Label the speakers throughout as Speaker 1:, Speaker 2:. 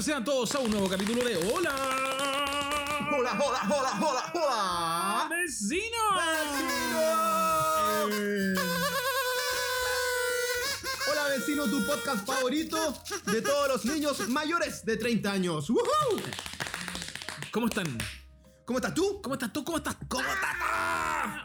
Speaker 1: sean todos a un nuevo capítulo de Hola.
Speaker 2: ¡Hola, hola, hola, hola, hola!
Speaker 1: ¡Vecino!
Speaker 2: ¡Vecino! Hola vecino, tu podcast favorito de todos los niños mayores de 30 años. ¡Woohoo!
Speaker 1: ¿Cómo están?
Speaker 2: ¿Cómo estás tú?
Speaker 1: ¿Cómo estás tú? ¿Cómo estás? ¿Cómo estás? tú?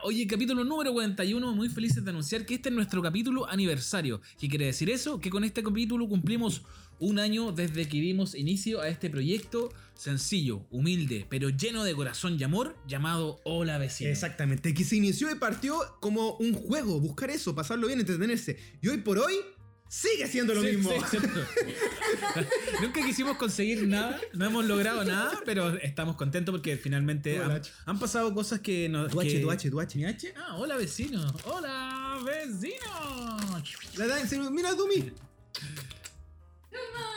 Speaker 1: Oye, capítulo número 41, muy felices de anunciar que este es nuestro capítulo aniversario. ¿Qué quiere decir eso? Que con este capítulo cumplimos un año desde que dimos inicio a este proyecto sencillo, humilde, pero lleno de corazón y amor, llamado Hola Vecino.
Speaker 2: Exactamente, que se inició y partió como un juego, buscar eso, pasarlo bien, entretenerse. Y hoy por hoy sigue siendo lo
Speaker 1: Sí,
Speaker 2: mismo.
Speaker 1: sí, cierto. Nunca quisimos conseguir nada, no hemos logrado nada, pero estamos contentos porque finalmente
Speaker 2: Hola,
Speaker 1: han,
Speaker 2: H.
Speaker 1: han pasado cosas que nos.
Speaker 2: Duache,
Speaker 1: que-
Speaker 2: duache, duache.
Speaker 1: ¿Mi H? Ah, hola vecino. Hola vecino.
Speaker 2: La edad en serio, mira Dumi.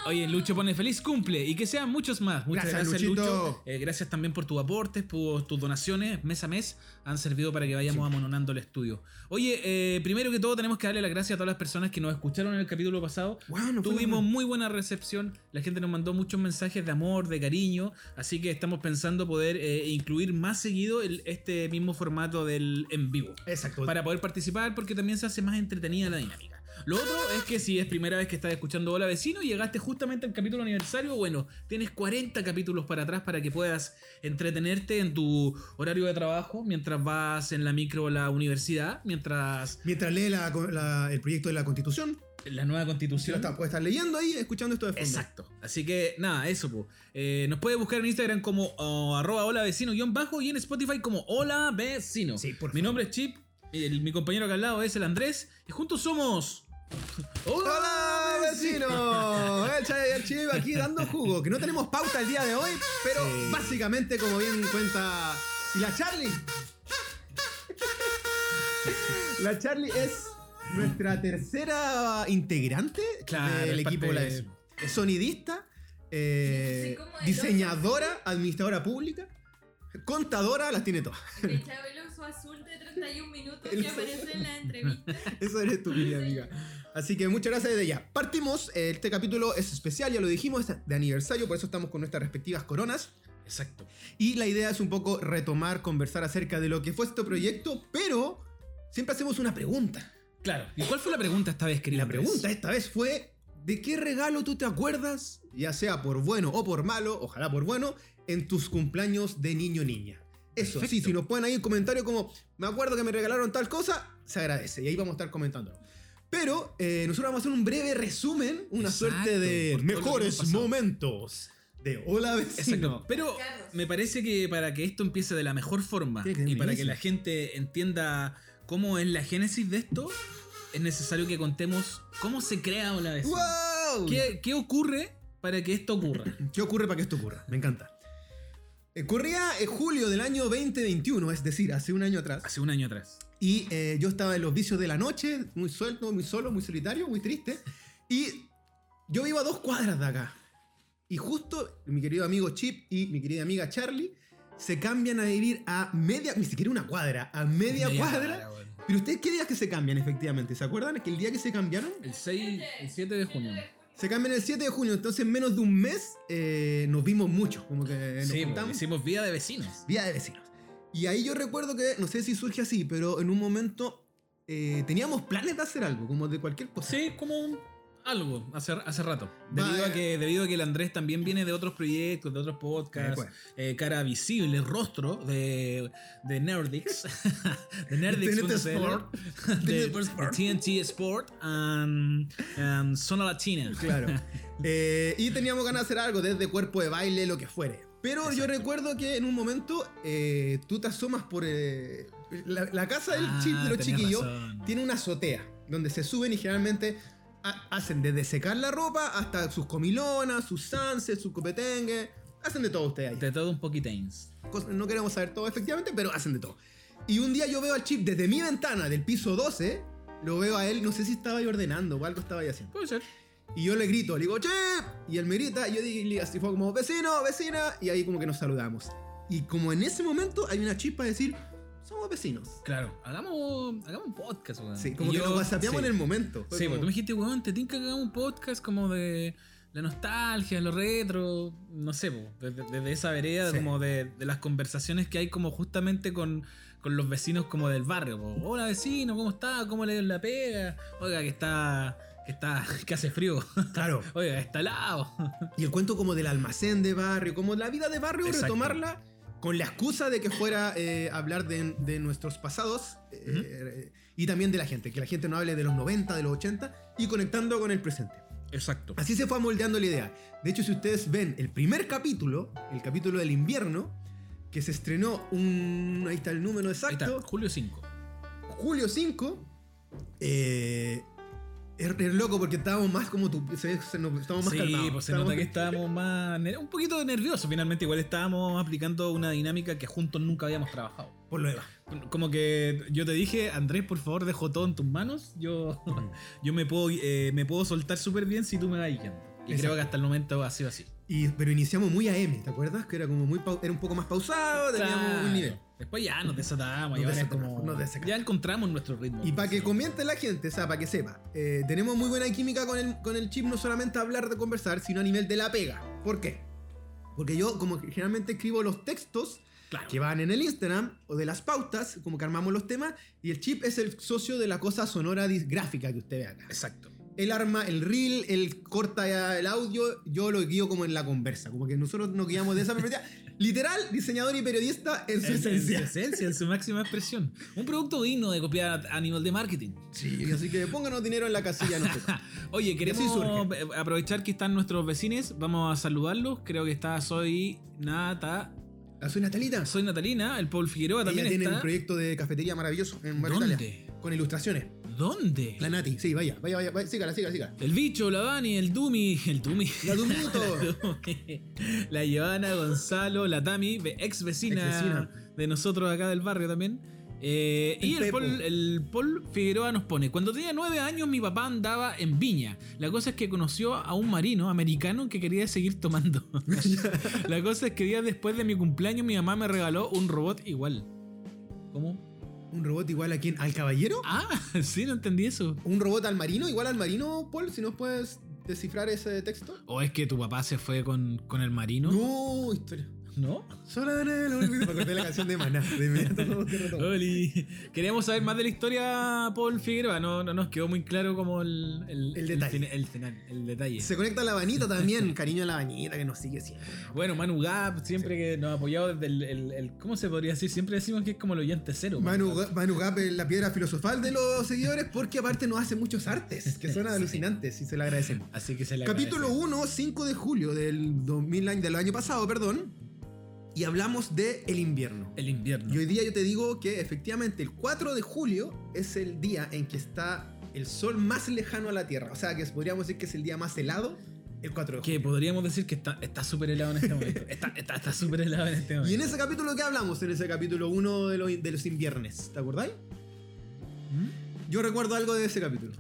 Speaker 1: Oye, Lucho pone feliz cumple y que sean muchos más. Muchas gracias,
Speaker 2: Gracias,
Speaker 1: Lucho.
Speaker 2: Luchito.
Speaker 1: Eh, gracias también por tus aportes, por tus donaciones mes a mes. Han servido para que vayamos amononando el estudio. Oye, eh, primero que todo tenemos que darle las gracias a todas las personas que nos escucharon en el capítulo pasado.
Speaker 2: Guau, nos fue
Speaker 1: Tuvimos
Speaker 2: muy
Speaker 1: muy buena recepción. La gente nos mandó muchos mensajes de amor, de cariño. Así que estamos pensando poder eh, incluir más seguido el- este mismo formato del en vivo
Speaker 2: Exacto.
Speaker 1: para poder participar porque también se hace más entretenida la dinámica. Lo otro es que si es primera vez que estás escuchando Hola Vecino y llegaste justamente al capítulo aniversario, bueno, tienes 40 capítulos para atrás para que puedas entretenerte en tu horario de trabajo mientras vas en la micro a la universidad, mientras
Speaker 2: Mientras lee la- la- el proyecto de la constitución,
Speaker 1: la nueva
Speaker 2: si lo
Speaker 1: constitución.
Speaker 2: está, puede estar leyendo ahí, escuchando esto de fondo.
Speaker 1: Exacto. Así que nada, eso. po. Eh, nos puedes buscar en Instagram como oh, arroba hola vecino guión bajo y en Spotify como hola vecino.
Speaker 2: Sí, por
Speaker 1: mi
Speaker 2: favor.
Speaker 1: nombre es Chip, el- mi compañero acá al lado es el Andrés y juntos somos...
Speaker 2: ¡Hola, vecino! El Chay y el Chip aquí dando jugo. Que no tenemos pauta el día de hoy, pero básicamente, como bien cuenta. ¿Y la Charlie? La Charlie es nuestra tercera integrante
Speaker 1: Claro,
Speaker 2: del
Speaker 1: es parte
Speaker 2: equipo de la
Speaker 1: de-
Speaker 2: vecina. Es sonidista, eh,
Speaker 3: Sí, como el
Speaker 2: diseñadora, administradora pública, contadora, las tiene todas.
Speaker 3: Me echaba el oso azul de 31 minutos
Speaker 2: El
Speaker 3: que
Speaker 2: oso
Speaker 3: aparece en la entrevista.
Speaker 2: Eso eres tu querida amiga. Así que muchas gracias desde ya. Partimos, eh, este capítulo es especial, ya lo dijimos, es de aniversario, por eso estamos con nuestras respectivas coronas.
Speaker 1: Exacto.
Speaker 2: Y la idea es un poco retomar, conversar acerca de lo que fue este proyecto, pero siempre hacemos una pregunta.
Speaker 1: Claro. ¿Y cuál fue la pregunta esta vez,
Speaker 2: Y
Speaker 1: querida?
Speaker 2: la pregunta esta vez fue, ¿de qué regalo tú te acuerdas, ya sea por bueno o por malo, ojalá por bueno, en tus cumpleaños de niño o niña? Eso, sí,
Speaker 1: Perfecto.
Speaker 2: si nos ponen ahí un comentario como, me acuerdo que me regalaron tal cosa, se agradece y ahí vamos a estar comentándolo. Pero eh, nosotros vamos a hacer un breve resumen, una
Speaker 1: Exacto,
Speaker 2: suerte de
Speaker 1: por todo lo que hemos
Speaker 2: mejores
Speaker 1: pasado.
Speaker 2: momentos de Hola Vecino.
Speaker 1: Exacto. Pero
Speaker 3: Carros.
Speaker 1: me parece que para que esto empiece de la mejor forma
Speaker 2: Tiene que ser
Speaker 1: y para
Speaker 2: buenísimo.
Speaker 1: que la gente entienda cómo es la génesis de esto, es necesario que contemos cómo se crea Hola Vecino.
Speaker 2: ¡Wow!
Speaker 1: ¿Qué, qué ocurre para que esto ocurra?
Speaker 2: ¿Qué ocurre para que esto ocurra? Me encanta. Eh, Corría en julio del año 2021, es decir, hace un año atrás.
Speaker 1: Hace un año atrás.
Speaker 2: Y eh, yo estaba en los vicios de la noche, muy suelto, muy solo, muy solitario, muy triste. Y yo vivo a dos cuadras de acá. Y justo mi querido amigo Chip y mi querida amiga Charlie se cambian a vivir a media, ni siquiera una cuadra, a media,
Speaker 1: Media
Speaker 2: cuadra.
Speaker 1: cuadra, bueno.
Speaker 2: Pero ustedes, ¿qué días que se cambian efectivamente? ¿Se acuerdan? que el día que se cambiaron,
Speaker 1: El 6, el 7 de junio.
Speaker 2: se cambian el 7 de junio. Entonces, en menos de un mes eh, nos vimos mucho. Como que nos
Speaker 1: Sí, pues,
Speaker 2: juntamos.
Speaker 1: hicimos vida de vecinos.
Speaker 2: Día de vecinos. Y ahí yo recuerdo que, no sé si surge así, pero en un momento eh, teníamos planes de hacer algo, como de cualquier cosa. Eh,
Speaker 1: Sí, como un- algo, hace, hace rato.
Speaker 2: Va,
Speaker 1: Debido a,
Speaker 2: eh.
Speaker 1: que, debido a que el Andrés también viene de otros proyectos, de otros
Speaker 2: Tal
Speaker 1: podcasts,
Speaker 2: cual.
Speaker 1: eh, cara visible, rostro de, de Nerdix, de Nerdix.cl,
Speaker 2: TNT este Sport.
Speaker 1: de,
Speaker 2: TNT Sport.
Speaker 1: de TNT Sport, um, um, Zona Latina.
Speaker 2: Claro. Eh, y teníamos ganas de hacer algo, desde cuerpo de baile, lo que fuere. Pero yo recuerdo que en un momento eh, tú te asomas por. eh, la, la casa del
Speaker 1: Ah,
Speaker 2: chip de los
Speaker 1: tenés
Speaker 2: chiquillos
Speaker 1: razón.
Speaker 2: tiene una azotea donde se suben y generalmente ha- hacen desde secar la ropa hasta sus comilonas, sus sanses, sus copetengue. Hacen de todo ustedes ahí.
Speaker 1: De todo un poquitains.
Speaker 2: cosas- no queremos saber todo efectivamente, pero hacen de todo. Y un día yo veo al chip desde mi ventana del piso 12, lo veo a él, no sé si estaba ahí ordenando o algo estaba ahí haciendo.
Speaker 1: Puede ser.
Speaker 2: Y yo le grito, le digo, chip, y él me grita, y yo digo, así fue como, vecino, vecina, y ahí como que nos saludamos. Y como en ese momento hay una chispa de decir, somos vecinos.
Speaker 1: Claro, hagamos, hagamos un podcast, weón.
Speaker 2: Sí, como
Speaker 1: Y
Speaker 2: que
Speaker 1: yo-
Speaker 2: nos whatsappeamos
Speaker 1: sí. pues,
Speaker 2: en el momento. Fue
Speaker 1: Sí,
Speaker 2: como-
Speaker 1: porque tú me dijiste, weón, te tinca que hagamos un podcast como de, la nostalgia, lo retro, no sé, po, desde, desde esa vereda
Speaker 2: Sí.
Speaker 1: como de, de las conversaciones que hay como justamente con, con los vecinos como del barrio. po. Hola vecino, ¿cómo está? ¿Cómo le la pega? Oiga, que está, que está, que hace frío.
Speaker 2: Claro.
Speaker 1: Oiga, está helado.
Speaker 2: Y el cuento como del almacén de barrio, como la vida de barrio,
Speaker 1: Exacto.
Speaker 2: retomarla con la excusa de que fuera eh, hablar de, de nuestros pasados eh, y también de la gente, que la gente no hable de los 90, de los 80 y conectando con el presente.
Speaker 1: Exacto.
Speaker 2: Así se fue moldeando la idea. De hecho, si ustedes ven el primer capítulo, el capítulo del invierno, que se estrenó un... Ahí está el número
Speaker 1: Ahí
Speaker 2: exacto
Speaker 1: está, julio 5.
Speaker 2: julio 5. eh, es, es loco porque estábamos más como tú. Se, ve- se nos- estábamos más
Speaker 1: sí,
Speaker 2: calmados.
Speaker 1: pues se
Speaker 2: estábamos-
Speaker 1: nota que estábamos más. ner- Un poquito nerviosos finalmente. Igual estábamos aplicando una dinámica que juntos nunca habíamos trabajado.
Speaker 2: Por lo demás.
Speaker 1: Como que yo te dije, Andrés, por favor, dejo todo en tus manos. Yo, yo me, puedo, eh, me puedo soltar súper bien si tú me vas guiando. Y
Speaker 2: Exacto.
Speaker 1: creo que hasta el momento ha sido así.
Speaker 2: Y- pero iniciamos muy AM, ¿te acuerdas? Que era como muy pau- era un poco más pausado, teníamos un nivel.
Speaker 1: Claro. Después ya nos desatábamos.
Speaker 2: Nos
Speaker 1: y ahora es
Speaker 2: desatamos,
Speaker 1: como-
Speaker 2: nos desatamos.
Speaker 1: ya encontramos nuestro ritmo.
Speaker 2: Y para que
Speaker 1: Sí.
Speaker 2: comente la gente, o sea, para que sepa, eh, tenemos muy buena química con el, con el chip, no solamente a hablar de conversar, sino a nivel de la pega. ¿Por qué? Porque yo, como que generalmente escribo los textos
Speaker 1: Claro.
Speaker 2: que van en el Instagram o de las pautas, como que armamos los temas, y el chip es el socio de la cosa sonora dis- gráfica que usted ve acá.
Speaker 1: Exacto.
Speaker 2: Él arma el reel, él corta el audio, yo lo guío como en la conversa, como que nosotros nos guiamos de esa perspectiva. Literal, diseñador y periodista en su
Speaker 1: En- en
Speaker 2: esencia.
Speaker 1: su esencia, en su máxima expresión. Un producto digno de copiar a nivel de marketing.
Speaker 2: Sí, así que pónganos dinero en la casilla. nosotros.
Speaker 1: Oye, queremos
Speaker 2: así surge.
Speaker 1: eh, aprovechar que están nuestros vecinos. Vamos a saludarlos. Creo que está Soy Nata.
Speaker 2: La soy Natalita.
Speaker 1: Soy Natalina. El Paul Figueroa
Speaker 2: Ella
Speaker 1: también
Speaker 2: tiene
Speaker 1: está.
Speaker 2: un proyecto de cafetería maravilloso en Buenos
Speaker 1: ¿Dónde?
Speaker 2: Italia, con ilustraciones.
Speaker 1: ¿Dónde?
Speaker 2: La Nati, sí, vaya, vaya, vaya, vaya, sígala, sígala, sígala.
Speaker 1: El bicho, la Dani, el Dumi. El Dumi.
Speaker 2: La de un minuto.
Speaker 1: la Giovanna, Gonzalo, la Tami, ve- ex vecina,
Speaker 2: Ex vecina.
Speaker 1: de nosotros acá del barrio también. Eh,
Speaker 2: El
Speaker 1: y el
Speaker 2: Pepo.
Speaker 1: Paul, el Paul Figueroa nos pone, cuando tenía nueve años mi papá andaba en Viña. La cosa es que conoció a un marino americano que quería seguir tomando. La cosa es que días después de mi cumpleaños mi mamá me regaló un robot igual. ¿Cómo?
Speaker 2: ¿Un robot igual a quién? ¿Al caballero?
Speaker 1: Ah, sí, no entendí eso.
Speaker 2: ¿Un robot al marino? ¿Igual al marino, Paul? Si nos puedes descifrar ese texto.
Speaker 1: ¿O es que tu papá se fue con, con el marino?
Speaker 2: No, historia.
Speaker 1: ¿No?
Speaker 2: Solo en el olvido. Me acordé de la canción de Maná. De inmediato. no, de rato.
Speaker 1: Oli. Queríamos saber más de la historia, Paul Figueroa. No, no nos quedó muy claro como el,
Speaker 2: El detalle.
Speaker 1: fin- El, final, el detalle.
Speaker 2: Se conecta la Vanita también. Cariño a la Vanita que nos sigue siempre.
Speaker 1: Bueno, Manu Gap siempre que nos ha apoyado desde el, el- el- ¿Cómo se podría decir? Siempre decimos que es como el oyente cero. pues,
Speaker 2: Manu, Ga- Manu Gap es la piedra filosofal de los seguidores porque aparte nos hace muchos artes que son alucinantes y se le agradecemos.
Speaker 1: Así que se la
Speaker 2: Capítulo 1, 5 de julio del, 2000, año- del año pasado, perdón. Y hablamos de el invierno.
Speaker 1: El invierno.
Speaker 2: Y hoy día yo te digo que efectivamente el 4 de julio es el día en que está el sol más lejano a la Tierra. O sea, que podríamos decir que es el día más helado, el 4 de julio.
Speaker 1: Que podríamos decir que está está súper helado en este momento. Está está- está súper helado en este
Speaker 2: Y
Speaker 1: momento.
Speaker 2: en ese capítulo que hablamos, en ese capítulo 1 de, los- de los inviernes, ¿te acordáis?
Speaker 1: ¿Mm?
Speaker 2: Yo recuerdo algo de ese capítulo.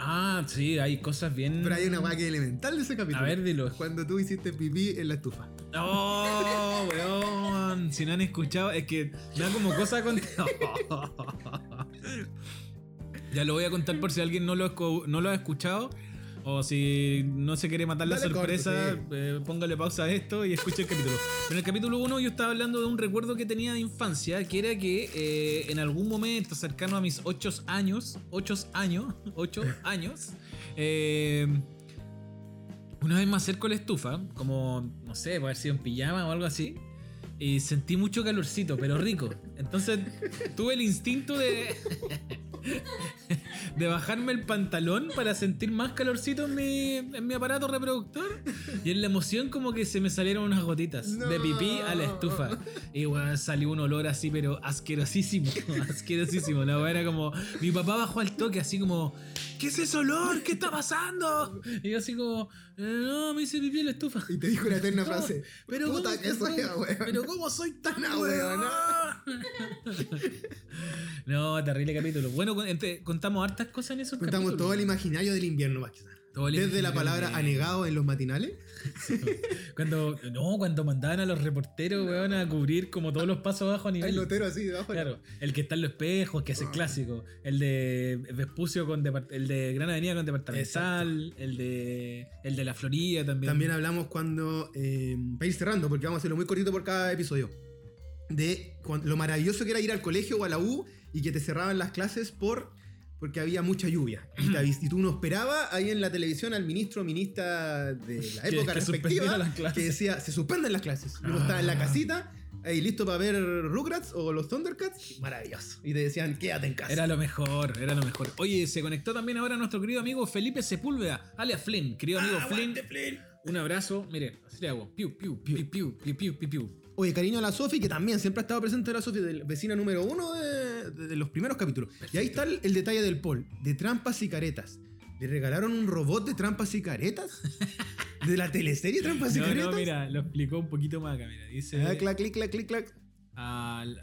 Speaker 1: Ah, sí, hay cosas bien.
Speaker 2: Pero hay una guay que es elemental de ese capítulo.
Speaker 1: A ver, dilo.
Speaker 2: Cuando tú hiciste pipí en la estufa.
Speaker 1: No, weón. Si no han escuchado, es que me da como cosa contar. ya lo voy a contar por si alguien no lo, escu- no lo ha escuchado. O si no se quiere matar la
Speaker 2: Dale corto,
Speaker 1: sorpresa,
Speaker 2: sí.
Speaker 1: eh, póngale pausa a esto y escuche el capítulo. Pero en el capítulo 1 yo estaba hablando de un recuerdo que tenía de infancia, que era que eh, en algún momento cercano a mis 8 años, 8 años, 8 años, eh, una vez me acerco a la estufa, como, no sé, puede haber sido en pijama o algo así, y sentí mucho calorcito, pero rico. Entonces tuve el instinto de. de bajarme el pantalón para sentir más calorcito en mi, en mi aparato reproductor. Y en la emoción, como que se me salieron unas gotitas de pipí a la estufa. Y bueno, salió un olor así, pero asquerosísimo. Asquerosísimo. La weá era como. Mi papá bajó al toque, así como. ¿Qué es ese olor? ¿Qué está pasando? Y yo así como. "Eh, No, me hice pipí en la estufa.
Speaker 2: Y te dijo una eterna
Speaker 1: ¿Cómo?
Speaker 2: frase.
Speaker 1: Pero
Speaker 2: Puta,
Speaker 1: ¿cómo
Speaker 2: que
Speaker 1: soy-
Speaker 2: soy, weón.
Speaker 1: Pero cómo soy tan
Speaker 2: Ah,
Speaker 1: weón.
Speaker 2: weón,
Speaker 1: No, terrible capítulo. Bueno, con- ente- contamos hartas cosas en esos
Speaker 2: Contamos
Speaker 1: capítulos.
Speaker 2: todo el imaginario del invierno, más quizás.
Speaker 1: Todo el
Speaker 2: Desde la
Speaker 1: imaginario
Speaker 2: palabra
Speaker 1: de-
Speaker 2: anegado en los matinales.
Speaker 1: Cuando, no, cuando mandaban a los reporteros, weón, a cubrir como todos los pasos abajo a
Speaker 2: El
Speaker 1: nivel.
Speaker 2: notero así debajo.
Speaker 1: Claro, el que está en los espejos, que es
Speaker 2: Ah.
Speaker 1: el clásico. El de Vespucio con depart- el de Gran Avenida con Departamental, el de el de la Florida también.
Speaker 2: También hablamos cuando. eh, para ir cerrando, porque vamos a hacerlo muy cortito por cada episodio. De cuan- lo maravilloso que era ir al colegio o a la U y que te cerraban las clases por porque había mucha lluvia. Y, te avis- y tú no esperabas ahí en la televisión al ministro o ministra de la
Speaker 1: Que-
Speaker 2: época
Speaker 1: que suspendiera
Speaker 2: respectiva
Speaker 1: las clases.
Speaker 2: que decía: se suspenden las clases. Y uno
Speaker 1: Ah.
Speaker 2: estaba en la casita. Ahí listo para ver Rugrats o los Thundercats. Maravilloso. Y te decían, quédate en casa.
Speaker 1: Era lo mejor, era lo mejor. Oye, se conectó también ahora nuestro querido amigo Felipe Sepúlveda, alias Flynn. Querido amigo
Speaker 2: Ah,
Speaker 1: Flynn, un abrazo. Mire, así le hago. Piu, piu, piu, piu, piu, piu, piu, piu.
Speaker 2: Oye, cariño a la Sofi, que también siempre ha estado presente la Sofi, del- vecina número uno de, de- de los primeros capítulos. Y ahí está el, el detalle del poll, de trampas y caretas. ¿Le regalaron un robot de trampas y caretas? ¿De la teleserie trampas y
Speaker 1: No,
Speaker 2: caretas?
Speaker 1: no, mira, lo explicó un poquito más acá, mira. Dice.
Speaker 2: Ah, clac, clic, clac, clic, clac.
Speaker 1: al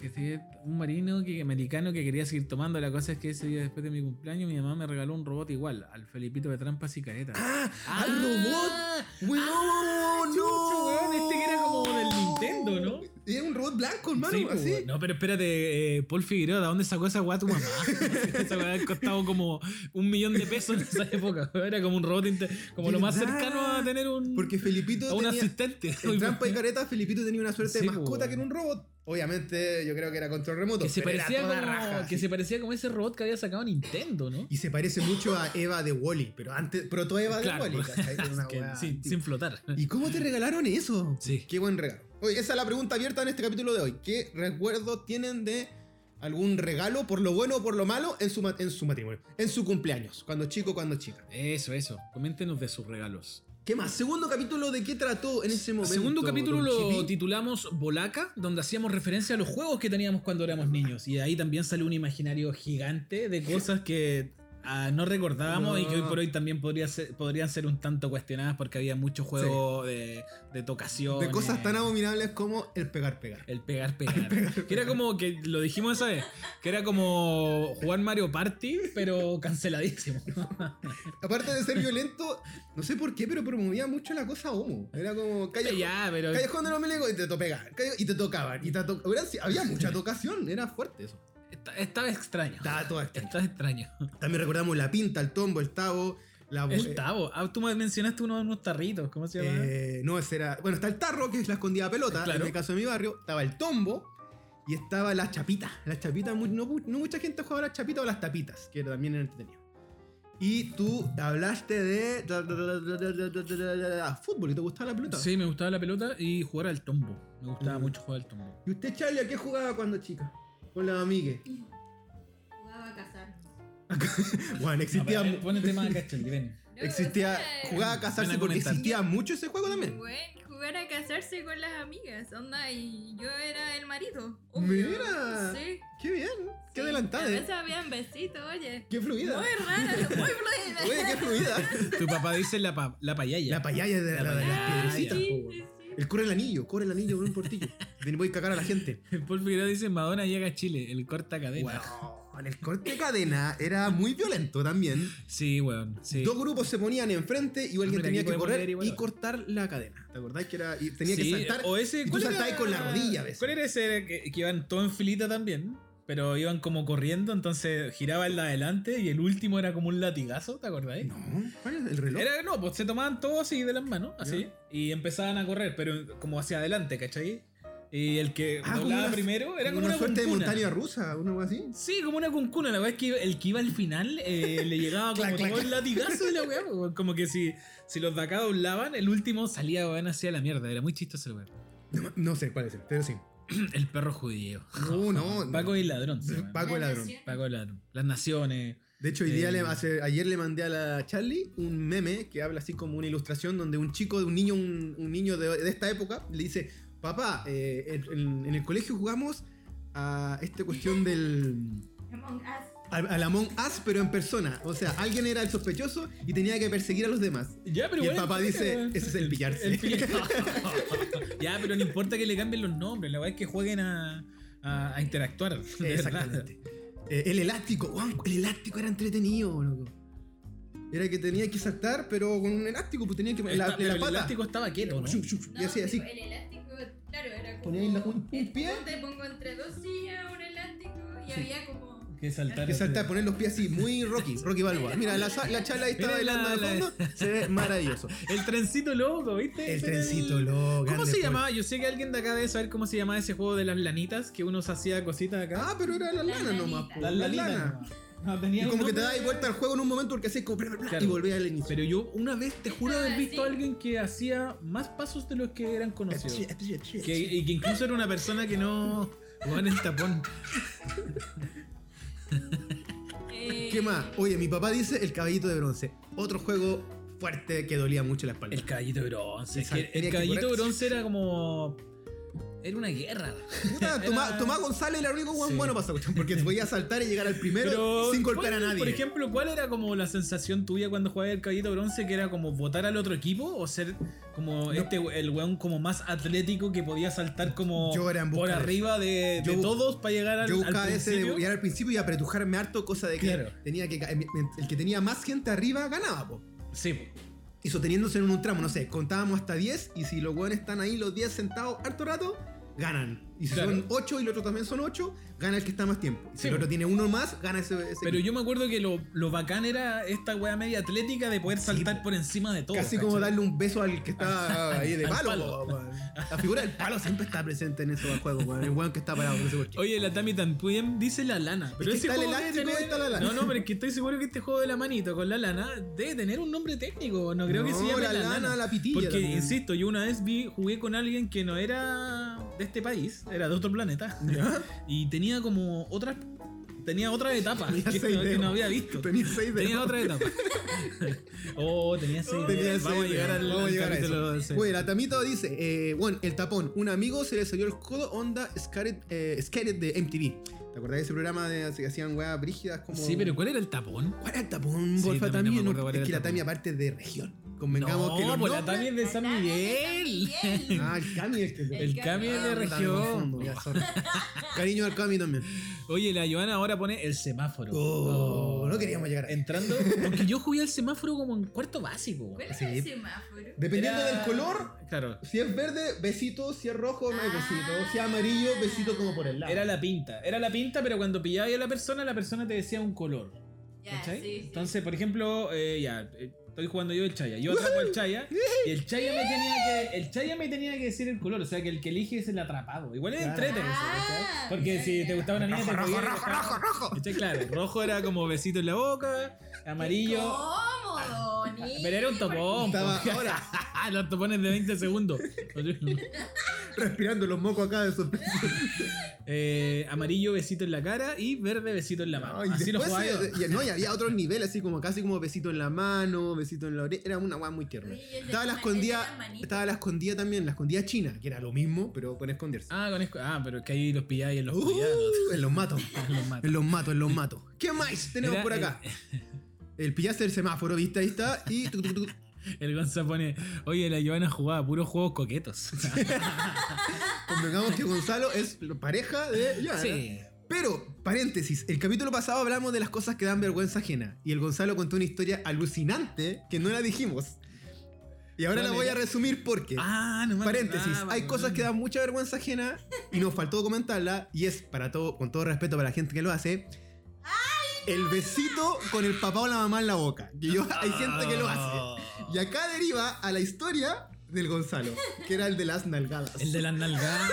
Speaker 1: que sí, un marino que, americano que quería seguir tomando. La cosa es que ese día después de mi cumpleaños, mi mamá me regaló un robot igual, al Felipito de trampas y caretas.
Speaker 2: ¡Ah! ¡Al robot! ¡Weón!
Speaker 1: chucho,
Speaker 2: ¡No!
Speaker 1: Ah, weón, este que era como del Nintendo, ¿no?
Speaker 2: Y era un robot blanco, hermano,
Speaker 1: Sí, pues,
Speaker 2: así.
Speaker 1: No, pero espérate, eh, Paul Figueroa, ¿de dónde sacó esa weá tu mamá? esa weá ha costado como un millón de pesos en esa época. Era como un robot, inter- como lo más
Speaker 2: ¿Verdad?
Speaker 1: cercano a tener un,
Speaker 2: Porque Felipito
Speaker 1: a un
Speaker 2: tenía...
Speaker 1: asistente.
Speaker 2: En trampa y caretas, Felipito tenía una suerte
Speaker 1: Sí,
Speaker 2: de mascota
Speaker 1: pues.
Speaker 2: que era un robot. Obviamente, yo creo que era control remoto.
Speaker 1: Que se,
Speaker 2: pero era
Speaker 1: parecía
Speaker 2: toda
Speaker 1: como,
Speaker 2: raja,
Speaker 1: que
Speaker 2: así.
Speaker 1: se parecía como ese robot que había sacado Nintendo, ¿no?
Speaker 2: Y se parece mucho a Eva de Wally, pero antes, proto Eva
Speaker 1: Claro,
Speaker 2: de Wally. ¿cachai? Era una
Speaker 1: que
Speaker 2: weá
Speaker 1: sin,
Speaker 2: antigua.
Speaker 1: sin flotar.
Speaker 2: ¿Y cómo te regalaron eso?
Speaker 1: Sí.
Speaker 2: Qué buen regalo. Oye, esa es la pregunta abierta en este capítulo de hoy. ¿Qué recuerdos tienen de algún regalo, por lo bueno o por lo malo, en su, ma- en su matrimonio? En su cumpleaños, cuando chico, cuando chica.
Speaker 1: Eso, eso. Coméntenos de sus regalos.
Speaker 2: ¿Qué más? Segundo capítulo, ¿de qué trató en ese momento?
Speaker 1: Segundo capítulo
Speaker 2: don
Speaker 1: lo
Speaker 2: Chipi?
Speaker 1: titulamos Bolaca, donde hacíamos referencia a los juegos que teníamos cuando éramos niños. Y ahí también salió un imaginario gigante de cosas que ah, no recordábamos y que hoy por hoy también podría ser- podrían ser un tanto cuestionadas porque había muchos juegos de, de tocación.
Speaker 2: De cosas tan abominables como el pegar, pegar.
Speaker 1: El pegar, pegar. Que era como que lo dijimos esa vez, que era como jugar Mario Party, pero canceladísimo.
Speaker 2: Aparte de ser violento, no sé por qué, pero promovía mucho la cosa homo. Era como calle.
Speaker 1: ya, pero.
Speaker 2: Callejón de los Milicos y te to- pegaban, calle- y te tocaban. Y te to- Era así, había mucha tocación, era fuerte eso.
Speaker 1: Esta- Estaba extraño.
Speaker 2: Estaba todo extraño.
Speaker 1: Estaba extraño.
Speaker 2: También recordamos la pinta, el tombo, el tabo, la bu-
Speaker 1: El tabo. Ah, tú me mencionaste uno de unos tarritos. ¿Cómo se llama?
Speaker 2: eh, No, ese era. Bueno, está el tarro, que es la escondida pelota,
Speaker 1: Claro.
Speaker 2: en el caso de mi barrio. Estaba el tombo y estaba la chapita. La chapita, mu- no, mu- no mucha gente jugaba a la chapita o las tapitas, que también era entretenido. Y tú hablaste de. fútbol, y te gustaba la pelota.
Speaker 1: sí, me gustaba la pelota y jugar al tombo. Me gustaba
Speaker 2: Mm.
Speaker 1: mucho jugar al tombo.
Speaker 2: ¿Y usted, Charlie, a qué jugaba cuando chica? Con la amiga.
Speaker 3: Jugaba a cazarnos.
Speaker 2: Bueno, existía.
Speaker 1: Ponete ponete más acá, Charlie, ven.
Speaker 3: No,
Speaker 2: Existía.
Speaker 3: o sea,
Speaker 2: Jugaba a casarse
Speaker 1: Ven a
Speaker 2: porque
Speaker 1: comentar.
Speaker 2: eh. existía mucho ese juego también.
Speaker 3: Bueno, jugar a casarse con las amigas, onda, y yo era el marido.
Speaker 2: Mira.
Speaker 3: Sí.
Speaker 2: Qué bien, qué
Speaker 3: sí.
Speaker 2: adelantada.
Speaker 3: A
Speaker 2: ¿eh?
Speaker 3: veces habían besitos, oye.
Speaker 2: Qué fluida.
Speaker 3: Muy raro, muy
Speaker 2: Oye, qué
Speaker 3: fluida.
Speaker 2: fluida.
Speaker 1: Tu papá dice la, pa- la payaya.
Speaker 2: La payaya de, la,
Speaker 1: La
Speaker 2: de las
Speaker 1: payaya.
Speaker 3: sí,
Speaker 2: piedrecitas.
Speaker 3: Ah, sí, sí.
Speaker 2: El corre el anillo, corre el anillo con un portillo. Ven, voy a cagar a la gente.
Speaker 1: Paul Figueroa dice Madonna llega a Chile, el corta cadena.
Speaker 2: Weón, el corte de cadena era muy violento también.
Speaker 1: Sí, weón. Sí.
Speaker 2: Dos grupos se ponían enfrente y alguien
Speaker 1: Mira,
Speaker 2: tenía
Speaker 1: aquí
Speaker 2: que
Speaker 1: podemos
Speaker 2: correr
Speaker 1: leer
Speaker 2: y
Speaker 1: igual.
Speaker 2: cortar la cadena. ¿Te acordás que era? Y tenía
Speaker 1: Sí,
Speaker 2: que saltar.
Speaker 1: O ese,
Speaker 2: y tú
Speaker 1: ¿cuál era-
Speaker 2: saltabas con la rodilla a veces.
Speaker 1: ¿Cuál era ese que, que iban todos en filita también? Pero iban como corriendo, entonces giraba el de adelante y el último era como un latigazo, ¿te acordáis?
Speaker 2: No, ¿cuál es el reloj?
Speaker 1: Era, no, pues se tomaban todos así de las manos, así, y empezaban a correr, pero como hacia adelante, ¿cachai? Y el que
Speaker 2: Ah, como
Speaker 1: doblaba
Speaker 2: una-
Speaker 1: primero era como una,
Speaker 2: suerte de
Speaker 1: cuncuna.
Speaker 2: montaña rusa, una cosa así.
Speaker 1: Sí, como una cuncuna. La verdad es que el que iba al final eh, le llegaba como
Speaker 2: Clac, clac,
Speaker 1: todo el latigazo de la weá. po. Como que si, si los de acá doblaban, el último salía weón hacia la mierda. Era muy chistoso el weón.
Speaker 2: No, no sé cuál es el, pero sí.
Speaker 1: El perro judío.
Speaker 2: No, no. no.
Speaker 1: Paco y ladrón. se llama.
Speaker 2: Paco el ladrón.
Speaker 1: Paco el ladrón. Las naciones.
Speaker 2: De hecho, hoy día
Speaker 1: Eh,
Speaker 2: le- hace- ayer le mandé a la Charlie un meme que habla así como una ilustración donde un chico, un niño, un, un niño de, de esta época le dice, papá, eh, en- en, en el colegio jugamos a esta cuestión del...
Speaker 3: Among Us.
Speaker 2: Al, al Among Us, pero en persona. O sea, alguien era el sospechoso y tenía que perseguir a los demás.
Speaker 1: Ya, pero
Speaker 2: Y el
Speaker 1: weón,
Speaker 2: papá
Speaker 1: ¿qué
Speaker 2: dice,
Speaker 1: era, weón?
Speaker 2: "Ese es el pillarse".
Speaker 1: El pillarse. ya, pero no importa que le cambien los nombres. La verdad es que jueguen a, a, a interactuar. de verdad.
Speaker 2: Exactamente. Eh, el elástico, guau, el elástico era entretenido, loco. Era que tenía que saltar, pero con un elástico, pues tenía que. La,
Speaker 1: Está-
Speaker 2: la
Speaker 1: pero el
Speaker 2: pata.
Speaker 1: elástico estaba quieto, ¿no?
Speaker 2: Shuk, shuk,
Speaker 3: No,
Speaker 2: y así,
Speaker 3: pero
Speaker 2: así.
Speaker 3: El elástico, claro, era como.
Speaker 2: Ponía ahí la- un- un pie.
Speaker 3: Te pongo entre dos sillas un elástico y había como.
Speaker 1: Que saltar.
Speaker 2: Que saltar, poner los pies así, muy Rocky, Rocky Balboa. Mira, la, sa- la chala ahí está
Speaker 1: Mira
Speaker 2: bailando
Speaker 1: la-
Speaker 2: de
Speaker 1: la-
Speaker 2: fondo, se ve maravilloso.
Speaker 1: El trencito loco, ¿viste?
Speaker 2: El
Speaker 1: Ese era
Speaker 2: trencito loco.
Speaker 1: ¿Cómo
Speaker 2: grande
Speaker 1: se
Speaker 2: Paul.
Speaker 1: llamaba? Yo sé que alguien de acá debe saber cómo se llamaba ese juego de las lanitas que uno se hacía cositas acá.
Speaker 2: Ah, pero era la
Speaker 3: Las
Speaker 2: lana nomás.
Speaker 3: lanitas.
Speaker 2: po, Ah, La lana.
Speaker 1: No, tenía
Speaker 2: Y como
Speaker 1: un
Speaker 2: que te
Speaker 1: nombre.
Speaker 2: dais vuelta al juego en un momento porque hacías como bla, bla, bla,
Speaker 1: Claro.
Speaker 2: y volvés al inicio.
Speaker 1: Pero yo una vez te juro haber
Speaker 3: Estaba
Speaker 1: visto a
Speaker 3: así.
Speaker 1: alguien que hacía más pasos de los que eran conocidos.
Speaker 2: Epsi, epsi, epsi,
Speaker 1: Que,
Speaker 2: epsi.
Speaker 1: y que incluso era una persona que no. Bueno, el tapón.
Speaker 3: eh,
Speaker 2: ¿Qué más? Oye, mi papá dice el caballito de bronce. Otro juego fuerte que dolía mucho la espalda.
Speaker 1: El caballito de bronce. es que
Speaker 2: Exacto, tenía
Speaker 1: el
Speaker 2: que
Speaker 1: caballito de
Speaker 2: correr.
Speaker 1: bronce era como. Era una guerra.
Speaker 2: Puta,
Speaker 1: era-
Speaker 2: Tomás, Tomás González era el único weón
Speaker 1: Sí.
Speaker 2: bueno para esa cuestión, porque te podía saltar y llegar al primero sin golpear a
Speaker 1: ¿cuál-
Speaker 2: nadie.
Speaker 1: Por ejemplo, ¿cuál era como la sensación tuya cuando jugabas el caballito de bronce? ¿Que era como votar al otro equipo? ¿O ser como este we- el weón como más atlético que podía saltar como
Speaker 2: Yo era en busca
Speaker 1: por
Speaker 2: de-
Speaker 1: arriba de,
Speaker 2: yo
Speaker 1: de
Speaker 2: bu-
Speaker 1: todos para llegar al,
Speaker 2: Yo
Speaker 1: al
Speaker 2: buscaba ese de
Speaker 1: principio?
Speaker 2: llegar al principio y apretujarme harto, cosa de que
Speaker 1: Claro.
Speaker 2: tenía que ca- em, el que tenía más gente arriba ganaba, po.
Speaker 1: Sí, po.
Speaker 2: Y sosteniéndose en un tramo, no sé, contábamos hasta 10 y si los hueones están ahí los 10 sentados harto rato, ganan. Y si
Speaker 1: Claro.
Speaker 2: son 8 y el otro también son 8, gana el que está más tiempo. Y si
Speaker 1: Sí,
Speaker 2: el otro
Speaker 1: po.
Speaker 2: tiene uno más, gana ese. ese
Speaker 1: Pero
Speaker 2: equipo.
Speaker 1: yo me acuerdo que lo, lo bacán era esta weá media atlética de poder saltar
Speaker 2: po.
Speaker 1: por encima de todo.
Speaker 2: Casi como darle un beso al que está ahí de
Speaker 1: Al
Speaker 2: palo.
Speaker 1: palo.
Speaker 2: po, weón. La figura del palo siempre está presente en esos juegos, weón. El weón que está parado, no sé por qué.
Speaker 1: Oye, la Tami Tanpuyen dice la lana. Pero
Speaker 2: que
Speaker 1: ese
Speaker 2: está el
Speaker 1: juego debe
Speaker 2: elástico y
Speaker 1: tener-
Speaker 2: está la lana.
Speaker 1: No, no, pero es que estoy seguro que este juego de la manito con la lana debe tener un nombre técnico. No creo que
Speaker 2: No,
Speaker 1: se llame
Speaker 2: la
Speaker 1: la,
Speaker 2: lana,
Speaker 1: lana.
Speaker 2: la pitilla
Speaker 1: Porque,
Speaker 2: también.
Speaker 1: insisto, yo una vez vi, jugué con alguien que no era de este país, era de otro planeta. Y tenía como otras. Tenía otras etapas
Speaker 2: Tenía
Speaker 1: que,
Speaker 2: seis
Speaker 1: no, que
Speaker 2: dedos.
Speaker 1: no había visto.
Speaker 2: Tenía 6 de
Speaker 1: Tenía otra etapa. oh, tenía seis.
Speaker 2: Tenía
Speaker 1: dedos. Vamos a
Speaker 2: seis
Speaker 1: llegar
Speaker 2: dedos.
Speaker 1: al,
Speaker 2: Vamos a
Speaker 1: al
Speaker 2: llegar a
Speaker 1: capítulo
Speaker 2: eso.
Speaker 1: ese.
Speaker 2: Oye, la Tamito dice, eh, bueno, el tapón. Un amigo se le salió el codo onda Skated, eh, Skated de MTV. ¿Te acordás de ese programa de que hacían weas brígidas como.
Speaker 1: Sí, pero ¿cuál era el tapón?
Speaker 2: ¿Cuál era el tapón,
Speaker 1: Sí,
Speaker 2: porfa,
Speaker 1: también no me
Speaker 2: Tami? No,
Speaker 1: acuerdo cuál
Speaker 2: es
Speaker 1: era
Speaker 2: que
Speaker 1: el
Speaker 2: la Tami
Speaker 1: tapón.
Speaker 2: aparte es de región. Convengamos que los
Speaker 1: pues la
Speaker 2: nombres-
Speaker 1: Tami es de San
Speaker 3: Tami
Speaker 1: Miguel.
Speaker 3: de San Miguel.
Speaker 2: Ah, el Cami es que
Speaker 3: El
Speaker 1: El Cami es de
Speaker 2: Ah, puta, me
Speaker 1: región.
Speaker 2: confundo, ya, sorry. Cariño al Cami también.
Speaker 1: Oye, la Joana ahora pone el semáforo.
Speaker 2: Oh, no queríamos llegar ahí.
Speaker 1: Entrando, porque yo jugué al semáforo como en cuarto básico.
Speaker 3: ¿Cuál
Speaker 2: Sí.
Speaker 3: era el semáforo?
Speaker 2: Dependiendo
Speaker 1: Era-
Speaker 2: del color,
Speaker 1: Claro.
Speaker 2: si es verde, besito, si es rojo, no hay besito. Si es amarillo, besito como por el lado.
Speaker 1: Era la pinta. Era la pinta, pero cuando pillaba a la persona, la persona te decía un color.
Speaker 3: Ya,
Speaker 1: ¿cachai?
Speaker 3: sí, sí.
Speaker 1: Entonces, por ejemplo, eh, ya, eh, estoy jugando yo el Chaya. Yo atrapo al Chaya y el Chaya me tenía que. El Chaya me tenía que decir el color. O sea que el que elige es el atrapado. Igual es
Speaker 2: Claro.
Speaker 1: entrete eso, ¿cachai?
Speaker 3: Ah,
Speaker 1: Porque
Speaker 3: ya,
Speaker 1: si
Speaker 3: ya.
Speaker 1: te gustaba una niña, te
Speaker 2: rojo,
Speaker 1: podía-
Speaker 2: rojo, rojo, rojo.
Speaker 1: ¿Cachai? Claro, rojo era como besito en la boca, amarillo.
Speaker 3: Cómodo, niño.
Speaker 1: Pero era un topón.
Speaker 2: Estaba
Speaker 1: po.
Speaker 2: ahora.
Speaker 1: Los topones de 20 segundos.
Speaker 2: Respirando los mocos acá de sorpresa.
Speaker 1: Eh, amarillo, besito en la cara y verde, besito en la mano.
Speaker 2: Ay,
Speaker 1: Así lo
Speaker 2: después
Speaker 1: jugaba yo.
Speaker 2: se- y- no, y había otros niveles, así como casi como besito en la mano, besito en la oreja. Era una weá muy tierna.
Speaker 3: Oye, y el de
Speaker 2: Estaba la
Speaker 3: la- el de las
Speaker 2: escondida.
Speaker 3: manitas.
Speaker 2: Estaba la escondida también, la escondida china, que era lo mismo, pero con esconderse.
Speaker 1: Ah, con escu- ah, pero es que ahí los pilláis en los
Speaker 2: Uh,
Speaker 1: cuidados.
Speaker 2: en los matos.
Speaker 1: Los mato.
Speaker 2: En los matos, en los matos. ¿Qué más tenemos
Speaker 1: Era
Speaker 2: por acá? El pillaste del semáforo, viste, ahí está. Y tuc, tuc, tuc.
Speaker 1: El Gonza pone, oye, la Giovanna jugaba puros juegos coquetos.
Speaker 2: convengamos que Gonzalo es la pareja de Yana.
Speaker 1: sí.
Speaker 2: Pero, paréntesis, el capítulo pasado hablamos de las cosas que dan vergüenza ajena. Y el Gonzalo contó una historia alucinante que no la dijimos. Y ahora
Speaker 1: ¿Cuál
Speaker 2: la voy a
Speaker 1: era?
Speaker 2: resumir porque.
Speaker 1: Ah, no me
Speaker 2: Paréntesis,
Speaker 1: acordaba,
Speaker 2: hay
Speaker 1: weón.
Speaker 2: cosas que dan mucha vergüenza ajena y nos faltó comentarla y es para todo, con todo respeto para la gente que lo hace, el besito con el papá o la mamá en la boca. Y yo, hay gente que lo
Speaker 1: Oh,
Speaker 2: hace. Y acá deriva a la historia del Gonzalo, que era el de las nalgadas.
Speaker 1: El de las nalgadas.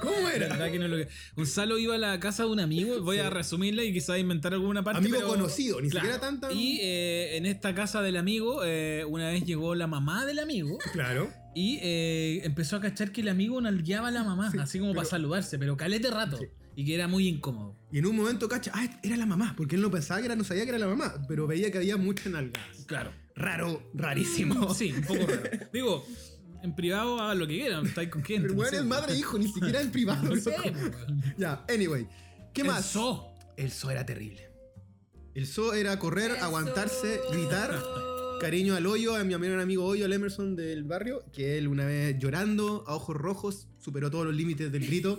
Speaker 2: ¿Cómo era?
Speaker 1: verdad que no lo que- Gonzalo iba a la casa de un amigo, voy a resumirla y quizás inventar alguna parte.
Speaker 2: Amigo
Speaker 1: pero-
Speaker 2: conocido, ni
Speaker 1: Claro.
Speaker 2: siquiera tanta.
Speaker 1: Y eh, en esta casa del amigo, eh, una vez llegó la mamá del amigo
Speaker 2: Claro.
Speaker 1: y eh, empezó a cachar que el amigo nalgueaba a la mamá,
Speaker 2: Sí,
Speaker 1: así como
Speaker 2: pero-
Speaker 1: para saludarse, pero calete rato.
Speaker 2: Sí.
Speaker 1: Y que era muy incómodo.
Speaker 2: Y en un momento, cacha, ah, era la mamá, porque él no pensaba que era, no sabía que era la mamá, pero veía que había muchas nalgadas.
Speaker 1: Claro.
Speaker 2: Raro, rarísimo.
Speaker 1: Sí, un poco raro. Digo, en privado hagan lo que quieran, estáis con gente.
Speaker 2: Pero
Speaker 1: no
Speaker 2: bueno,
Speaker 1: sé.
Speaker 2: es madre e hijo, ni siquiera en privado.
Speaker 1: No sé,
Speaker 2: loco.
Speaker 1: weón.
Speaker 2: Ya, anyway. ¿Qué
Speaker 1: El
Speaker 2: más?
Speaker 1: zoo.
Speaker 2: El zoo era terrible. El zoo era correr,
Speaker 3: Eso.
Speaker 2: aguantarse, gritar. Cariño al hoyo, a mi amigo, amigo hoyo, al Emerson del barrio, que él una vez llorando, a ojos rojos, superó todos los límites del grito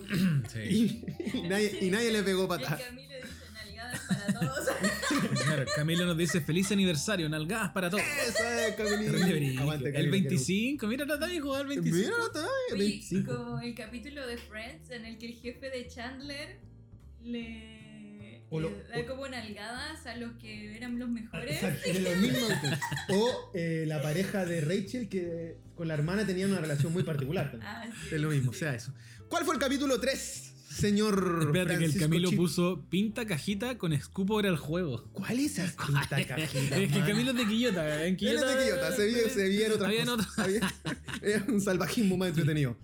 Speaker 1: Sí.
Speaker 2: y, y nadie, y nadie le pegó
Speaker 3: El
Speaker 2: patada.
Speaker 3: Camilo dice nalgadas para todos.
Speaker 1: Claro, Camilo nos dice feliz aniversario, nalgadas para todos.
Speaker 2: Eso es,
Speaker 1: Terrible brillo.
Speaker 2: Camilín. Aguante,
Speaker 1: el
Speaker 2: Camilín,
Speaker 1: 25, mira, trata de jugar el
Speaker 2: que no-
Speaker 1: 25.
Speaker 2: Mira, no está, el
Speaker 3: Oye,
Speaker 2: 25.
Speaker 3: como el capítulo de Friends en el que el jefe de Chandler le,
Speaker 2: O lo-
Speaker 3: le da como nalgadas a los que eran los mejores.
Speaker 2: Exacto, de los mismos autores. O eh, la pareja de Rachel que con la hermana tenía una relación muy particular. también.
Speaker 3: Ah, sí,
Speaker 2: Es lo mismo, o
Speaker 3: sí.
Speaker 2: sea eso. ¿Cuál fue el capítulo 3, señor?
Speaker 1: Espérate que el
Speaker 2: Francisco
Speaker 1: Camilo
Speaker 2: Chip?
Speaker 1: puso pinta cajita con escupo era el juego.
Speaker 2: ¿Cuál es esa pinta cajita,
Speaker 1: es que
Speaker 2: man?
Speaker 1: Camilo es de Quillota, en
Speaker 2: Él es
Speaker 1: Quillota.
Speaker 2: de Quillota, se vio, se vieron otras
Speaker 1: Habían
Speaker 2: cosas. Había- Era un salvajismo más entretenido.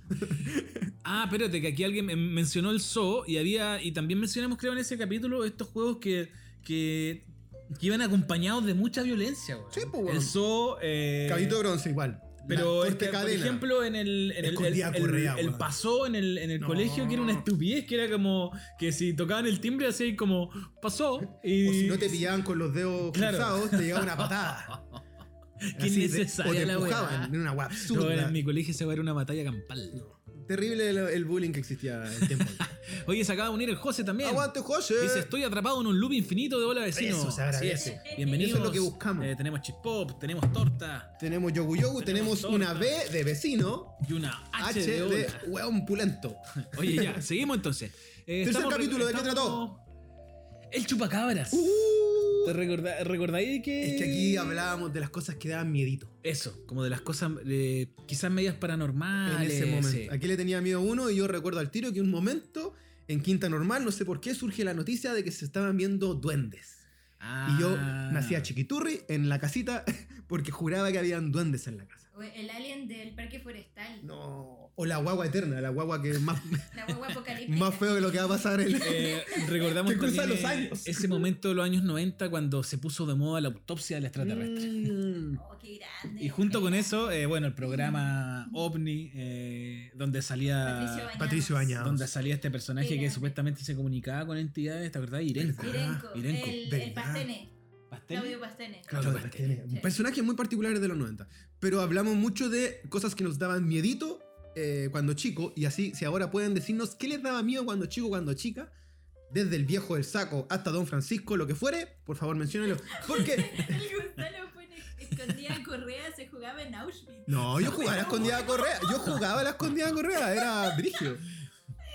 Speaker 1: Ah, espérate, que aquí alguien men- mencionó el zoo y había. Y también mencionamos, creo, en ese capítulo, estos juegos que. que, que iban acompañados de mucha violencia, weón.
Speaker 2: Sí, pues, weón.
Speaker 1: El zoo. eh,
Speaker 2: Cabito de bronce igual.
Speaker 1: pero
Speaker 2: La
Speaker 1: es
Speaker 2: corte
Speaker 1: que, por
Speaker 2: cadena.
Speaker 1: ejemplo, en el, en el, el,
Speaker 2: Escondida
Speaker 1: el-
Speaker 2: correa,
Speaker 1: el
Speaker 2: weón.
Speaker 1: pasó en el, en el
Speaker 2: No.
Speaker 1: colegio, que era una estupidez, que era como que si tocaban el timbre así como pasó y
Speaker 2: O si no te pillaban con los dedos
Speaker 1: Claro.
Speaker 2: cruzados, te llegaba una patada.
Speaker 1: Qué
Speaker 2: Así de-
Speaker 1: innecesaria
Speaker 2: O te
Speaker 1: la
Speaker 2: empujaban
Speaker 1: weá.
Speaker 2: en una weá
Speaker 1: No,
Speaker 2: absurda.
Speaker 1: en mi colegio se va a ver una batalla campal.
Speaker 2: Terrible el, el bullying que existía en el tiempo.
Speaker 1: Oye, se acaba de unir el José también.
Speaker 2: ¡Aguante, José!
Speaker 1: Dice, estoy atrapado en un loop infinito de bola vecino.
Speaker 2: Eso
Speaker 1: Así
Speaker 2: se agradece.
Speaker 1: es. Bienvenidos.
Speaker 2: Eso es lo que buscamos.
Speaker 1: Eh, tenemos chip pop, tenemos torta
Speaker 2: Tenemos Yogu Yogu,
Speaker 1: Tenemos
Speaker 2: tenemos, una
Speaker 1: torta.
Speaker 2: B de vecino,
Speaker 1: y una H,
Speaker 2: H,
Speaker 1: de
Speaker 2: de
Speaker 1: ola.
Speaker 2: hueón pulento.
Speaker 1: Oye, ya, seguimos entonces. Eh,
Speaker 2: Tercer capítulo, ¿de qué
Speaker 1: trató? El chupacabras.
Speaker 2: Uh,
Speaker 1: ¿Te recorda- recordáis que.?
Speaker 2: es que aquí hablábamos de las cosas que daban miedito.
Speaker 1: Eso, como de las cosas eh, quizás medias
Speaker 2: en
Speaker 1: paranormales.
Speaker 2: ese momento.
Speaker 1: sí.
Speaker 2: Aquí le tenía miedo uno y yo recuerdo al tiro que un momento en Quinta Normal, no sé por qué, surge la noticia de que se estaban viendo duendes.
Speaker 1: Ah.
Speaker 2: Y yo nací a Chiquiturri en la casita porque juraba que habían duendes en la casa.
Speaker 3: O El alien del parque forestal.
Speaker 2: No. O la guagua eterna, la guagua que es más,
Speaker 3: La guagua apocalíptica.
Speaker 2: más feo de lo que va a pasar en
Speaker 1: Eh, recordamos
Speaker 2: Te cruzan
Speaker 1: también
Speaker 2: los
Speaker 1: eh,
Speaker 2: años.
Speaker 1: ese momento de los años 90 cuando se puso de moda la autopsia del extraterrestre.
Speaker 2: Mm.
Speaker 3: Oh, qué grande.
Speaker 1: Y junto con eso, eh, bueno, el programa OVNI, eh, donde
Speaker 3: Patricio
Speaker 1: salía
Speaker 3: Bañanos.
Speaker 2: Patricio Bañados.
Speaker 1: donde salía este personaje que
Speaker 3: Era.
Speaker 1: supuestamente se comunicaba con entidades, ¿te acordás? Irenco.
Speaker 3: Irenco.
Speaker 1: Ah, Irenco,
Speaker 3: el,
Speaker 2: ¿verdad?
Speaker 3: el Pastene.
Speaker 1: Pastel.
Speaker 3: Claudio Pastene.
Speaker 1: Claudio
Speaker 2: Claro,
Speaker 1: Pastene.
Speaker 2: tiene Personajes muy particulares de los 90. Pero hablamos mucho de cosas que nos daban miedito eh, cuando chico. Y así, si ahora pueden decirnos qué les daba miedo cuando chico, cuando chica. Desde el viejo del saco hasta Don Francisco, lo que fuere, por favor menciónenlo. Porque.
Speaker 3: El Gonzalo fue escondida en Correa, se jugaba en Auschwitz.
Speaker 2: No, yo jugaba a la escondida de correa. Yo jugaba a la escondida de correa, era brígido.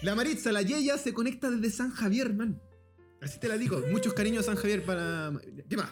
Speaker 2: La Maritza, la Yeya, se conecta desde San Javier, man. Así te la digo. Muchos cariños a San Javier para. ¿Qué más?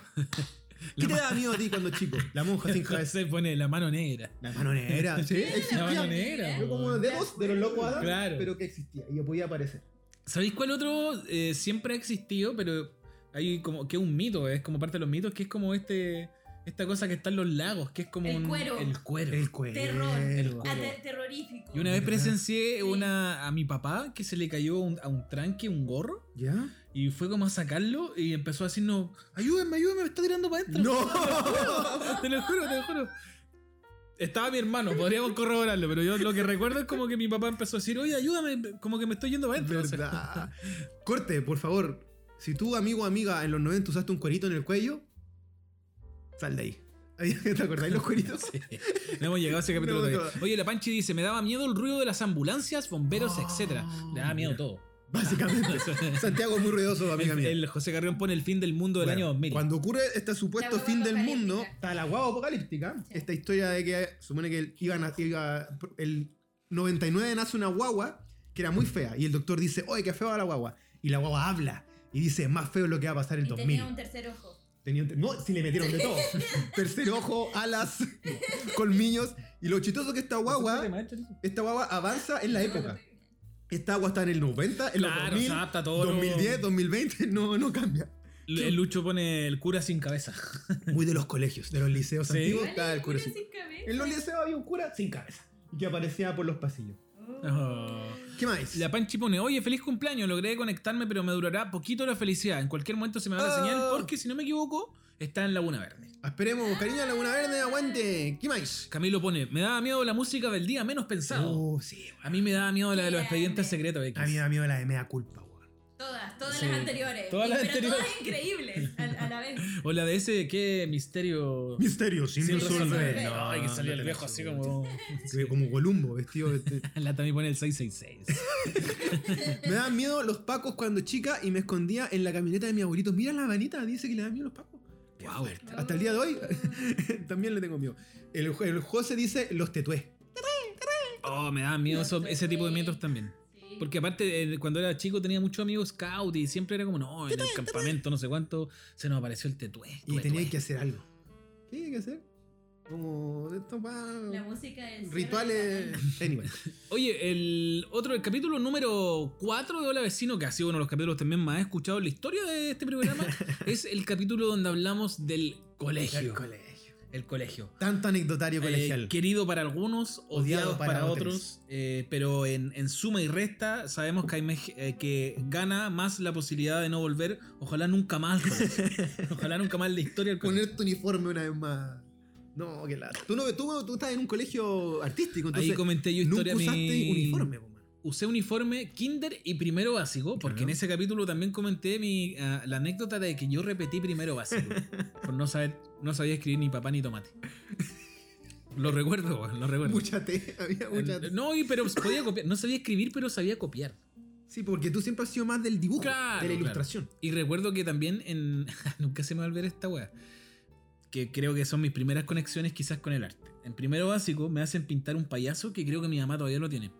Speaker 2: ¿Qué te daba miedo a ti cuando chico? La monja sin cabeza.
Speaker 1: Se pone la mano negra.
Speaker 2: La mano negra, sí,
Speaker 1: La
Speaker 2: existía.
Speaker 1: mano negra.
Speaker 2: Yo como
Speaker 1: weón.
Speaker 2: dedos de los locos Adams,
Speaker 1: Claro.
Speaker 2: pero que existía y yo podía aparecer.
Speaker 1: ¿Sabéis cuál otro eh, siempre ha existido, pero hay como que es un mito, es como parte de los mitos, que es como este esta cosa que está en los lagos, que es como
Speaker 3: El
Speaker 1: un-
Speaker 3: cuero.
Speaker 1: el cuero.
Speaker 2: cuero.
Speaker 3: Terror.
Speaker 1: El
Speaker 3: Ah,
Speaker 1: cuero.
Speaker 3: te- terrorífico.
Speaker 1: Y una vez presencié
Speaker 3: Sí.
Speaker 1: una a mi papá que se le cayó un- a un tranque un gorro
Speaker 2: ¿Ya?
Speaker 1: y fue como a sacarlo y empezó a decirnos, ayúdenme, ayúdenme, me está tirando para adentro. "Ah, Te lo juro, te lo juro. Estaba mi hermano, podríamos corroborarlo, pero yo lo que recuerdo es como que mi papá empezó a decir, oye, ayúdame, como que me estoy yendo para adentro. O sea,
Speaker 2: Verdad. Corte, por favor. Si tú, amigo o amiga, en los 90 usaste un cuerito en el cuello, sal de ahí. Ahí, ¿Te acordáis los cueritos?
Speaker 1: No hemos llegado a ese capítulo
Speaker 2: No, no.
Speaker 1: todavía. Oye, la Panchi dice, me daba miedo el ruido de las ambulancias, bomberos,
Speaker 2: Oh,
Speaker 1: etcétera. Le daba miedo
Speaker 2: mira.
Speaker 1: todo.
Speaker 2: Básicamente. Santiago es muy ruidoso, amiga
Speaker 1: El,
Speaker 2: mía.
Speaker 1: el José Carrión pone el fin del mundo del
Speaker 2: Bueno,
Speaker 1: año 2000.
Speaker 2: Cuando ocurre este supuesto
Speaker 3: La guagua
Speaker 2: fin del
Speaker 3: apocalíptica.
Speaker 2: mundo, está la guagua apocalíptica,
Speaker 3: Sí.
Speaker 2: esta historia de que supone que el- iban a, iba- el 99 nace una guagua que era muy fea y el doctor dice, oye, qué feo la guagua. Y la guagua habla y dice, más feo es lo que va a pasar el
Speaker 3: Y
Speaker 2: 2000.
Speaker 3: tenía un tercer ojo.
Speaker 2: Tenía un ter- no, si le metieron de todo. Tercer ojo, alas, colmillos. Y lo chistoso que esta guagua, esta guagua avanza en la época. Esta guagua está en el 90, en
Speaker 1: Claro,
Speaker 2: los 2000,
Speaker 1: se adapta a todo lo-
Speaker 2: 2010, 2020, no, no cambia.
Speaker 1: El Lucho pone el cura sin cabeza.
Speaker 2: Muy de los colegios, de los liceos
Speaker 1: Sí.
Speaker 2: antiguos.
Speaker 3: Igual
Speaker 2: Estaba el
Speaker 3: el
Speaker 2: cura
Speaker 3: cura
Speaker 2: sin-
Speaker 3: sin cabeza.
Speaker 2: En los liceos había un cura sin cabeza. Y que aparecía por los pasillos.
Speaker 1: Oh.
Speaker 2: ¿Qué más?
Speaker 1: La Panchi pone, oye, feliz cumpleaños, logré conectarme, pero me durará poquito la felicidad. En cualquier momento se me va la
Speaker 2: Ah.
Speaker 1: señal, porque si no me equivoco, está en Laguna Verde.
Speaker 2: Esperemos, cariño, la Laguna Verde, aguante. ¿Qué más?
Speaker 1: Camilo pone, me daba miedo la música del día menos pensado.
Speaker 2: Oh, sí, weón.
Speaker 1: A mí me daba miedo la de los
Speaker 3: Grande.
Speaker 1: expedientes secretos. X.
Speaker 2: A mí me da miedo la de mea culpa, weón.
Speaker 3: Todas, todas
Speaker 1: Sí.
Speaker 3: las anteriores.
Speaker 1: Todas las
Speaker 3: pero
Speaker 1: anteriores.
Speaker 3: todas increíbles a, a la vez.
Speaker 1: O la de ese, ¿qué misterio?
Speaker 2: Misterio, sin
Speaker 1: Sin resolver.
Speaker 2: resolver.
Speaker 1: No, y que salió el
Speaker 2: no
Speaker 1: viejo
Speaker 2: tenés
Speaker 1: así
Speaker 2: idea.
Speaker 1: como.
Speaker 2: Se ve como Columbo, vestido. de- este.
Speaker 1: La también pone el 666.
Speaker 2: Me daban miedo los pacos cuando chica y me escondía en la camioneta de mi abuelito. Mira la vanita, dice que le dan miedo los pacos.
Speaker 1: Guau.
Speaker 2: fuerte. Hasta el día de hoy también le tengo miedo. El, el José dice los tetués.
Speaker 1: Oh, me da miedo eso- ese tipo de miedos también.
Speaker 3: Sí.
Speaker 1: Porque aparte, eh, cuando era chico tenía muchos amigos scout y siempre era como, no, en el campamento, no sé cuánto, se nos apareció el tetué.
Speaker 2: Y tenía que hacer algo. ¿Qué hay que hacer? Como esto
Speaker 3: La
Speaker 2: va.
Speaker 3: música del
Speaker 2: Rituales. Anyway.
Speaker 1: Oye, el otro, el capítulo número 4 de Hola Vecino, que ha sido uno de los capítulos también más escuchados en la historia de este programa, es el capítulo donde hablamos del
Speaker 2: El
Speaker 1: colegio.
Speaker 2: colegio.
Speaker 1: El colegio.
Speaker 2: Tanto anecdotario
Speaker 1: Eh,
Speaker 2: colegial.
Speaker 1: querido para algunos, odiado, para, otros, eh, pero en, en suma y resta sabemos que, hay mej- eh, que gana más la posibilidad de no volver, ojalá nunca más. al colegio. ojalá nunca más en la historia del colegio.
Speaker 2: Poner tu uniforme una vez más. No, que la. Tú, no, tú, tú estás en un colegio artístico, entonces.
Speaker 1: Ahí comenté yo historia
Speaker 2: nunca usaste
Speaker 1: mi-
Speaker 2: uniforme, po, man.
Speaker 1: usé uniforme kinder y primero básico, porque
Speaker 2: Claro.
Speaker 1: en ese capítulo también comenté mi, ah, la anécdota de que yo repetí primero básico, por no saber, no sabía escribir ni papá ni tomate. Lo recuerdo, weón, lo recuerdo.
Speaker 2: Mucha T, había mucha T.
Speaker 1: no, y- pero podía copiar. No sabía escribir, pero sabía copiar.
Speaker 2: Sí, porque tú siempre has sido más del dibujo,
Speaker 1: Claro,
Speaker 2: de
Speaker 1: claro.
Speaker 2: la ilustración.
Speaker 1: Y recuerdo que también en. Nunca se me va a olvidar esta wea. Que creo que son mis primeras conexiones quizás con el arte. En primero básico me hacen pintar un payaso que creo que mi mamá todavía lo tiene.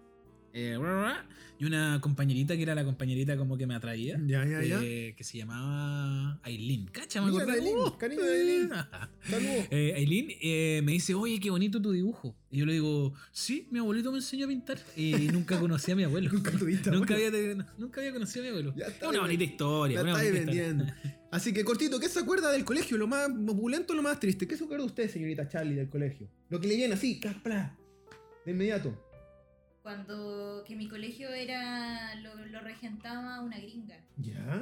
Speaker 1: Eh, ra, ra, ra, y una compañerita que era la compañerita como que me atraía.
Speaker 2: Ya,
Speaker 1: eh, que se llamaba Aileen. Cacha, me
Speaker 2: Mira,
Speaker 1: acordé.
Speaker 2: Aileen,
Speaker 1: Oh,
Speaker 2: cariño de Aileen. Saludos.
Speaker 1: Eh, Aileen eh, me dice, oye, qué bonito tu dibujo. Y yo le digo, sí, mi abuelito me enseñó a pintar. Y nunca conocí a mi abuelo.
Speaker 2: Nunca tuviste
Speaker 1: Nunca
Speaker 2: abuelo.
Speaker 1: había, nunca había conocido a mi abuelo.
Speaker 2: Ya
Speaker 1: Es
Speaker 2: está
Speaker 1: una
Speaker 2: bien.
Speaker 1: bonita historia.
Speaker 2: La
Speaker 1: una
Speaker 2: estáis
Speaker 1: bonita historia.
Speaker 2: vendiendo. Así que cortito, ¿qué se acuerda del colegio? Lo más opulento, lo más triste. ¿Qué se acuerda usted, señorita Charlie, del colegio? Lo que le viene así, capla, de inmediato.
Speaker 3: Cuando que mi colegio era lo, lo regentaba una gringa.
Speaker 2: Ya.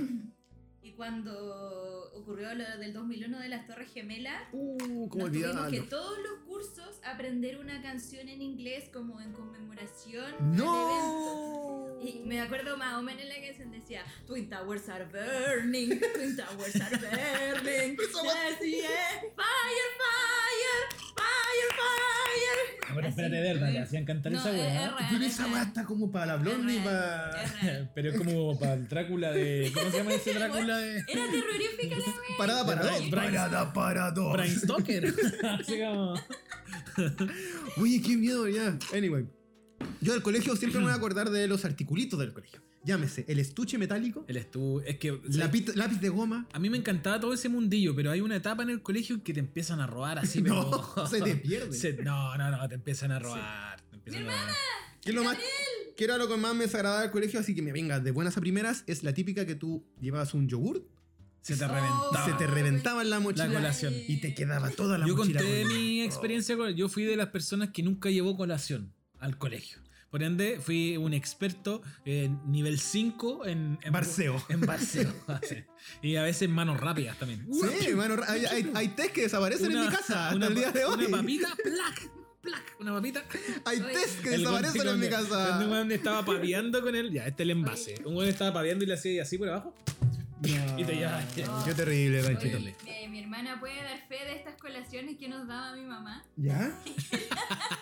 Speaker 3: Y cuando ocurrió lo del 2001 de las Torres Gemelas,
Speaker 2: Uh, cómo
Speaker 3: nos tuvimos que
Speaker 2: olvidarlo.
Speaker 3: todos los cursos aprender una canción en inglés como en conmemoración al evento.
Speaker 2: No.
Speaker 3: Y me acuerdo más o menos la canción decía Twin Towers are burning, Twin Towers are burning Yes, yeah, fire, fire, fire, fire
Speaker 1: Ah, pero espérate,
Speaker 3: Así,
Speaker 1: verdad,
Speaker 3: eh,
Speaker 1: le hacían cantar
Speaker 3: no,
Speaker 1: esa weá.
Speaker 3: es
Speaker 1: ¿no?
Speaker 3: real,
Speaker 2: Pero esa
Speaker 3: es
Speaker 2: weá
Speaker 3: real,
Speaker 2: está como para la blondie y
Speaker 3: es real,
Speaker 2: para.
Speaker 3: es real.
Speaker 1: Pero es como para el Drácula de. ¿Cómo se llama ese Drácula de.?
Speaker 3: Era terrorífica la wea.
Speaker 2: Parada para
Speaker 1: Brian-
Speaker 2: dos.
Speaker 1: Brian-
Speaker 2: Parada para dos.
Speaker 1: Brian Stoker. Así como-
Speaker 2: Oye, qué miedo ya. Anyway. Yo del colegio siempre me voy a acordar de los articulitos del colegio. Llámese el estuche metálico,
Speaker 1: El estuvo. Es que.
Speaker 2: lapi- lápiz de goma.
Speaker 1: A mí me encantaba todo ese mundillo, pero hay una etapa en el colegio en que te empiezan a robar así, pero.
Speaker 2: no, se te pierde.
Speaker 1: Se- no, no, no, te empiezan a robar. te empiezan a robar.
Speaker 2: ¿Qué es lo más? ¿Qué era lo que más me desagradaba del colegio? Así que me venga, de buenas a primeras, es la típica que tú llevabas un yogur,
Speaker 1: Se te
Speaker 3: Oh,
Speaker 1: reventaba.
Speaker 2: se te reventaba en la mochila
Speaker 1: colación.
Speaker 2: y te quedaba toda la
Speaker 1: yo
Speaker 2: mochila.
Speaker 1: conté
Speaker 2: con-
Speaker 1: mi experiencia con. Yo fui de las personas que nunca llevó colación al colegio. Por ende, fui un experto en nivel 5 en, en
Speaker 2: Barceo.
Speaker 1: En barceo. así. y a veces manos rápidas también.
Speaker 2: Sí, hermano, hay, hay, hay test que desaparecen en mi casa hasta
Speaker 1: una
Speaker 2: el
Speaker 1: pa-
Speaker 2: día de hoy.
Speaker 1: Una papita, plac, plac, una papita.
Speaker 2: Hay
Speaker 3: Oye.
Speaker 2: test que
Speaker 1: El
Speaker 2: desaparecen
Speaker 1: guante
Speaker 2: en mi
Speaker 1: cuando- Cuando un
Speaker 2: casa.
Speaker 1: weón estaba paviando con él, ya, este es el envase. Un weón estaba paviando y le hacía así por abajo. Y te llevas-
Speaker 2: No, Qué terrible, Panchito.
Speaker 1: Oye.
Speaker 3: Oye, mi, mi hermana puede dar fe de estas colaciones que nos daba mi mamá.
Speaker 2: ¿Ya?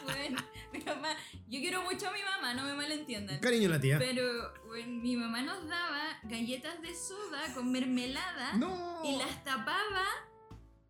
Speaker 3: Bueno, mi mamá, yo quiero mucho a mi mamá, no me malentiendan.
Speaker 2: Cariño la tía.
Speaker 3: Pero bueno, mi mamá nos daba galletas de soda con mermelada
Speaker 2: No.
Speaker 3: y las tapaba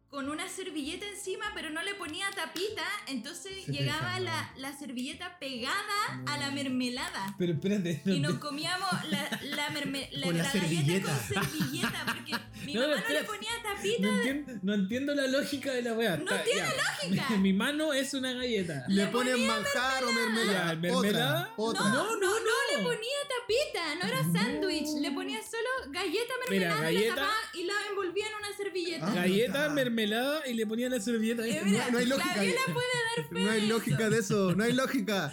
Speaker 3: con una servilleta encima, pero no le ponía tapita, entonces
Speaker 2: Se te
Speaker 3: llegaba la,
Speaker 2: desarmaba.
Speaker 3: la servilleta pegada a la mermelada.
Speaker 1: Pero espérate.
Speaker 3: Y nos comíamos la, la, merme- la-
Speaker 2: Con la
Speaker 3: galleta
Speaker 2: servilleta.
Speaker 3: con servilleta, porque mi
Speaker 1: No,
Speaker 3: mamá no
Speaker 1: espera.
Speaker 3: le ponía tapita.
Speaker 1: No entiendo, no entiendo la lógica de la wea.
Speaker 3: No
Speaker 1: Está-
Speaker 3: tiene
Speaker 1: ya.
Speaker 3: lógica.
Speaker 1: Mi mano es una galleta.
Speaker 2: Le
Speaker 3: le
Speaker 2: ponen
Speaker 3: ponía
Speaker 2: manjar o mermelada.
Speaker 1: Ya, mermelada.
Speaker 2: Otra.
Speaker 3: No,
Speaker 2: otra.
Speaker 3: no, no, le ponía tapita, no era sándwich, le ponía solo galleta mermelada
Speaker 1: Mira,
Speaker 3: y
Speaker 1: galleta.
Speaker 3: la tapaba y la envolvía en una servilleta.
Speaker 2: Ah,
Speaker 1: Galleta,
Speaker 2: puta.
Speaker 1: mermelada y le ponían la servilleta.
Speaker 3: Eh,
Speaker 1: ahí.
Speaker 3: mira,
Speaker 2: no hay lógica.
Speaker 3: La Viola puede dar fe
Speaker 2: No hay
Speaker 3: de
Speaker 2: lógica
Speaker 3: eso.
Speaker 2: de eso, no hay lógica.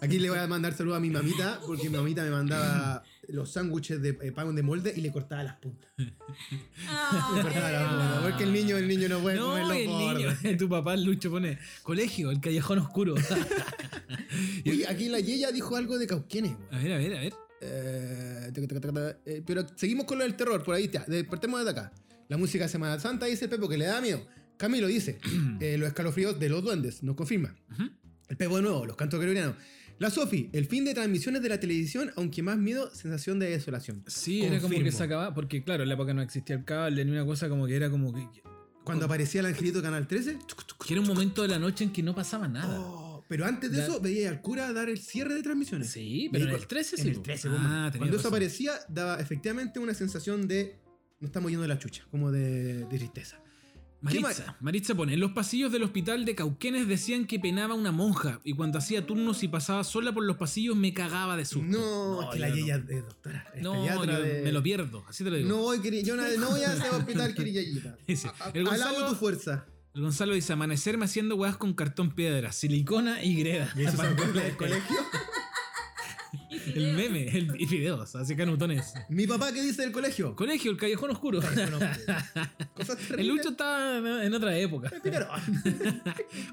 Speaker 2: Aquí le voy a mandar saludos a mi mamita, porque mi mamita me mandaba los sándwiches de eh, pan de molde y le cortaba las puntas.
Speaker 3: Ah,
Speaker 2: Le cortaba las
Speaker 1: no.
Speaker 2: puntas, porque el niño, el niño no puede
Speaker 1: No,
Speaker 2: comer los
Speaker 1: el niño,
Speaker 2: bordes.
Speaker 1: tu papá Lucho pone colegio, el callejón oscuro.
Speaker 2: Oye, aquí la Yeya dijo algo de Cauquenes. güey.
Speaker 1: a ver, a ver, a ver.
Speaker 2: Eh, tac, tac, tac, tac, eh, pero seguimos con lo del terror, por ahí, ya, de- partemos desde acá. La música de Semana Santa, dice el Pepo, que le da miedo. Camilo dice, eh, los escalofríos de los duendes, nos confirma.
Speaker 1: Ujú.
Speaker 2: El Pepo de nuevo, los cantos gregorianos. La Sofi, el fin de transmisiones de la televisión, aunque más miedo, sensación de desolación.
Speaker 1: Sí, era como que
Speaker 2: Confirmo.
Speaker 1: se acababa, porque claro, en la época no existía el cable ni una cosa como que era como que,
Speaker 2: Cuando
Speaker 1: Oh.
Speaker 2: aparecía el angelito de Canal 13,
Speaker 1: que era un momento de la noche en que no pasaba nada.
Speaker 2: oh, pero antes de
Speaker 1: La-
Speaker 2: eso veía al cura dar el cierre de transmisiones.
Speaker 1: Sí, pero en
Speaker 2: Digo,
Speaker 1: el 13
Speaker 2: en
Speaker 1: sí.
Speaker 2: el
Speaker 1: po.
Speaker 2: 13,
Speaker 1: ah, tenía
Speaker 2: Cuando eso
Speaker 1: razón.
Speaker 2: aparecía, daba efectivamente una sensación de. No estamos yendo de la chucha, como de, de tristeza. ¿Qué
Speaker 1: Maritza, Maritza pone, en los pasillos del hospital de Cauquenes decían que penaba una monja y cuando hacía turnos y pasaba sola por los pasillos me cagaba de susto.
Speaker 2: No, es que la
Speaker 1: yo
Speaker 2: Yeya es doctora. es
Speaker 1: No,
Speaker 2: pediatra
Speaker 1: yo
Speaker 2: de-
Speaker 1: me lo pierdo, así te lo digo.
Speaker 2: No voy, queri- yo no, no voy a ese hospital, querida Yeyita.
Speaker 1: Dice,
Speaker 2: A-
Speaker 1: el,
Speaker 2: Alabo tu
Speaker 1: Gonzalo,
Speaker 2: fuerza.
Speaker 1: el Gonzalo dice, amanecerme haciendo weas con cartón piedra, silicona y greda.
Speaker 2: ¿Y eso se acuerda del colegio?
Speaker 1: El meme, el, y videos, así que anotones.
Speaker 2: Mi papá, ¿qué dice del colegio?
Speaker 1: Colegio, el callejón oscuro.
Speaker 2: Cosas
Speaker 1: El
Speaker 2: terribles.
Speaker 1: Lucho estaba en otra época.
Speaker 2: Picarón.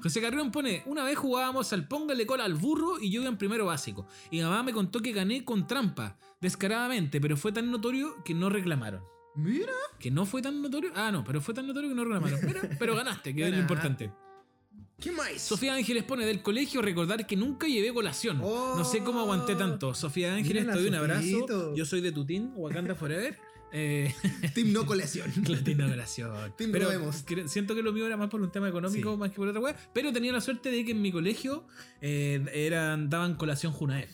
Speaker 1: José Carrión pone, una vez jugábamos al póngale cola al burro y yo iba en primero básico. Y mi mamá me contó que gané con trampa, descaradamente, pero fue tan notorio que no reclamaron.
Speaker 2: Mira.
Speaker 1: Que no fue tan notorio. Ah, no, pero fue tan notorio que no reclamaron. Pero, pero ganaste, que es lo
Speaker 2: Ganaste.
Speaker 1: importante.
Speaker 2: ¿Qué más?
Speaker 1: Sofía Ángeles pone del colegio recordar que nunca llevé colación.
Speaker 2: Oh.
Speaker 1: no sé cómo aguanté tanto. Sofía Ángeles,
Speaker 2: Mira la
Speaker 1: te doy un abrazo.
Speaker 2: Sofito.
Speaker 1: Yo soy de Tutín, Wakanda Forever. Eh,
Speaker 2: Team no colección.
Speaker 1: Latino colación.
Speaker 2: Team
Speaker 1: Pero
Speaker 2: Probemos.
Speaker 1: cre- siento que lo mío era más por un tema económico
Speaker 2: Sí.
Speaker 1: más que por otra wea. Pero tenía la suerte de que en mi colegio eh, eran, daban colación Junaef.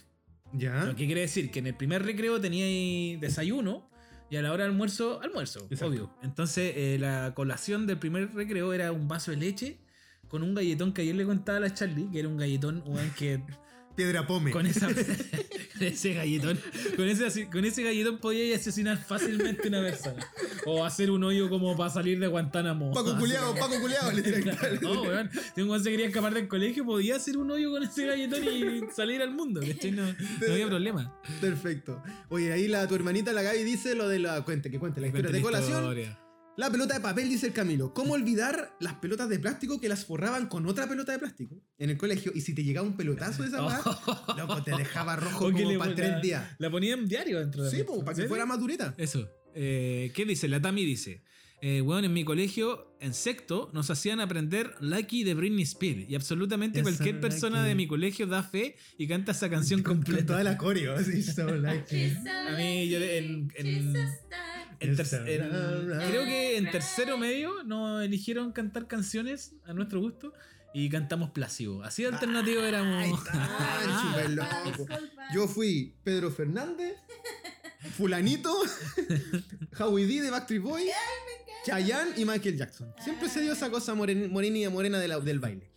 Speaker 2: Ya.
Speaker 1: Lo que quiere decir que en el primer recreo tenía ahí desayuno y a la hora del almuerzo, almuerzo,
Speaker 2: Exacto.
Speaker 1: obvio. Entonces eh, la colación del primer recreo era un vaso de leche con un galletón que ayer le contaba a la Charlie, que era un galletón, weón, que
Speaker 2: Piedra pome.
Speaker 1: con, esa, con ese galletón, con ese, asi- con ese galletón podía asesinar fácilmente una persona. O hacer un hoyo como para salir de Guantánamo.
Speaker 2: Paco culiao, Paco culiao. Le tiran
Speaker 1: No, weón. Si un weón se quería escapar del colegio, podía hacer un hoyo con ese galletón y salir al mundo. ¿cachai? No, no había problema.
Speaker 2: Perfecto. Oye, ahí la, tu hermanita, la Gaby, dice lo de la. Cuente, que cuente la historia de
Speaker 1: Cuenta la
Speaker 2: colación.
Speaker 1: historia.
Speaker 2: La pelota de papel, dice el Camilo. ¿Cómo olvidar las pelotas de plástico que las forraban con otra pelota de plástico en el colegio? Y si te llegaba un pelotazo de esa weá, loco, te dejaba rojo
Speaker 1: O que
Speaker 2: como
Speaker 1: le
Speaker 2: para
Speaker 1: ponía-
Speaker 2: tres días.
Speaker 1: La ponía en diario dentro de
Speaker 2: Sí, po, para que fuera más dureta.
Speaker 1: Eso. Eh, ¿Qué dice? La Tami dice. Eh, weón, en mi colegio, en sexto, nos hacían aprender Lucky de Britney Spears. Y absolutamente
Speaker 2: Yes,
Speaker 1: cualquier
Speaker 2: I'm
Speaker 1: persona
Speaker 2: lucky.
Speaker 1: de mi colegio da fe y canta esa canción
Speaker 2: Con
Speaker 1: completa.
Speaker 2: toda la coreo. Así, so like-
Speaker 1: A mí, yo de- en- en- En ter- en- creo que en tercero medio nos eligieron cantar canciones a nuestro gusto y cantamos Plácido. Así de alternativo
Speaker 2: Ahí
Speaker 1: éramos.
Speaker 2: está, el super loco. Yo fui Pedro Fernández, Fulanito, Howie D de Backstreet Boy, Chayanne y Michael Jackson. Siempre se dio esa cosa moren- morena y morena de la- del baile.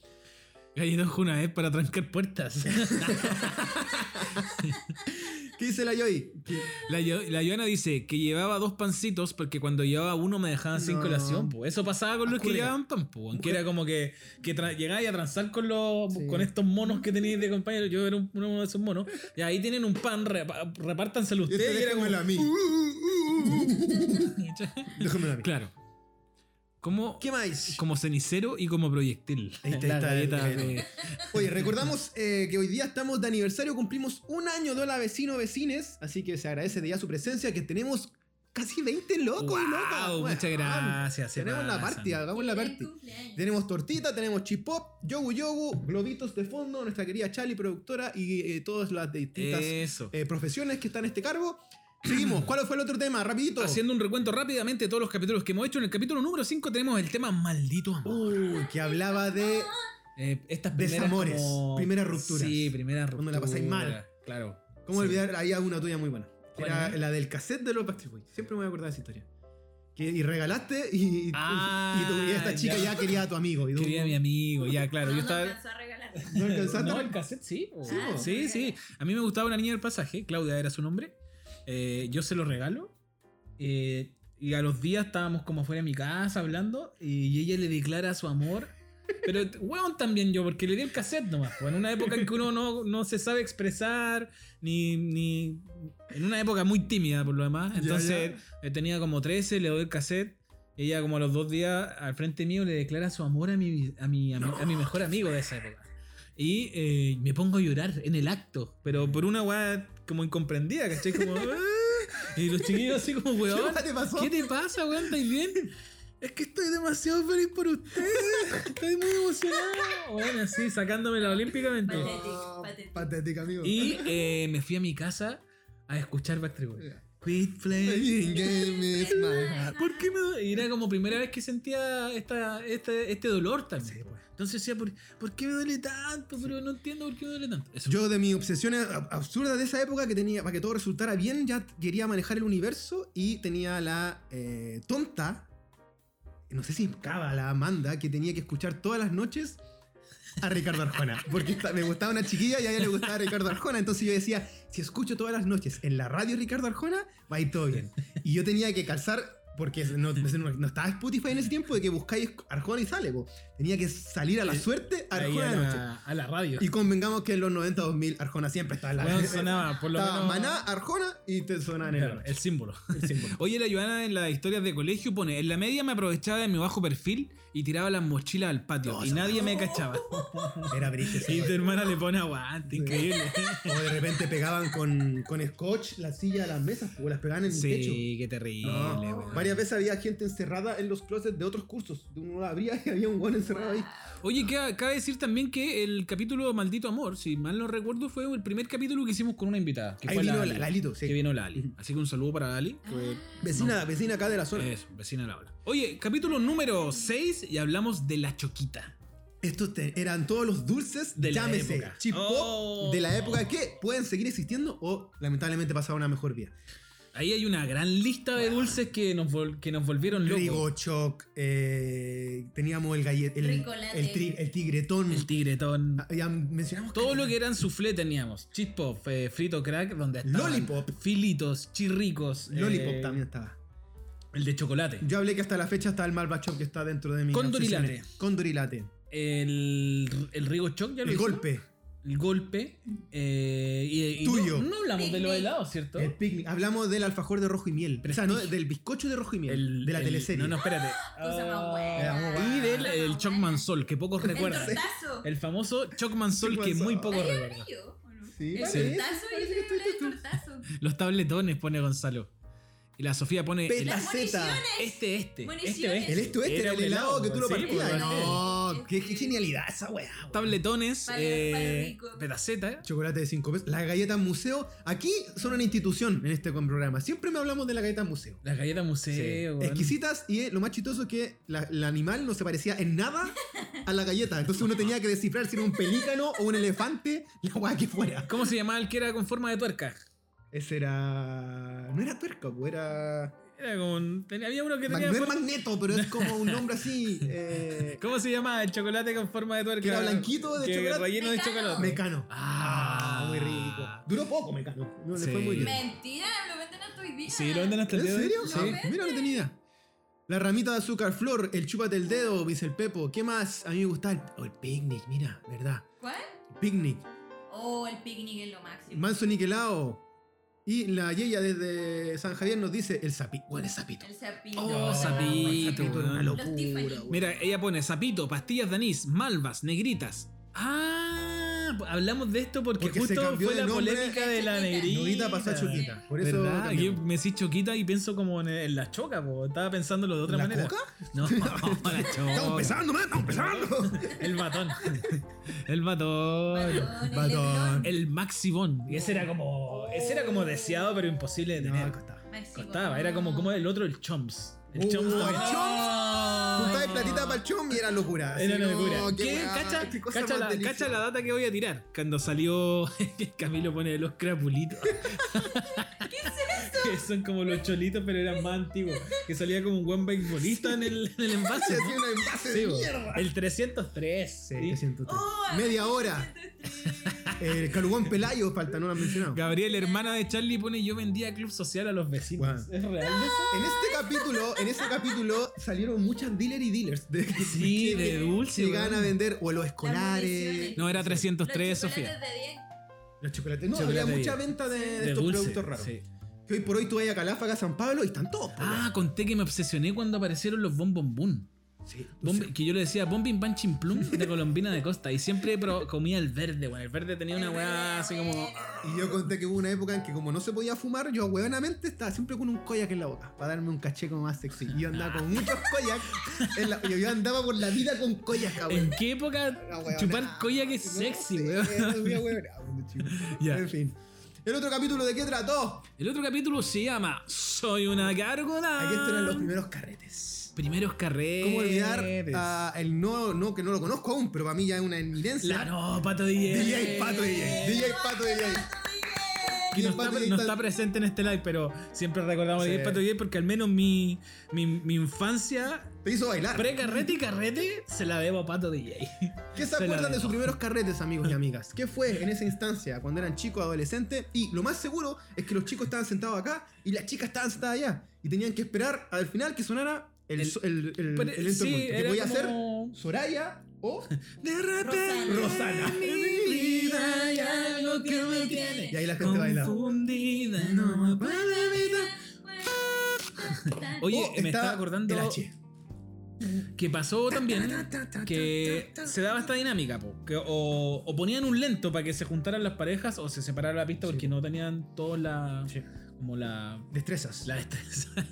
Speaker 1: Galletón una vez para trancar puertas.
Speaker 2: ¿Qué dice la Joy? Que-
Speaker 1: La, Yo- la Joana dice que llevaba dos pancitos porque cuando llevaba uno me dejaban sin
Speaker 2: No. Ah,
Speaker 1: colación. po. Eso pasaba con los que
Speaker 2: Ocurre.
Speaker 1: llevaban pan, po, aunque era como que, que tra- llegabais a transar con los
Speaker 2: Sí.
Speaker 1: con estos monos que teníais de compañero. Yo era un- uno de esos monos. Y ahí tienen un pan, repa- repártanselo
Speaker 2: Este
Speaker 1: ustedes. Y era como-
Speaker 2: déjamelo a mí. uh, déjamelo a mí.
Speaker 1: claro. Como,
Speaker 2: ¿Qué más?
Speaker 1: como cenicero y como proyectil.
Speaker 2: Ahí está,
Speaker 1: La
Speaker 2: ahí está el
Speaker 1: galleta
Speaker 2: galletón.
Speaker 1: de-
Speaker 2: Oye, recordamos eh, que hoy día estamos de aniversario, cumplimos un año de Hola Vecino Vecines, así que se agradece de ya su presencia, que tenemos casi 20 locos y locas.
Speaker 1: Guau,
Speaker 2: Bueno,
Speaker 1: muchas gracias. se
Speaker 2: Tenemos la
Speaker 1: pasan.
Speaker 2: party, hagamos la party. Tenemos tortita, tenemos chipop, yogu yogu, globitos de fondo, nuestra querida Charlie, productora y eh, todas las distintas
Speaker 1: Eso.
Speaker 2: eh, profesiones que están en este cargo. Seguimos, ¿cuál fue el otro tema? Rapidito.
Speaker 1: Haciendo un recuento rápidamente de todos los capítulos que hemos hecho, en el capítulo número 5 tenemos el tema Maldito Amor.
Speaker 2: Uy, que hablaba de...
Speaker 1: Eh, estas primeras
Speaker 2: Desamores,
Speaker 1: como-
Speaker 2: primeras rupturas.
Speaker 1: Sí, primeras rupturas.
Speaker 2: Cuando la pasáis mal.
Speaker 1: Claro.
Speaker 2: ¿Cómo
Speaker 1: Sí.
Speaker 2: olvidar? Había una tuya muy buena. que
Speaker 1: ¿Cuál eh?
Speaker 2: era
Speaker 1: era?
Speaker 2: la del cassette de los Backstreet Boys. Siempre me voy a acordar de esa historia. Que, y regalaste y, y-
Speaker 1: Ah,
Speaker 2: y, tu- y esta chica
Speaker 1: ya.
Speaker 2: ya. quería a tu amigo. Y tú-
Speaker 1: Quería a mi amigo, ya, claro. yo estaba.
Speaker 2: No alcanzaste.
Speaker 1: No, el cassette sí. po. Ah,
Speaker 2: Sí, po.
Speaker 1: Sí, sí. A mí me gustaba una niña del pasaje, Claudia era su nombre. Eh, yo se lo regalo. Eh, y a los días estábamos como fuera de mi casa hablando y ella le declara su amor. Pero, weón, también yo, porque le di el cassette nomás. po, en una época en que uno no, no se sabe expresar, ni, ni. En una época muy tímida, por lo demás.
Speaker 2: Ya,
Speaker 1: Entonces, eh, tenía como 13, le doy el cassette. y Ella, como a los dos días, al frente mío, le declara su amor a mi, a mi, a mi- a mi mejor amigo de esa época. Y eh, me pongo a llorar en el acto, pero por una weá como incomprendida, ¿cachai? Como, "Ah". y los chiquillos así como, weón,
Speaker 2: ¿Qué te pasó?
Speaker 1: ¿qué te pasa, weón? ¿Estáis bien? Es que estoy demasiado feliz por ustedes. Estoy muy emocionado. Bueno, así, sacándomela olímpicamente.
Speaker 3: Vale. Patético, patético.
Speaker 2: patético, amigo.
Speaker 1: Y eh, me fui a mi casa a escuchar Backstreet Boys. Quit playing
Speaker 2: Game is my heart.
Speaker 1: ¿Por qué me do- y Era como primera vez que sentía esta, este, este dolor también. Entonces decía, ¿por, por qué me duele tanto? Pero no entiendo por qué me duele tanto. Eso.
Speaker 2: Yo de mis obsesiones ab- absurdas de esa época que tenía, para que todo resultara bien, ya quería manejar el universo y tenía la eh, tonta, no sé si cava la Amanda, que tenía que escuchar todas las noches a Ricardo Arjona. Porque esta- me gustaba una chiquilla y a ella le gustaba Ricardo Arjona. Entonces yo decía, si escucho todas las noches en la radio Ricardo Arjona, va a ir todo bien. Y yo tenía que calzar... Porque no, no- no estaba Spotify en ese tiempo de que buscáis Arjona y sale, po. Tenía que salir a la
Speaker 1: Eh,
Speaker 2: suerte
Speaker 1: Ahí
Speaker 2: Arjona
Speaker 1: a,
Speaker 2: de noche.
Speaker 1: la, a la radio.
Speaker 2: Y convengamos que en los 90 2000 Arjona siempre estaba en la
Speaker 1: Weón, sonaba, por lo
Speaker 2: Estaba
Speaker 1: menos.
Speaker 2: Maná, Arjona y te sonaban en
Speaker 1: Claro,
Speaker 2: el
Speaker 1: el símbolo. Oye, la Joana en las historias de colegio pone: En la media me aprovechaba de mi bajo perfil y tiraba las mochilas al patio
Speaker 2: No,
Speaker 1: y
Speaker 2: esa-
Speaker 1: nadie me cachaba.
Speaker 2: Era brillo.
Speaker 1: Y tu hermana le pone aguante, increíble.
Speaker 2: O de repente pegaban con, con scotch la silla a las mesas o las pegaban en el techo.
Speaker 1: Sí, qué terrible,
Speaker 2: No,
Speaker 1: weón.
Speaker 2: Varias veces había gente encerrada en los closets de otros cursos. De uno abría y había un guan encerrado ahí.
Speaker 1: Oye, ca- cabe decir también que el capítulo Maldito Amor, si mal no recuerdo, fue el primer capítulo que hicimos con una invitada. Que
Speaker 2: Ahí
Speaker 1: fue la
Speaker 2: vino
Speaker 1: Ali,
Speaker 2: la- Lalito, sí.
Speaker 1: Que vino la Ali. Así que un saludo para Ali.
Speaker 2: Vecina, vecina acá de la zona.
Speaker 1: Eso, vecina la habla. Oye, capítulo número 6 y hablamos de la choquita.
Speaker 2: Estos te- eran todos los dulces
Speaker 1: De
Speaker 2: de
Speaker 1: la
Speaker 2: llámese
Speaker 1: época.
Speaker 2: chip pop
Speaker 1: Oh.
Speaker 2: de la época que pueden seguir existiendo o lamentablemente pasar a una mejor vía.
Speaker 1: Ahí hay una gran lista de dulces que nos, vol- que nos volvieron locos.
Speaker 2: Rigochoc, eh, teníamos el gallet, el,
Speaker 3: Ricolate.
Speaker 2: el tri- el tigretón.
Speaker 1: El tigretón.
Speaker 2: Ah, ya mencionamos
Speaker 1: Todo lo que eran soufflé teníamos. Chip pop, eh, frito crack, donde estaban
Speaker 2: Lollipop.
Speaker 1: Filitos, chirricos.
Speaker 2: Lollipop
Speaker 1: eh,
Speaker 2: también estaba.
Speaker 1: El de chocolate.
Speaker 2: Yo hablé que hasta la fecha está el Malvachop que está dentro de mi.
Speaker 1: Condorilate.
Speaker 2: obsesiones. Condorilate.
Speaker 1: El, el Rigo Choc, ya lo
Speaker 2: El
Speaker 1: hicimos.
Speaker 2: golpe.
Speaker 1: El golpe. eh, y, y
Speaker 2: Tuyo. Eh,
Speaker 1: No, no hablamos de los
Speaker 3: Picnic.
Speaker 1: helados, ¿cierto?
Speaker 2: El picnic. Hablamos del alfajor de rojo y miel. O sea, no,
Speaker 1: Prestigio.
Speaker 2: del bizcocho de rojo y miel.
Speaker 1: El-
Speaker 2: de la
Speaker 1: el-
Speaker 2: teleserie.
Speaker 1: No, no, espérate.
Speaker 3: Cosa más
Speaker 1: Ah,
Speaker 3: buena.
Speaker 1: y del
Speaker 3: Cosa
Speaker 1: el
Speaker 3: más
Speaker 1: Chocman Sol, que pocos
Speaker 3: El
Speaker 1: recuerdan.
Speaker 3: tortazo.
Speaker 1: El famoso Chocman Sol,
Speaker 2: Chocman
Speaker 1: que muy
Speaker 2: Sol.
Speaker 1: pocos
Speaker 3: ¿Había
Speaker 1: recuerdan.
Speaker 3: brillo? ¿o no?
Speaker 2: Sí,
Speaker 3: El
Speaker 1: parece,
Speaker 3: tortazo, yo
Speaker 2: parece que
Speaker 3: le
Speaker 2: estoy-
Speaker 3: hablaba del
Speaker 2: tú-
Speaker 3: tortazo.
Speaker 1: Los tabletones, pone Gonzalo. Y la Sofía pone.
Speaker 2: Peta-
Speaker 1: el-
Speaker 2: La
Speaker 3: Las
Speaker 2: Zeta.
Speaker 3: municiones.
Speaker 1: Este, este. Este,
Speaker 3: Municiones.
Speaker 1: este.
Speaker 2: El esto este,
Speaker 1: Era
Speaker 2: el
Speaker 1: un
Speaker 2: helado que tú lo
Speaker 1: sí,
Speaker 2: partías.
Speaker 1: pues,
Speaker 2: no,
Speaker 3: sí.
Speaker 2: qué, qué genialidad esa weá. weá.
Speaker 1: Tabletones,
Speaker 3: Palo- palo
Speaker 1: eh,
Speaker 3: rico.
Speaker 1: petaceta.
Speaker 2: Chocolate de 5 pesos. Las galletas museo. Aquí son una institución en este programa. Siempre me hablamos de la galleta museo.
Speaker 1: Las galletas museo. weón.
Speaker 2: Exquisitas y eh, lo más chistoso es que la- el animal no se parecía en nada a la galleta. Entonces uno tenía que descifrar si era un pelícano o un elefante, la weá que fuera.
Speaker 1: ¿Cómo se llamaba el que era con forma de tuerca?
Speaker 2: Ese era. No era tuerca, pues, era.
Speaker 1: Era como. un- tenía- había uno que
Speaker 2: Mag-
Speaker 1: tenía.
Speaker 2: no es
Speaker 1: forma-
Speaker 2: magneto, pero es como un nombre así. eh,
Speaker 1: ¿Cómo se llamaba el chocolate con forma de tuerca?
Speaker 2: Que era blanquito de
Speaker 1: Que
Speaker 2: chocolate.
Speaker 1: Relleno de
Speaker 3: Mecano.
Speaker 1: chocolate.
Speaker 2: Mecano.
Speaker 1: Ah.
Speaker 2: muy rico. Duró poco, Mecano. No, le
Speaker 1: Sí.
Speaker 2: fue muy bien.
Speaker 3: Mentira, lo venden hasta hoy día.
Speaker 1: Sí, lo venden hasta el
Speaker 2: ¿En
Speaker 1: día de hoy.
Speaker 2: serio?
Speaker 1: Sí.
Speaker 2: No, mira, no tenía. La ramita de azúcar flor, el chúpate el dedo, dice el Pepo. ¿Qué más? A mí me gustaba el, oh, el picnic, mira, verdad.
Speaker 3: ¿Cuál?
Speaker 2: Picnic.
Speaker 3: Oh, el picnic es lo máximo.
Speaker 2: Manso Niquelao. Y la Yeya desde San Javier nos dice el sapito. Bueno, el sapito.
Speaker 3: El sapito.
Speaker 1: Oh,
Speaker 3: el
Speaker 1: sapito,
Speaker 2: sapito era una
Speaker 1: weón.
Speaker 2: locura,
Speaker 3: Los Tiffany.
Speaker 2: weón.
Speaker 1: Mira, ella pone sapito, pastillas de anís, malvas, negritas. Ah, hablamos de esto porque,
Speaker 2: Porque se
Speaker 1: justo
Speaker 2: cambió
Speaker 1: fue
Speaker 2: de
Speaker 1: la
Speaker 2: nombre.
Speaker 1: polémica de la
Speaker 3: Choquita.
Speaker 1: negrita.
Speaker 2: Novita pasó a Chuquita. Por eso.
Speaker 1: ¿Verdad? Yo
Speaker 2: cambiamos.
Speaker 1: me decís choquita y pienso como en, en la choca, po. estaba pensándolo de otra
Speaker 2: ¿La
Speaker 1: manera.
Speaker 2: coca?
Speaker 1: No, la
Speaker 2: Estamos
Speaker 1: choca.
Speaker 2: empezando, man, estamos empezando.
Speaker 1: El batón. El batón.
Speaker 3: Batón, el
Speaker 2: Batón.
Speaker 3: de
Speaker 1: El maxibón. Y ese era como. Ese era como deseado, pero imposible de tener.
Speaker 2: No, costaba.
Speaker 3: melón. Máximo.
Speaker 1: Costaba, era como, como el otro, el Chomps. El
Speaker 2: Uh,
Speaker 1: Chomps
Speaker 2: el
Speaker 1: también.
Speaker 2: Chomps. Juntaba platita para el chum y era locura.
Speaker 1: Era
Speaker 2: Sí,
Speaker 1: una
Speaker 2: no,
Speaker 1: locura.
Speaker 2: "Oh, qué
Speaker 1: ¿Qué?
Speaker 2: weá,
Speaker 1: Cacha,
Speaker 2: qué cosa
Speaker 1: cacha
Speaker 2: más
Speaker 1: la,
Speaker 2: deliciosa.
Speaker 1: cacha la data que voy a tirar. Cuando salió Camilo pone los crapulitos. ¿Qué es eso? Son como los cholitos, pero eran más antiguos. Que salía como un buen beisbolista en, el, en el
Speaker 2: Se
Speaker 1: envase.
Speaker 2: hacía un envase
Speaker 1: Sí,
Speaker 2: de
Speaker 1: bo.
Speaker 2: mierda.
Speaker 1: el 303.
Speaker 2: Sí,
Speaker 1: ¿sí?
Speaker 2: te siento tú.
Speaker 3: Oh, a
Speaker 2: Media
Speaker 3: mí me
Speaker 2: hora.
Speaker 3: siento triste.
Speaker 2: El calugón Pelayo falta, no lo han mencionado.
Speaker 1: Gabriel, hermana de Charlie, pone yo vendía club social a los vecinos.
Speaker 2: Guau.
Speaker 1: ¿Es real eso?
Speaker 2: En este capítulo, en ese capítulo salieron muchas dealer y dealers de,
Speaker 1: Sí,
Speaker 2: que-
Speaker 1: de dulce,
Speaker 2: que llegaban
Speaker 1: weón.
Speaker 2: a vender o a los
Speaker 3: municiones.
Speaker 2: escolares.
Speaker 1: No, era
Speaker 3: Los
Speaker 1: 303,
Speaker 3: chocolates
Speaker 1: Sofía.
Speaker 3: de diez.
Speaker 2: Los chocolates. No,
Speaker 1: Chocolate
Speaker 2: había
Speaker 1: de-
Speaker 2: mucha venta de, de
Speaker 1: De
Speaker 2: estos
Speaker 1: dulce.
Speaker 2: productos raros.
Speaker 1: sí.
Speaker 2: Que hoy por hoy tú vas a Caláfaga, San Pablo y están todos. pues, po,
Speaker 1: Ah, conté que me obsesioné cuando aparecieron los Bon Bon Boom.
Speaker 2: Sí, no
Speaker 1: Bombi-
Speaker 2: sé.
Speaker 1: que yo le decía Bombing Panchin Plum de Colombina de Costa. Y siempre pero comía el verde, weón. El verde tenía una weá así como.
Speaker 2: Y yo conté que hubo una época en que como no se podía fumar, yo huevanamente estaba siempre con un koyak en la boca para darme un caché como más sexy. Y yo andaba con muchos koyak. en la- yo, yo andaba por la vida con koyak,
Speaker 1: ¿En
Speaker 2: cabrón.
Speaker 1: qué época chupar coya que es sexy, weón? Ya.
Speaker 2: En fin. El otro capítulo de qué trató.
Speaker 1: El otro capítulo se llama Soy una gárgola.
Speaker 2: Aquí estos eran los primeros carretes.
Speaker 1: primeros carretes.
Speaker 2: ¿Cómo olvidar a el no, no, que no lo conozco aún, pero para mí ya es una eminencia?
Speaker 1: La no, pato DJ.
Speaker 2: DJ Pato DJ. DJ Pato DJ.
Speaker 1: Que no,
Speaker 2: el Pato
Speaker 1: está,
Speaker 2: DJ
Speaker 1: no
Speaker 2: está-
Speaker 1: está presente en este live, pero siempre recordamos
Speaker 2: Sí.
Speaker 1: que es Pato DJ porque al menos mi, mi, mi infancia
Speaker 2: Te hizo bailar.
Speaker 1: pre-carrete y carrete se la debo a Pato DJ.
Speaker 2: ¿Qué se
Speaker 1: Se la
Speaker 2: acuerdan de
Speaker 1: dejo.
Speaker 2: sus primeros carretes, amigos y amigas? ¿Qué fue en esa instancia cuando eran chicos, adolescentes? Y lo más seguro es que los chicos estaban sentados acá y las chicas estaban sentadas allá. Y tenían que esperar al final que sonara el,
Speaker 1: El-
Speaker 2: so- el, el,
Speaker 1: Pero-
Speaker 2: Mm, el entro punto, que
Speaker 1: era
Speaker 2: podía
Speaker 1: como-
Speaker 2: ser Soraya o
Speaker 1: De repente
Speaker 2: Rosana.
Speaker 1: en mi vida hay algo que me tiene
Speaker 2: Y ahí la gente bailaba.
Speaker 1: confundida, no me puede evitar. Oye, me
Speaker 2: O Oh, estaba
Speaker 1: Oh, estaba acordando
Speaker 2: el H.
Speaker 1: que pasó también que se daba esta dinámica, po, que o, o ponían un lento para que se juntaran las parejas o se separara la pista
Speaker 2: Sí.
Speaker 1: porque no tenían toda la
Speaker 2: Sí.
Speaker 1: como la
Speaker 2: Destrezas.
Speaker 1: la destreza.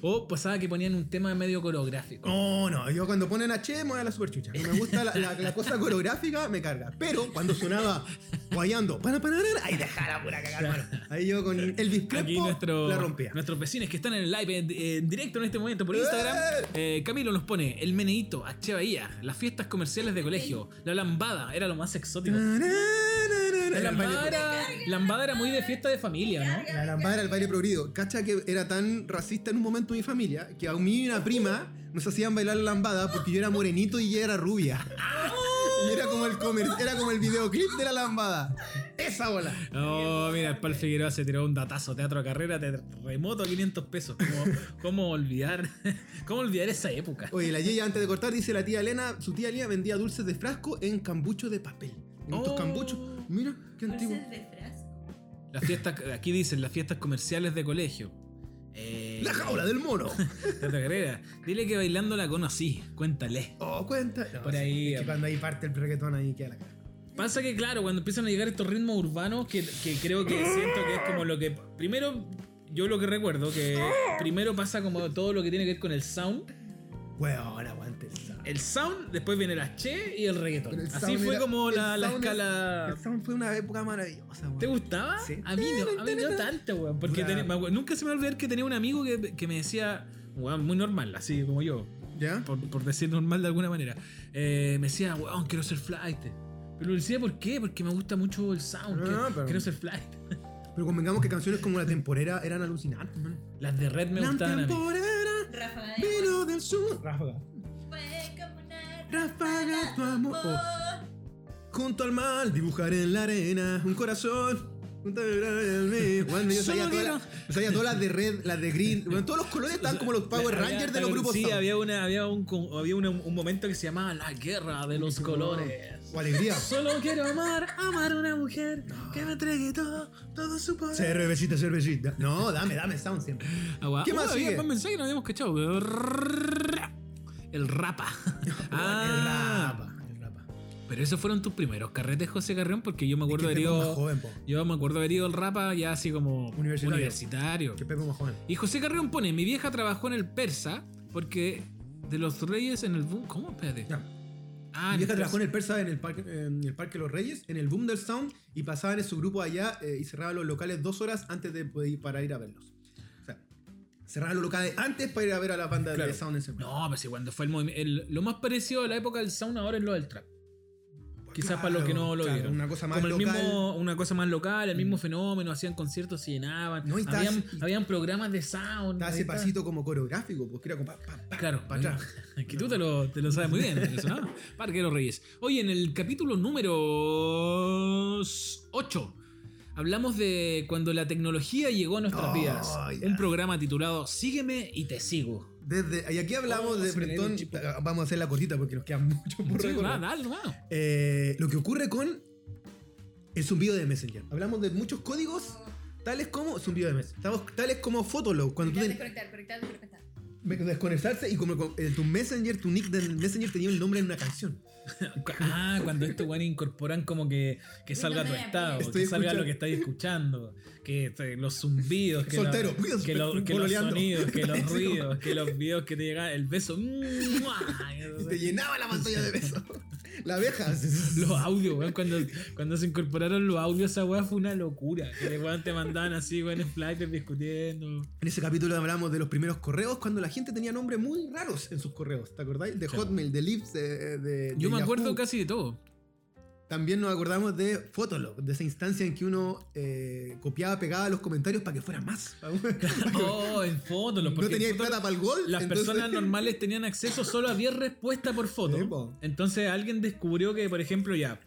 Speaker 1: o pasaba que ponían un tema medio coreográfico.
Speaker 2: No, Oh, no, yo cuando ponen H me da la superchucha. No me gusta la, la- la cosa coreográfica, me carga. Pero cuando sonaba guayando, para, para, para, ahí dejara pura cagar, hermano. Ahí yo con Elvis
Speaker 1: Aquí
Speaker 2: Crespo
Speaker 1: nuestro-
Speaker 2: la rompía.
Speaker 1: nuestros vecinos que están en el live en, en directo en este momento por Instagram. eh, Camilo nos pone el meneíto, H. Bahía, las fiestas comerciales de colegio, la lambada, era lo más exótico. La
Speaker 2: Era el
Speaker 1: lambada
Speaker 2: baile-
Speaker 1: era, lambada era muy de fiesta de familia, ¿no?
Speaker 2: la lambada era el baile prohibido. Cacha que era tan racista en un momento mi familia que a mí y una prima nos hacían bailar la lambada porque yo era morenito y ella era rubia. Y era como el comer, era como el videoclip de la lambada. Esa bola.
Speaker 1: Oh, mira, el Pal Figueroa se tiró un datazo. Teatro a carrera, te remoto a 500 pesos. ¿Cómo, cómo olvidar? ¿Cómo olvidar esa época?
Speaker 2: Oye, la Yeya antes de cortar dice la tía Elena, su tía Elena vendía dulces de frasco en cambucho de papel. En estos
Speaker 1: Oh.
Speaker 2: cambuchos. Mira, qué antiguo.
Speaker 3: Dulces de frasco.
Speaker 1: Las fiestas, aquí dicen las fiestas comerciales de colegio. Eh,
Speaker 2: La jaula del mono.
Speaker 1: Teatro a carrera. Dile que bailando la conocí, cuéntale.
Speaker 2: Oh, cuenta. No,
Speaker 1: Por
Speaker 2: sí,
Speaker 1: ahí,
Speaker 2: es que cuando ahí parte el reggaetón ahí queda la cara.
Speaker 1: Pasa que, claro, cuando empiezan a llegar estos ritmos urbanos, que, que creo que siento que es como lo que. Primero, yo lo que recuerdo, que primero pasa como todo lo que tiene que ver con el sound.
Speaker 2: Weón, aguante el sound.
Speaker 1: El sound, después viene la che y el reggaetón.
Speaker 2: Pero el
Speaker 1: Así
Speaker 2: sound
Speaker 1: fue
Speaker 2: era-
Speaker 1: como
Speaker 2: el
Speaker 1: la, la
Speaker 2: sound es-
Speaker 1: escala.
Speaker 2: El sound fue una época maravillosa, weón.
Speaker 1: Ah. ¿Te gustaba?
Speaker 2: Sí.
Speaker 1: A mí no, a mí no tanto, weón. Porque
Speaker 2: Dura.
Speaker 1: tenía- me acuer- nunca se me va a olvidar que tenía un amigo que, que me decía, weón, muy normal, así como yo,
Speaker 2: ¿Ya?
Speaker 1: por, por decir normal de alguna manera. Eh, me decía, weón, quiero ser flight. Pero lo decía, ¿por qué? Porque me gusta mucho el sound.
Speaker 2: Ah,
Speaker 1: quiero,
Speaker 2: pero-
Speaker 1: quiero ser flight.
Speaker 2: Pero convengamos que canciones como La Temporera eran alucinantes, hermano.
Speaker 1: Las de Red me
Speaker 2: La
Speaker 1: gustaban a mí.
Speaker 2: Temporera
Speaker 3: Rafa
Speaker 2: vino del sur.
Speaker 1: Ráfaga.
Speaker 3: fue como una
Speaker 2: Ráfaga tu amor.
Speaker 3: Oh,
Speaker 2: Junto al mal, dibujar en la arena un corazón. Junto al mar, el mío. Bueno, yo
Speaker 1: Solo
Speaker 2: sabía todas
Speaker 1: quiero-
Speaker 2: las- yo sabía todas las de red, las de green. Bueno, todos los colores estaban como los Power
Speaker 1: Había-
Speaker 2: Rangers de los
Speaker 1: había-
Speaker 2: grupos
Speaker 1: Sí,
Speaker 2: sound.
Speaker 1: había, una, había, un, con- había una- un momento que se llamaba La Guerra de los Colores.
Speaker 2: O Oh, alegría.
Speaker 1: Solo quiero amar, amar a una mujer que me entregue todo, todo su poder.
Speaker 2: Cervecita, cervecita. No, dame, dame sound siempre.
Speaker 1: Agua.
Speaker 2: ¿Qué
Speaker 1: Uh,
Speaker 2: más
Speaker 1: había
Speaker 2: sigue?
Speaker 1: más mensaje que no habíamos cachado. El rapa. Ah,
Speaker 2: El rapa, el rapa.
Speaker 1: Pero esos fueron tus primeros carretes, José Carrión, porque yo me acuerdo
Speaker 2: Es
Speaker 1: haber
Speaker 2: que Pepo es más
Speaker 1: ido.
Speaker 2: joven, po.
Speaker 1: Yo me acuerdo haber ido el rapa ya así como
Speaker 2: Universitario.
Speaker 1: universitario.
Speaker 2: Que Pepo es más joven.
Speaker 1: Y José Carrión pone: Mi vieja trabajó en el persa porque de los reyes en el boom. ¿Cómo? Espérate.
Speaker 2: Ya.
Speaker 1: Ah,
Speaker 2: Mi vieja
Speaker 1: el
Speaker 2: trabajó en
Speaker 1: Persa.
Speaker 2: el Persa, en el, parque, en el Parque Los Reyes, en el Boom del Sound, y pasaban en su grupo allá eh, y cerraban los locales dos horas antes de poder ir para ir a verlos. O sea, cerraban los locales antes para ir a ver a la banda
Speaker 1: Claro.
Speaker 2: de Sound en ese momento.
Speaker 1: No, pero si cuando fue el movimiento. Lo más parecido a la época del sound ahora es lo del trap. Quizás para los que no lo
Speaker 2: claro,
Speaker 1: vieron.
Speaker 2: Una cosa más
Speaker 1: Como el
Speaker 2: local. Mm.
Speaker 1: mismo, una cosa más local, el mismo fenómeno, hacían conciertos, se llenaban,
Speaker 2: No, y estaba-
Speaker 1: habían,
Speaker 2: y-
Speaker 1: habían programas de sound.
Speaker 2: Estaba
Speaker 1: ahí
Speaker 2: ese
Speaker 1: está.
Speaker 2: pasito como coreográfico, porque era como pa, pa, pa,
Speaker 1: Claro,
Speaker 2: pa atrás.
Speaker 1: que tú te lo, te lo sabes muy bien, eso, ¿no? Parquero Reyes. Hoy en el capítulo número 8 hablamos de cuando la tecnología llegó a nuestras
Speaker 2: Oh,
Speaker 1: vidas.
Speaker 2: ya.
Speaker 1: Un programa titulado Sígueme y te sigo.
Speaker 2: Desde, y aquí hablamos
Speaker 1: Oh,
Speaker 2: de
Speaker 1: se me cayó
Speaker 2: Bretón.
Speaker 1: el chipo.
Speaker 2: Vamos a hacer la cortita porque nos queda mucho por
Speaker 1: Sí,
Speaker 2: recordar.
Speaker 1: nada, dale, hermano.
Speaker 2: Eh, lo que ocurre con el zumbido de Messenger. Hablamos de muchos códigos, tales como zumbido de Messenger. Estamos- tales como Fotolog. Cuando tú
Speaker 3: ya
Speaker 2: ten-
Speaker 3: desconectar, conectar, desconectar.
Speaker 2: me- desconectarse y como con- eh, tu Messenger, tu nick del Messenger tenía el nombre de una canción.
Speaker 1: Ah, cuando estos weones incorporan como que, que salga tu estado,
Speaker 2: Estoy
Speaker 1: que salga
Speaker 2: escuchando-
Speaker 1: lo que estáis escuchando, que te- los zumbidos, que,
Speaker 2: Soltero,
Speaker 1: los- que, lo- que los
Speaker 2: pololeando.
Speaker 1: sonidos, que los
Speaker 2: Sí, como-
Speaker 1: ruidos, que los videos que te llegan, el beso, ¡mua!
Speaker 2: Y te llenaba la pantalla de besos. La abeja.
Speaker 1: los audios, weón, cuando, cuando se incorporaron los audios, esa weá fue una locura. Que de weón te mandaban así, weón, en flyers discutiendo.
Speaker 2: En ese capítulo hablamos de los primeros correos cuando la gente tenía nombres muy raros en sus correos. ¿Te acordáis? De
Speaker 1: Claro.
Speaker 2: Hotmail, de Lips, de, de-
Speaker 1: Yo
Speaker 2: de
Speaker 1: me acuerdo
Speaker 2: Yahoo.
Speaker 1: casi de todo.
Speaker 2: También nos acordamos de Fotolog, de esa instancia en que uno eh, copiaba, pegaba los comentarios para que fuera más.
Speaker 1: Oh, en fotos, los
Speaker 2: no tenía plata para el gol.
Speaker 1: Las
Speaker 2: entonces-
Speaker 1: personas normales tenían acceso solo a 10 respuestas por
Speaker 2: Sí,
Speaker 1: foto.
Speaker 2: po.
Speaker 1: Entonces alguien descubrió que, por ejemplo, ya,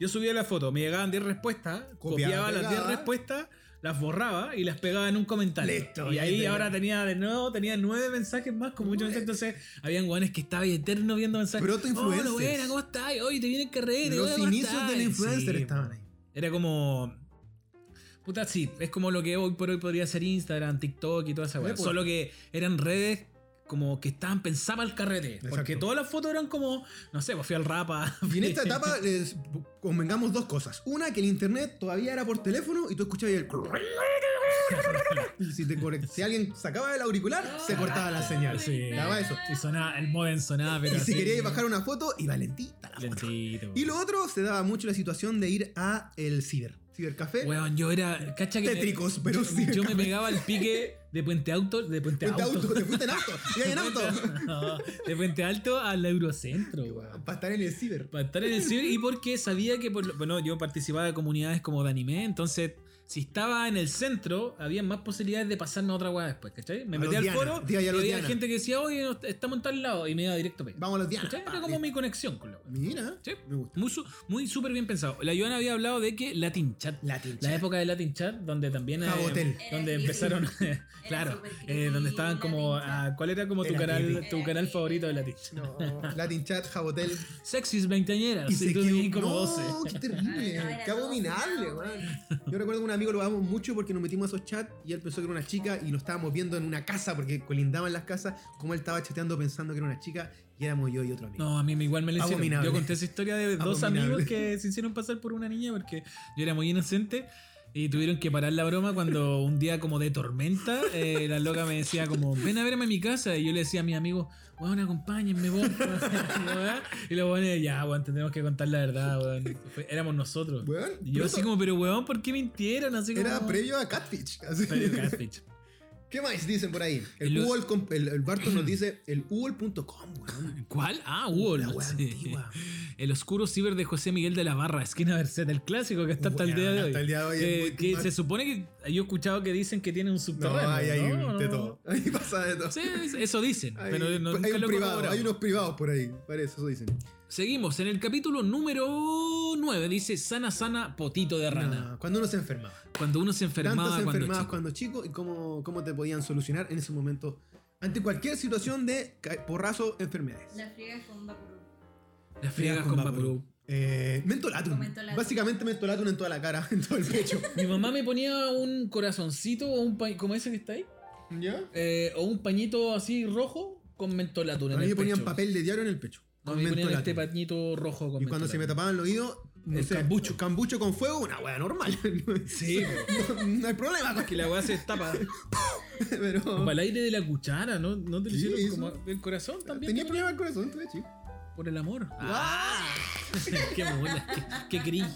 Speaker 1: yo subía la foto, me llegaban 10 respuestas, copiaba,
Speaker 2: Copiaba,
Speaker 1: las 10
Speaker 2: pegaba.
Speaker 1: respuestas, las borraba y las pegaba en un comentario.
Speaker 2: Listo,
Speaker 1: y
Speaker 2: ya
Speaker 1: ahí
Speaker 2: te-
Speaker 1: ahora tenía de nuevo, tenía 9 mensajes más con muchos mensajes. Entonces habían guanes que estaban eterno viendo mensajes.
Speaker 2: Protoinfluencers.
Speaker 1: Hola, Oh, buena, ¿cómo estás? Hoy te viene carrera. hola,
Speaker 2: Los
Speaker 1: ¿cómo
Speaker 2: inicios
Speaker 1: estás?"
Speaker 2: del influencer
Speaker 1: Sí,
Speaker 2: estaban ahí.
Speaker 1: era como. Puta, sí, es como lo que hoy por hoy podría ser Instagram, TikTok y toda esa
Speaker 2: Sí,
Speaker 1: weá.
Speaker 2: pues.
Speaker 1: Solo que eran redes como que estaban pensadas para el carrete. Porque
Speaker 2: Exacto.
Speaker 1: todas las fotos eran como, no sé, pues fui al rapa.
Speaker 2: Y en esta etapa les convengamos dos cosas. Una, que el internet todavía era por teléfono y tú escuchabas el... Y si, te conect- si alguien sacaba el auricular, se cortaba la señal.
Speaker 1: Sí.
Speaker 2: Daba eso.
Speaker 1: Y sonaba, el modem sonaba, pero.
Speaker 2: Y si
Speaker 1: así,
Speaker 2: querías bajar una foto, iba lentita la foto.
Speaker 1: Lentito.
Speaker 2: Y lo otro, se daba mucho la situación de ir a el ciber. Cibercafé.
Speaker 1: Weón, yo era. Cacha que. me-
Speaker 2: Tétricos, pero
Speaker 1: yo,
Speaker 2: sí,
Speaker 1: Yo me
Speaker 2: cabrón.
Speaker 1: pegaba el pique de Puente Auto. De Puente,
Speaker 2: Fuiste
Speaker 1: Auto.
Speaker 2: auto, te fuiste en auto. Ibas en auto.
Speaker 1: No, de Puente Alto al Eurocentro, weón.
Speaker 2: Para estar en el ciber.
Speaker 1: Para estar en el ciber y porque sabía que, por lo- bueno, yo participaba de comunidades como de anime, entonces si estaba en el centro, había más posibilidades de pasarme a otra weá después, ¿cachai? Me
Speaker 2: A
Speaker 1: metí
Speaker 2: los
Speaker 1: al
Speaker 2: Diana,
Speaker 1: foro y
Speaker 2: diga ya los
Speaker 1: había
Speaker 2: Diana.
Speaker 1: gente que decía, oye, no, estamos en tal lado, y me iba directo a pegar.
Speaker 2: Vamos a los dianos.
Speaker 1: ¿Cachai? Era
Speaker 2: pa,
Speaker 1: como
Speaker 2: listo.
Speaker 1: mi conexión con la weá.
Speaker 2: Mira.
Speaker 1: Sí.
Speaker 2: Me gusta.
Speaker 1: Muy, su- muy súper bien pensado. La Joana había hablado de que Latin Chat.
Speaker 2: Latin
Speaker 1: La
Speaker 2: chat.
Speaker 1: época de Latin Chat, donde también. eh,
Speaker 2: Jabotel.
Speaker 3: Era
Speaker 1: donde
Speaker 3: creepy.
Speaker 1: empezaron. claro,
Speaker 3: súper
Speaker 1: eh,
Speaker 3: creepy,
Speaker 1: donde estaban como.
Speaker 3: Latin Chat.
Speaker 1: ah, ¿Cuál era como tu
Speaker 2: Era
Speaker 1: canal,
Speaker 2: creepy.
Speaker 1: tu
Speaker 3: Era
Speaker 1: canal
Speaker 3: creepy.
Speaker 1: favorito de Latin Chat?
Speaker 2: No, Latin Chat, Jabotel.
Speaker 1: Sexys veinteañeras. Y tú
Speaker 2: quedó-
Speaker 1: tenías como
Speaker 2: no,
Speaker 1: 12.
Speaker 2: qué
Speaker 3: Ay, no,
Speaker 2: terrible.
Speaker 3: era
Speaker 2: qué abominable,
Speaker 3: todo
Speaker 2: weón.
Speaker 3: funado,
Speaker 2: Yo recuerdo que un amigo lo amamos mucho porque nos metimos a esos chats y él pensó que era una chica y lo estábamos viendo en una casa porque colindaban las casas, como él estaba chateando pensando que era una chica y éramos yo y otro amigo.
Speaker 1: No, a mí me- igual me lo hicieron.
Speaker 2: Abominable.
Speaker 1: Yo conté esa historia de dos
Speaker 2: Abominable.
Speaker 1: amigos que se hicieron pasar por una niña porque yo era muy inocente y tuvieron que parar la broma cuando un día como de tormenta eh, la loca me decía como ven a verme a mi casa y yo le decía a mi amigo bueno acompáñenme vos y luego bueno, ya bueno tenemos que contar la verdad weón". Fue- éramos nosotros
Speaker 2: Weón,
Speaker 1: y yo
Speaker 2: pero
Speaker 1: así como pero weón ¿por qué mintieron? así como
Speaker 2: Era previo a Catfish. así.
Speaker 1: Previo catfish.
Speaker 2: ¿Qué más dicen por ahí? El
Speaker 1: Y lo-
Speaker 2: Google, com- el, el Barton nos dice el Google.com, weón.
Speaker 1: ¿cuál? ah Wall
Speaker 2: La wea
Speaker 1: Sí.
Speaker 2: antigua.
Speaker 1: El oscuro ciber de José Miguel de la Barra, esquina Berset, el clásico que está hasta el
Speaker 2: Bueno,
Speaker 1: día de hoy.
Speaker 2: hasta el día de hoy es
Speaker 1: Eh,
Speaker 2: muy-
Speaker 1: que se supone que yo he escuchado que dicen que tiene un
Speaker 2: No,
Speaker 1: subterráneo.
Speaker 2: ahí hay
Speaker 1: ¿no? ¿O
Speaker 2: de
Speaker 1: no?
Speaker 2: todo. Ahí pasa de todo.
Speaker 1: Sí, es- eso dicen,
Speaker 2: Hay,
Speaker 1: pero no-
Speaker 2: hay
Speaker 1: nunca
Speaker 2: un
Speaker 1: lo he
Speaker 2: privado,
Speaker 1: corroborado.
Speaker 2: hay unos privados por ahí, parece, eso dicen.
Speaker 1: Seguimos en el capítulo número 9, dice Sana Sana Potito de Rana.
Speaker 2: No, cuando uno se enfermaba.
Speaker 1: Cuando uno se enfermaba
Speaker 2: Tantas
Speaker 1: cuando
Speaker 2: enfermadas
Speaker 1: chico.
Speaker 2: cuando chico y cómo, cómo te podían solucionar en ese momento ante cualquier situación de ca- porrazo, enfermedades.
Speaker 3: La friega con Vaporub.
Speaker 1: Las friegas con Vaporub.
Speaker 2: Eh, mentolatum.
Speaker 3: Con mentolatum.
Speaker 2: Básicamente mentolatum en toda la cara, en todo el pecho.
Speaker 1: Mi mamá me ponía un corazoncito o un pa- como ese que está ahí,
Speaker 2: ¿Ya?
Speaker 1: eh, o un pañito así rojo con mentolato en
Speaker 2: A mí
Speaker 1: el
Speaker 2: me ponían
Speaker 1: pecho.
Speaker 2: papel de diario en el pecho.
Speaker 1: No,
Speaker 2: con
Speaker 1: me ponían este
Speaker 2: mentolatum.
Speaker 1: pañito rojo con
Speaker 2: Y cuando se me
Speaker 1: mentolato.
Speaker 2: tapaban los oídos, no
Speaker 1: El
Speaker 2: sé,
Speaker 1: cambucho.
Speaker 2: Cambucho con fuego, una wea normal.
Speaker 1: Sí, po.
Speaker 2: no, no hay problema con
Speaker 1: Que la weá se destapa. Como
Speaker 2: Pero
Speaker 1: al aire de la cuchara, ¿no? ¿No te lo
Speaker 2: Sí,
Speaker 1: hicieron
Speaker 2: eso. Eh,
Speaker 1: como el corazón también?
Speaker 2: tenía problemas con el corazón, tuve chico.
Speaker 1: Por el amor.
Speaker 2: ¡Ah!
Speaker 1: qué mola, qué, qué cringe.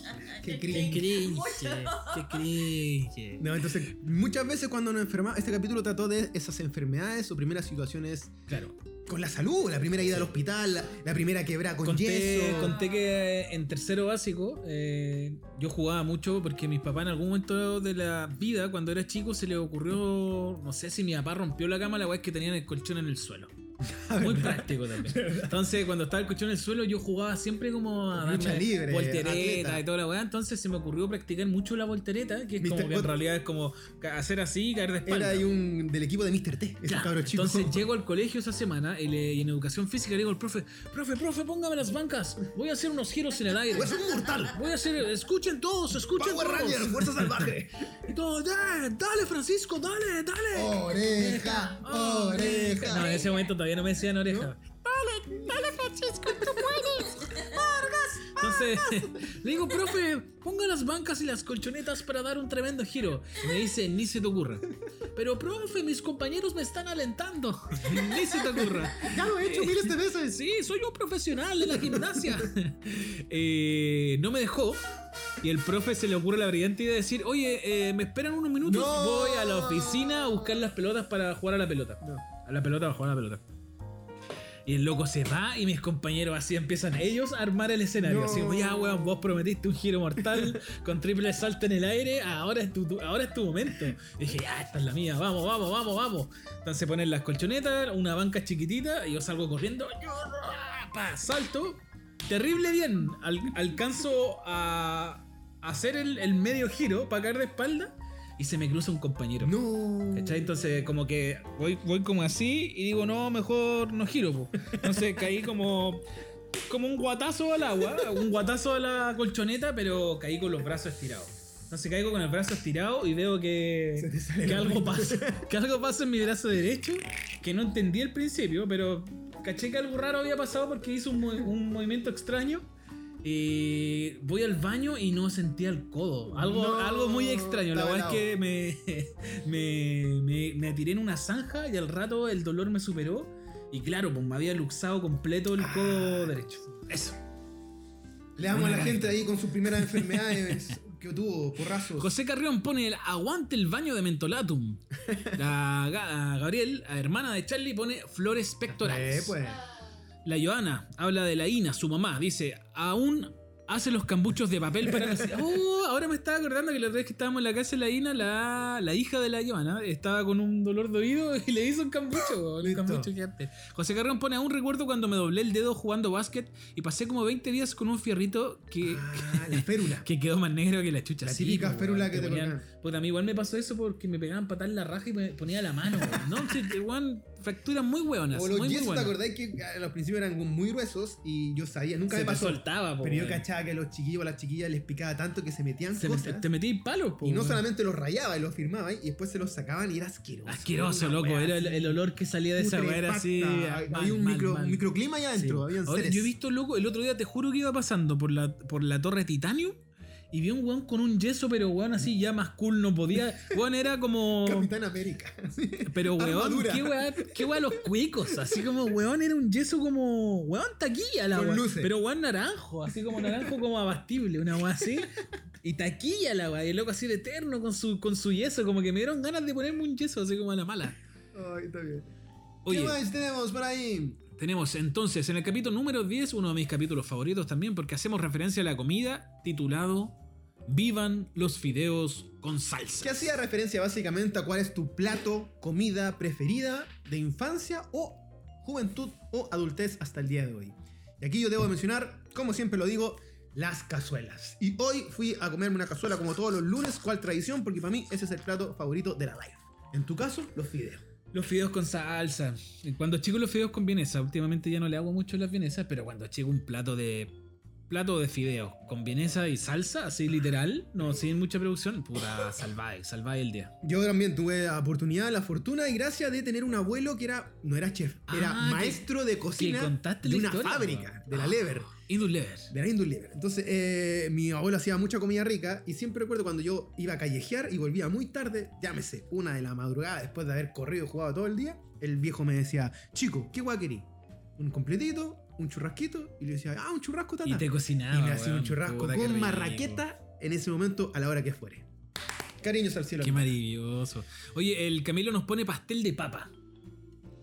Speaker 1: Qué
Speaker 2: Qué cringe.
Speaker 1: cringe.
Speaker 3: Mucho.
Speaker 1: Qué cringe.
Speaker 2: No, entonces, muchas veces cuando nos enfermamos, este capítulo trató de esas enfermedades o primeras situaciones
Speaker 1: Claro.
Speaker 2: con la salud, la primera ida al hospital, la, la primera quebrada con
Speaker 1: Conté,
Speaker 2: yeso.
Speaker 1: conté que eh, en tercero básico eh, yo jugaba mucho porque mis papás en algún momento de la vida, cuando era chico, se les ocurrió, no sé si mi papá rompió la cama, la weá es que tenían el colchón en el suelo. Muy práctico también. Entonces, cuando estaba el colchón en el suelo, yo jugaba siempre como a
Speaker 2: Lucha
Speaker 1: darme
Speaker 2: libre,
Speaker 1: voltereta
Speaker 2: atleta.
Speaker 1: y toda la weá. Entonces se me ocurrió practicar mucho la voltereta, que es
Speaker 2: Mr.
Speaker 1: como que en
Speaker 2: Pot-
Speaker 1: realidad es como ca- hacer así y caer de
Speaker 2: Era
Speaker 1: espalda.
Speaker 2: ahí un del equipo de Mr. T, ese
Speaker 1: Claro.
Speaker 2: cabro chico.
Speaker 1: Entonces llego al colegio esa semana y, le- y en educación física le digo al profe, profe, profe, póngame las bancas, voy a hacer unos giros en el aire.
Speaker 2: ¡Es un mortal!
Speaker 1: Voy a hacer, escuchen todos, escuchen
Speaker 2: ¡Power
Speaker 1: todos.
Speaker 2: Ranger, fuerza salvaje!
Speaker 1: Y todos, "Ya, dale Francisco, dale, dale.
Speaker 2: ¡Oreja!
Speaker 1: No, en ese momento todavía no me decían oreja. Entonces, le digo, profe, ponga las bancas y las colchonetas para dar un tremendo giro. Y Me dice, ni se te ocurra. Pero, profe, mis compañeros me están alentando. Ni se te ocurra.
Speaker 2: Ya lo he hecho miles de veces.
Speaker 1: Sí, soy un profesional de la gimnasia. Eh, no me dejó. Y el profe se le ocurre la brillante idea de decir, oye, eh, me esperan unos minutos,
Speaker 2: No.
Speaker 1: voy a la oficina a buscar las pelotas para jugar a la pelota. A la pelota, para jugar a la pelota. Y el loco se va y mis compañeros así empiezan ellos a armar el escenario.
Speaker 2: No.
Speaker 1: Así como, ya, weón, vos prometiste un giro mortal con triple salto en el aire, ahora es tu, tu- ahora es tu momento. Y dije, ya, esta es la mía, vamos, vamos, vamos, vamos. Entonces ponen las colchonetas, una banca chiquitita, y yo salgo corriendo, yo, pa, salto. Terrible bien, al- alcanzo a hacer el, el medio giro para caer de espalda y se me cruza un compañero.
Speaker 2: No.
Speaker 1: ¿Cachai? Entonces, como que voy, voy como así y digo, no, mejor no giro. po". Entonces caí como, como un guatazo al agua, un guatazo a la colchoneta, pero caí con los brazos estirados. Entonces caigo con el brazo estirado y veo
Speaker 2: Se
Speaker 1: que,
Speaker 2: te sale
Speaker 1: que
Speaker 2: la
Speaker 1: algo
Speaker 2: manita.
Speaker 1: pasa. Que algo pasa en mi brazo derecho, que no entendí al principio, pero caché que algo raro había pasado porque hizo un, mo- un movimiento extraño. Y Eh, voy al baño y no sentía el codo. Algo,
Speaker 2: No,
Speaker 1: algo muy extraño. La
Speaker 2: estaba
Speaker 1: verdad es que me, me, me, me tiré en una zanja y al rato el dolor me superó. Y claro, pues me había luxado completo el
Speaker 2: Ah,
Speaker 1: codo derecho. Eso.
Speaker 2: Le damos a la
Speaker 1: Mira.
Speaker 2: gente ahí con sus primeras enfermedades que tuvo, porrazos.
Speaker 1: José Carrión pone el aguante el baño de mentolatum. La Ga- Gabriel, la hermana de Charlie, pone flores pectorales.
Speaker 2: Eh, pues.
Speaker 1: Ah, La Joana habla de la Ina, su mamá. Dice, aún hace los cambuchos de papel para... las-". ¡Oh! ahora me estaba acordando que la otra vez que estábamos en la casa de la Ina, la, la hija de la Joana estaba con un dolor de oído y le hizo un cambucho. un
Speaker 2: Listo.
Speaker 1: cambucho gigante. José Carrón pone, aún recuerdo cuando me doblé el dedo jugando básquet y pasé como 20 días con un fierrito que...
Speaker 2: Ah, la férula.
Speaker 1: Que quedó más negro que la chucha.
Speaker 2: La típica
Speaker 1: po,
Speaker 2: férula
Speaker 1: weón,
Speaker 2: que te
Speaker 1: ponían-
Speaker 2: colocan.
Speaker 1: Puta, a mí igual me pasó eso porque me pegaban patar en la raja y me ponía la mano. weón. No, sí, te- weón, fracturas muy hueonas.
Speaker 2: O
Speaker 1: muy,
Speaker 2: los
Speaker 1: muy
Speaker 2: yesos, ¿te
Speaker 1: buenas.
Speaker 2: acordás que a los principios eran muy gruesos y yo sabía, nunca
Speaker 1: se
Speaker 2: me pasó.
Speaker 1: te soltaba, po,
Speaker 2: pero yo
Speaker 1: weón.
Speaker 2: cachaba que a los chiquillos o a las chiquillas les picaba tanto que se metían
Speaker 1: Se
Speaker 2: cosas.
Speaker 1: met- te metí palos, po,
Speaker 2: y no
Speaker 1: weón.
Speaker 2: solamente los rayaba y los firmaba y después se los sacaban y era asqueroso.
Speaker 1: Ah, Asqueroso,
Speaker 2: Una
Speaker 1: loco.
Speaker 2: wea
Speaker 1: Era el,
Speaker 2: así,
Speaker 1: el olor que salía de esa
Speaker 2: putre,
Speaker 1: weá era así.
Speaker 2: pasta.
Speaker 1: ah, mal,
Speaker 2: Había un,
Speaker 1: mal,
Speaker 2: micro-
Speaker 1: mal.
Speaker 2: un microclima allá
Speaker 1: Sí.
Speaker 2: adentro. Habían
Speaker 1: Ahora,
Speaker 2: seres.
Speaker 1: yo he visto, loco, el otro día te juro que iba pasando por la, por la torre Titanium y vi un weón con un yeso, pero weón así ya más cool no podía. Weón era como.
Speaker 2: Capitán América. sí.
Speaker 1: Pero weón,
Speaker 2: Armadura.
Speaker 1: qué weá, qué weá los cuicos. Así como weón era un yeso como. Weón taquilla la
Speaker 2: Con
Speaker 1: weá.
Speaker 2: luces.
Speaker 1: Pero weón naranjo, así como naranjo como abastible, una weá así. Y taquilla la weá. Y el loco así de eterno con su, con su yeso. Como que me dieron ganas de ponerme un yeso así como a la mala.
Speaker 2: Ay, está bien. ¿Qué
Speaker 1: Oye,
Speaker 2: más tenemos por ahí?
Speaker 1: tenemos entonces en el capítulo número 10, uno de mis capítulos favoritos también, porque hacemos referencia a la comida titulado Vivan los fideos con salsa.
Speaker 2: Que hacía referencia básicamente a cuál es tu plato, comida preferida de infancia o juventud o adultez hasta el día de hoy. Y aquí yo debo mencionar, como siempre lo digo, las cazuelas. Y hoy fui a comerme una cazuela como todos los lunes, cual tradición, porque para mí ese es el plato favorito de la live. En tu caso, los fideos.
Speaker 1: Los fideos con salsa. Cuando chico los fideos con vienesa. Últimamente ya no le hago mucho las vienesas, pero cuando chico un plato de plato de fideos con vienesa y salsa, así
Speaker 2: Ah.
Speaker 1: literal, no sin mucha producción, puta salvaje, salvaje el día.
Speaker 2: Yo también tuve la oportunidad, la fortuna y gracia de tener un abuelo que era, no era chef, era
Speaker 1: Ah, que-
Speaker 2: maestro de
Speaker 1: que
Speaker 2: cocina
Speaker 1: contaste
Speaker 2: de
Speaker 1: la
Speaker 2: una
Speaker 1: historia,
Speaker 2: fábrica,
Speaker 1: weón. Ah,
Speaker 2: de la Lever.
Speaker 1: Y un lever.
Speaker 2: de la índole libre. Entonces, eh, mi abuelo hacía mucha comida rica y siempre recuerdo cuando yo iba a callejear y volvía muy tarde, llámese, una de la madrugada, después de haber corrido y jugado todo el día, el viejo me decía, chico, ¿qué guay querí? ¿Un completito? ¿Un churrasquito? Y le decía, ah, un churrasco, tata.
Speaker 1: Y te cocinaba.
Speaker 2: Y me hacía un
Speaker 1: weón,
Speaker 2: churrasco
Speaker 1: puta, qué rico.
Speaker 2: con marraqueta en ese momento, a la hora que fuere. Cariños al cielo.
Speaker 1: Qué maravilloso. Oye, el Camilo nos pone pastel de papa.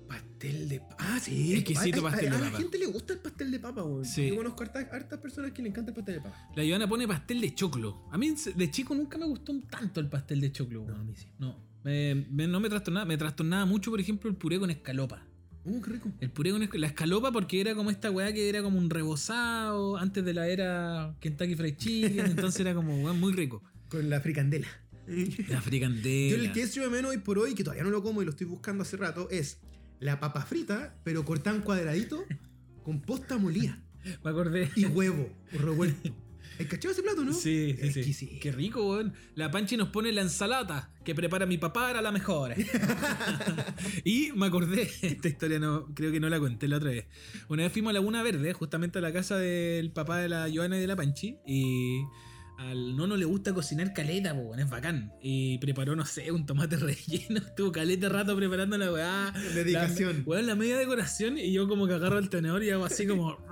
Speaker 2: pastel de papa. Ah, sí.
Speaker 1: Exquisito
Speaker 2: Ay, ay,
Speaker 1: pastel de
Speaker 2: a la
Speaker 1: papa.
Speaker 2: gente le gusta el pastel de papa, weón.
Speaker 1: Sí.
Speaker 2: Yo conozco hartas, hartas personas que le encanta el pastel de papa.
Speaker 1: La Joana pone pastel de choclo. A mí de chico nunca me gustó tanto el pastel de choclo. weón.
Speaker 2: mí sí.
Speaker 1: No, me- me- no me trastornaba. Me trastornaba mucho, por ejemplo, el puré con escalopa.
Speaker 2: Uh, qué rico.
Speaker 1: El puré con esca- la escalopa porque era como esta weá que era como un rebozado antes de la era Kentucky Fried Chicken, entonces era como weá muy rico.
Speaker 2: Con la fricandela.
Speaker 1: La fricandela.
Speaker 2: Yo el que echo de menos hoy por hoy, que todavía no lo como y lo estoy buscando hace rato, es la papa frita, pero cortada en cuadradito, con posta molida
Speaker 1: Me acordé.
Speaker 2: y huevo revuelto. ¿El cachado ese plato, no?
Speaker 1: Sí, sí, sí.
Speaker 2: Exquisito.
Speaker 1: Qué rico, weón. La Panchi nos pone la ensalada que prepara mi papá, era la mejor. y me acordé, esta historia no, creo que no la conté la otra vez. Una vez fuimos a Laguna Verde, justamente a la casa del papá de la Joana y de la Panchi, y al nono le gusta cocinar caleta, po, weón, es bacán. Y preparó, no sé, un tomate relleno, estuvo caleta rato preparando la weá. La,
Speaker 2: Dedicación.
Speaker 1: weón, la media decoración y yo como que agarro el tenedor y hago así como...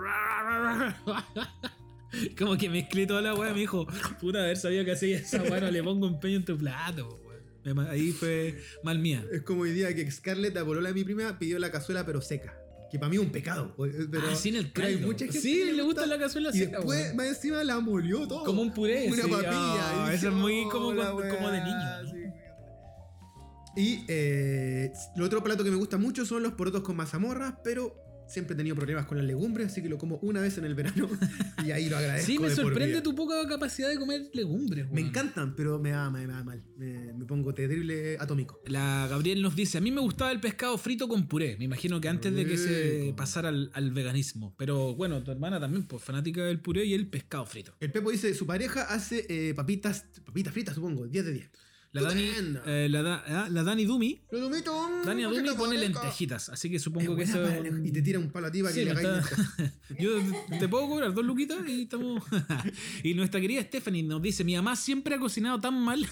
Speaker 1: como que mezclé toda la weá y me dijo, puta, haber sabido que hacía esa weá, no le pongo empeño en tu plato. po, weón. Me ma- Ahí fue mal mía.
Speaker 2: Es como hoy día que Scarlett, la polola de mi prima, pidió la cazuela pero seca. Que para mí es un pecado. eh, Pero,
Speaker 1: ah, sin el
Speaker 2: pero hay
Speaker 1: caldo.
Speaker 2: mucha gente
Speaker 1: Sí,
Speaker 2: que
Speaker 1: le gusta la cazuela
Speaker 2: Y
Speaker 1: seca,
Speaker 2: después,
Speaker 1: weón.
Speaker 2: más encima, la molió todo.
Speaker 1: Como un puré.
Speaker 2: Una
Speaker 1: sí.
Speaker 2: papilla.
Speaker 1: Ah,
Speaker 2: y
Speaker 1: eso
Speaker 2: dije,
Speaker 1: es muy
Speaker 2: "Oh,
Speaker 1: como,
Speaker 2: la
Speaker 1: cuando- como de
Speaker 2: weá,
Speaker 1: niño.
Speaker 2: sí. Y eh, lo otro plato que me gusta mucho son los porotos con mazamorras, pero siempre he tenido problemas con las legumbres, así que lo como una vez en el verano y ahí lo agradezco.
Speaker 1: Sí, me
Speaker 2: de por
Speaker 1: sorprende
Speaker 2: vida.
Speaker 1: tu poca capacidad de comer legumbres.
Speaker 2: Me
Speaker 1: weón.
Speaker 2: encantan, pero me da, me da mal. Me, me pongo terrible atómico.
Speaker 1: La Gabriel nos dice, a mí me gustaba el pescado frito con puré. Me imagino que antes de que se
Speaker 2: Rico.
Speaker 1: pasara al, al veganismo. Pero bueno, tu hermana también, pues fanática del puré y el pescado frito.
Speaker 2: El Pepo dice, su pareja hace eh, papitas, papitas fritas, supongo, 10 de 10.
Speaker 1: La Dani,
Speaker 2: Estupendo.
Speaker 1: eh, la, Da- ah, la Dani Dumi,
Speaker 2: Lo tomito, mm,
Speaker 1: Dani Dumi
Speaker 2: está
Speaker 1: pone
Speaker 2: rico.
Speaker 1: lentejitas, así que
Speaker 2: Es
Speaker 1: supongo que
Speaker 2: buena
Speaker 1: eso...
Speaker 2: para la- Y te tira un palo a ti para
Speaker 1: Sí,
Speaker 2: que le
Speaker 1: me
Speaker 2: hagáis
Speaker 1: está- Yo te puedo cobrar dos luquitas y estamos. y nuestra querida Stephanie nos dice: Mi mamá siempre ha cocinado tan mal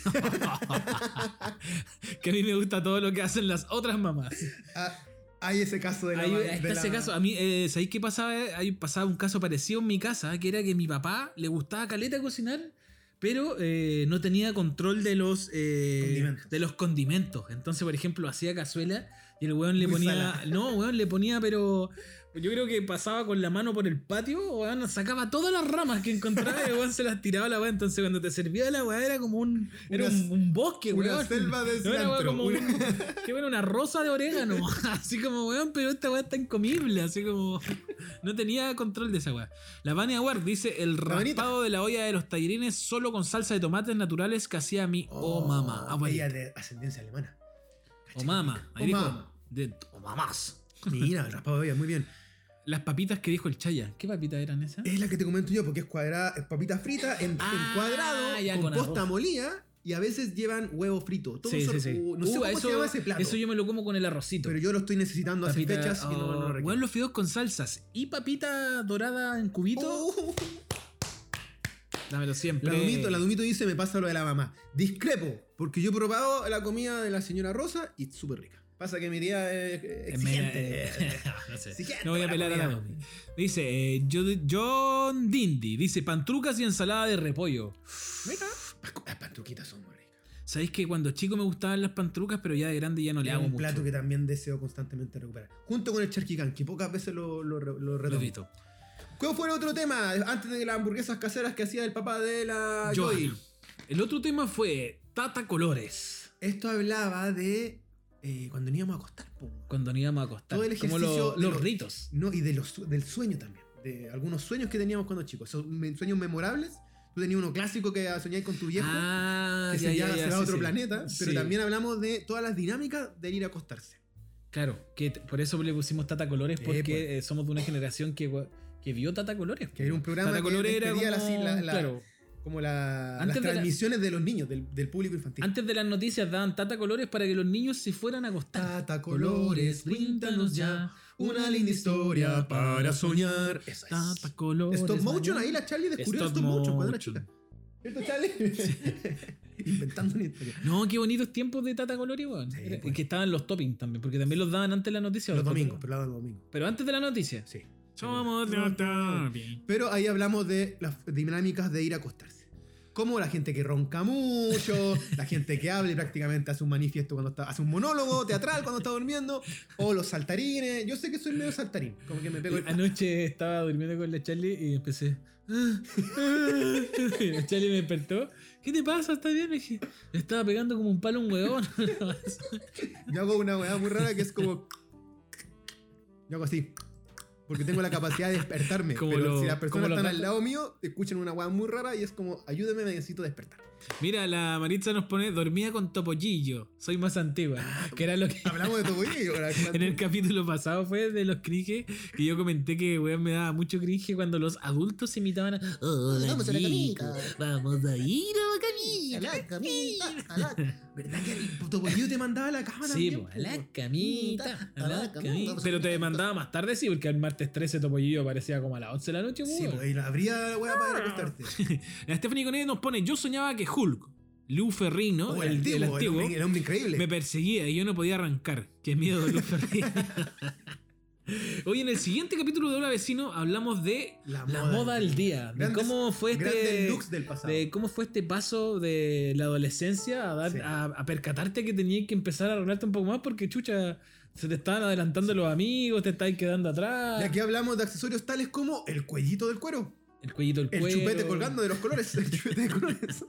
Speaker 1: que a mí me gusta todo lo que hacen las otras mamás.
Speaker 2: Ah, hay ese caso de la.
Speaker 1: Ahí
Speaker 2: ma-
Speaker 1: está
Speaker 2: de la-
Speaker 1: ese caso. A mí, eh, ¿sabéis qué pasaba? Ahí pasaba un caso parecido en mi casa, que era que mi papá le gustaba caleta cocinar, pero eh, no tenía control de los, eh,
Speaker 2: Condimentos.
Speaker 1: de los condimentos. Entonces, por ejemplo, hacía cazuela y el weón le
Speaker 2: Muy
Speaker 1: ponía.
Speaker 2: salada.
Speaker 1: No, weón le ponía, pero. Yo creo que pasaba con la mano por el patio, weón, sacaba todas las ramas que encontraba y el weón se las tiraba a la weá. Entonces, cuando te servía la weá, era como un. Era
Speaker 2: Una-
Speaker 1: un, un bosque,
Speaker 2: una
Speaker 1: weón.
Speaker 2: selva de
Speaker 1: No, era, weón,
Speaker 2: cilantro.
Speaker 1: como
Speaker 2: Una-
Speaker 1: un- Qué bueno, una rosa de orégano. Así como, weón, pero esta weá está incomible. Así como. No tenía control de esa weá. La Vania Ward dice: el
Speaker 2: La Vanita.
Speaker 1: raspado de la olla de los tallerines solo con salsa de tomates naturales que hacía mi oh, mamá.
Speaker 2: Ella
Speaker 1: abuelita.
Speaker 2: de ascendencia alemana.
Speaker 1: O mamá. Ahí
Speaker 2: Oh,
Speaker 1: dijo,
Speaker 2: mama.
Speaker 1: de- o mamás.
Speaker 2: Mira, raspado de olla, muy bien.
Speaker 1: Las papitas que dijo el Chaya. ¿Qué papitas eran esas?
Speaker 2: Es la que te comento yo porque es cuadrada, es papita frita, en, en
Speaker 1: Ah,
Speaker 2: cuadrado,
Speaker 1: ya,
Speaker 2: con
Speaker 1: con arroz.
Speaker 2: posta molida y a veces llevan huevo frito. Todo eso- uh, No sé
Speaker 1: Uh,
Speaker 2: cómo
Speaker 1: eso,
Speaker 2: se llama ese plato.
Speaker 1: Eso yo me lo como con el arrocito.
Speaker 2: Pero yo lo estoy necesitando hace
Speaker 1: Papita-
Speaker 2: fechas y no, no lo
Speaker 1: oh,
Speaker 2: requiero.
Speaker 1: weón, los fideos con salsas y papita dorada en cubito.
Speaker 2: Oh,
Speaker 1: Dámelo siempre.
Speaker 2: la, Dumito, la Dumito dice, me pasa lo de la mamá. Discrepo, porque yo he probado la comida de la señora Rosa y es súper rica. Pasa que mi tía es es exigente.
Speaker 1: eh, no, sé.
Speaker 2: Exigente
Speaker 1: No voy a
Speaker 2: para
Speaker 1: pelar a la
Speaker 2: comer.
Speaker 1: Domi. Dice eh, Jod- John Dindy. Dice pantrucas y ensalada de repollo.
Speaker 2: Mira, las- Las pantruquitas son muy ricas.
Speaker 1: Sabéis que cuando chico me gustaban las pantrucas, pero ya de grande ya no le
Speaker 2: Es
Speaker 1: hago
Speaker 2: un
Speaker 1: mucho.
Speaker 2: plato que también deseo constantemente recuperar. Junto con el charquicán, que pocas veces lo, lo, re- lo
Speaker 1: Lo
Speaker 2: retomo.
Speaker 1: he visto.
Speaker 2: ¿Cuál fue el otro tema? Antes de las hamburguesas caseras que hacía el papá de la Joy.
Speaker 1: Johanna. El otro tema fue Tata Colores.
Speaker 2: Esto hablaba de eh, cuando nos íbamos a acostar. po.
Speaker 1: Cuando nos íbamos a acostar.
Speaker 2: Todo el
Speaker 1: como lo-
Speaker 2: ejercicio de
Speaker 1: los
Speaker 2: los-
Speaker 1: ritos.
Speaker 2: No, y de los, su- del sueño también. De algunos sueños que teníamos cuando chicos. Esos me- sueños memorables. Tú tenías uno clásico que soñáis con tu viejo.
Speaker 1: Ah,
Speaker 2: que
Speaker 1: ya,
Speaker 2: se,
Speaker 1: ya,
Speaker 2: ya-
Speaker 1: ya,
Speaker 2: se va a
Speaker 1: sí,
Speaker 2: otro
Speaker 1: sí.
Speaker 2: planeta. Pero
Speaker 1: Sí.
Speaker 2: también hablamos de todas las dinámicas del ir a acostarse.
Speaker 1: Claro, que t- por eso le pusimos Tata Colores,
Speaker 2: Eh,
Speaker 1: porque
Speaker 2: pues.
Speaker 1: eh, somos de una generación que, gua- que vio Tata Colores.
Speaker 2: Que era un programa
Speaker 1: Tata
Speaker 2: que
Speaker 1: Colores era
Speaker 2: despedía
Speaker 1: como-
Speaker 2: la- la- la-
Speaker 1: claro,
Speaker 2: Como la-
Speaker 1: Antes
Speaker 2: las
Speaker 1: de la-
Speaker 2: transmisiones de los niños, del, del público infantil.
Speaker 1: Antes de las noticias daban tata colores para que los niños se fueran a acostar.
Speaker 2: Tata colores, bríndanos ya. Una linda historia para soñar. Esa es.
Speaker 1: Tata colores.
Speaker 2: Stop motion,
Speaker 1: mañana.
Speaker 2: ahí la Charlie descubrió
Speaker 1: Stop
Speaker 2: stop, motion cuando era
Speaker 1: motion.
Speaker 2: chica. ¿Cierto, Charlie? Inventando una historia.
Speaker 1: No, qué bonitos tiempos de Tata Colores, weón.
Speaker 2: Sí,
Speaker 1: Era-
Speaker 2: pues.
Speaker 1: Que estaban los toppings también, porque también los daban antes de la noticia.
Speaker 2: Los
Speaker 1: después.
Speaker 2: domingos, pero los domingos.
Speaker 1: Pero antes de la noticia.
Speaker 2: Sí.
Speaker 1: Somos
Speaker 2: Pero-
Speaker 1: los toppings.
Speaker 2: Pero ahí hablamos de las dinámicas de ir a acostarse. Como la gente que ronca mucho, la gente que habla y prácticamente hace un manifiesto cuando está, hace un monólogo teatral cuando está durmiendo, o los saltarines. Yo sé que soy medio saltarín, como que me pego el...
Speaker 1: Anoche estaba durmiendo con la Charlie y empecé. "Ah, ah". La Charlie me despertó. ¿Qué te pasa? ¿Estás bien? Le dije, "Le estaba pegando como un palo a un huevón.
Speaker 2: Yo hago una weá muy rara que es como. Yo hago así. Porque tengo la capacidad de despertarme.
Speaker 1: Como
Speaker 2: pero
Speaker 1: lo-
Speaker 2: si las
Speaker 1: como
Speaker 2: personas
Speaker 1: los
Speaker 2: están
Speaker 1: gatos.
Speaker 2: al lado mío, escuchan una weá muy rara y es como, ayúdeme, necesito despertar.
Speaker 1: Mira, la Maritza nos pone dormía con Topollillo. Soy más antigua.
Speaker 4: Ah,
Speaker 1: Que era lo que.
Speaker 2: Hablamos de Topollillo.
Speaker 1: En el capítulo pasado fue de los cringe que yo comenté que weón, me daba mucho cringe cuando los adultos imitaban a. Hola,
Speaker 4: Vamos a la
Speaker 1: chicos,
Speaker 4: camita.
Speaker 1: Vamos a ir a la camita.
Speaker 4: A la camita, a la
Speaker 2: ¿Verdad que el Topollillo te mandaba a la cama
Speaker 1: Sí,
Speaker 2: también?
Speaker 1: po, a la camita, a la camita.
Speaker 4: pues. Vamos a
Speaker 1: Pero
Speaker 4: la
Speaker 1: te
Speaker 4: camita.
Speaker 1: demandaba más tarde, sí, porque el martes 13 Topollillo aparecía como a las 11 de la noche,
Speaker 2: Sí,
Speaker 1: weón.
Speaker 2: pues, y la abría la weá
Speaker 1: Ah.
Speaker 2: para acostarte.
Speaker 1: La Stephanie Conet nos pone, yo soñaba que Hulk, Lou Ferrino,
Speaker 2: O
Speaker 4: Oh,
Speaker 1: el, el
Speaker 2: antiguo, el
Speaker 1: antiguo,
Speaker 2: hombre- el
Speaker 1: me
Speaker 2: hombre increíble.
Speaker 1: perseguía y yo no podía arrancar. Qué miedo, Lou Ferrino. Oye, en el siguiente capítulo de Hola Vecino hablamos de
Speaker 2: La
Speaker 1: la
Speaker 2: moda
Speaker 1: moda
Speaker 2: al
Speaker 1: al día. De
Speaker 2: Grandes-
Speaker 1: cómo fue
Speaker 2: Grandes
Speaker 1: este...
Speaker 2: looks del pasado.
Speaker 1: De cómo fue este paso de la adolescencia a, dar-
Speaker 2: Sí.
Speaker 1: a- a percatarte que tenías que empezar a arreglarte un poco más porque, chucha, se te estaban adelantando los amigos, te estabas quedando atrás.
Speaker 2: Y aquí hablamos de accesorios tales como el cuellito del cuero,
Speaker 1: El cuellito, el,
Speaker 2: el
Speaker 1: cuero,
Speaker 2: chupete colgando de los colores, el chupete de colores.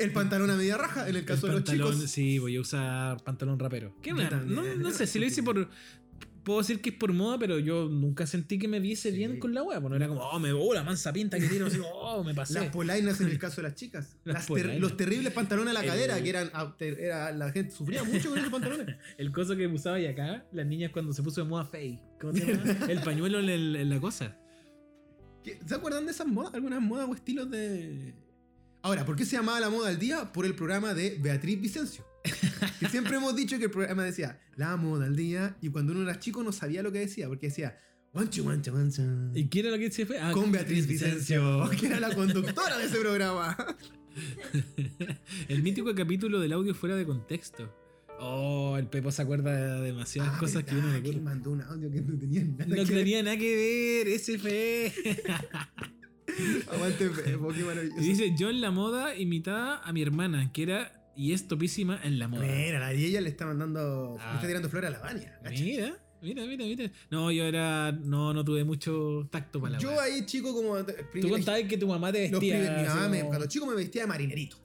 Speaker 2: El pantalón a media raja en el caso de los
Speaker 1: pantalón,
Speaker 2: chicos.
Speaker 1: Sí, voy a usar pantalón rapero. Que
Speaker 2: Yo
Speaker 1: una-
Speaker 2: también.
Speaker 1: no, no sé, si lo hice por. Puedo decir que es por moda, pero yo nunca sentí que me viese
Speaker 2: Sí.
Speaker 1: bien con la wea. No era como, oh, me oh, la mansa pinta que tiene, así, oh, me pasé.
Speaker 2: Las polainas en el caso de las chicas.
Speaker 1: Las
Speaker 2: Las ter-
Speaker 1: polainas.
Speaker 2: los terribles pantalones a la
Speaker 1: El-
Speaker 2: cadera, que eran. a- ter- era- la gente sufría mucho con esos pantalones.
Speaker 1: El coso que usaba y acá, las niñas cuando se puso de moda fake. ¿Cómo se llama? el pañuelo en, el- en la cosa.
Speaker 2: ¿Qué- ¿Se acuerdan de esas modas? Algunas modas o estilos de. Ahora, ¿por qué se llamaba la moda al día? Por el programa de Beatriz Vicencio. Que siempre hemos dicho que el programa decía la moda al día, y cuando uno era chico no sabía lo que decía, porque decía guancha, guancha, guancha.
Speaker 1: ¿Y quién era lo que se fue? Ah,
Speaker 2: Con Beatriz Vicencio, que era la conductora de ese programa.
Speaker 1: El mítico capítulo del audio fuera de contexto. Oh, el Pepo se acuerda de demasiadas
Speaker 2: Ah,
Speaker 1: cosas que uno
Speaker 2: verdad,
Speaker 1: le ocurre.
Speaker 2: él mandó un audio que no tenía nada
Speaker 1: No
Speaker 2: que ver.
Speaker 1: tenía nada que ver, ese fue.
Speaker 2: Aguante, Pepo, qué
Speaker 1: Y
Speaker 2: maravilloso.
Speaker 1: dice, yo en la moda imitaba a mi hermana, que era y es topísima en la moda.
Speaker 2: Mira, la y ella le está mandando.
Speaker 1: Ah.
Speaker 2: Le está tirando flores a la Vania. ¿cachai?
Speaker 1: Mira, mira, mira, mira. No, yo era. No, no tuve mucho tacto para la
Speaker 2: Yo
Speaker 1: wea.
Speaker 2: ahí, chico, como.
Speaker 1: Tú contabas que tu mamá te
Speaker 2: Los
Speaker 1: vestía.
Speaker 2: primer- mi
Speaker 1: así
Speaker 2: mamá me-
Speaker 1: como-
Speaker 2: cuando chico me vestía de marinerito.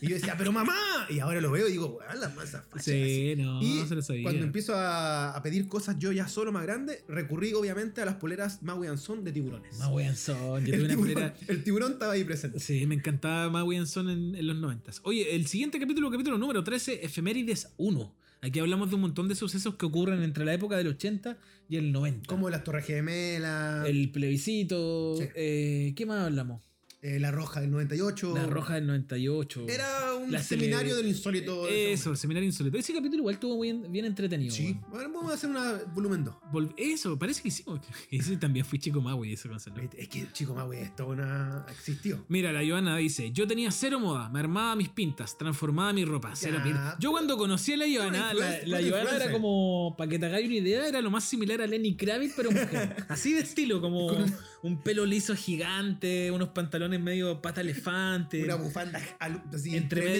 Speaker 2: Y yo decía, pero mamá. Y ahora lo veo y digo, weón, las masas fachas.
Speaker 1: Sí, no,
Speaker 2: Y
Speaker 1: no se lo sabía.
Speaker 2: Cuando empiezo a, a pedir cosas yo ya solo más grande, recurrí obviamente a las poleras Maui Anson de tiburones.
Speaker 1: Más weanzón. Yo tuve
Speaker 2: el,
Speaker 1: una
Speaker 2: tiburón,
Speaker 1: polera.
Speaker 2: el tiburón estaba ahí presente.
Speaker 1: Sí, me encantaba más Williamson en, en los 90. Oye, el siguiente capítulo, capítulo número 13, Efemérides 1. Aquí hablamos de un montón de sucesos que ocurren entre la época del 80 y el 90.
Speaker 2: Como las Torres Gemelas,
Speaker 1: el plebiscito.
Speaker 2: Sí.
Speaker 1: eh, ¿Qué más hablamos?
Speaker 2: eh, la Roja del 98.
Speaker 1: La Roja del 98.
Speaker 2: Era un
Speaker 1: La tele-
Speaker 2: seminario del insólito. de ese
Speaker 1: Eh, Eso, el seminario insólito. Ese capítulo igual estuvo muy bien, bien entretenido.
Speaker 2: momento. Sí.
Speaker 1: weón.
Speaker 2: Bueno, vamos a hacer una volumen 2.
Speaker 1: Vol- Eso, parece que hicimos. Ese también fui chico más, güey, eso Gonzalo.
Speaker 2: Es que, chico, Maui, esto una... existió.
Speaker 1: Mira, la Joana dice, yo tenía cero moda, me armaba mis pintas, transformaba mi ropa, cero
Speaker 2: Ya,
Speaker 1: pintas. Yo cuando conocí a la Joana, la,
Speaker 2: influencer,
Speaker 1: la
Speaker 2: una
Speaker 1: Joana era
Speaker 2: influencer.
Speaker 1: como, para que te hagáis una idea, era lo más similar a Lenny Kravitz, pero mujer. Así de estilo, como
Speaker 2: Con un-
Speaker 1: un pelo liso gigante, unos pantalones medio pata elefante.
Speaker 2: Una bufanda alu- así.
Speaker 1: entre
Speaker 2: tremenda.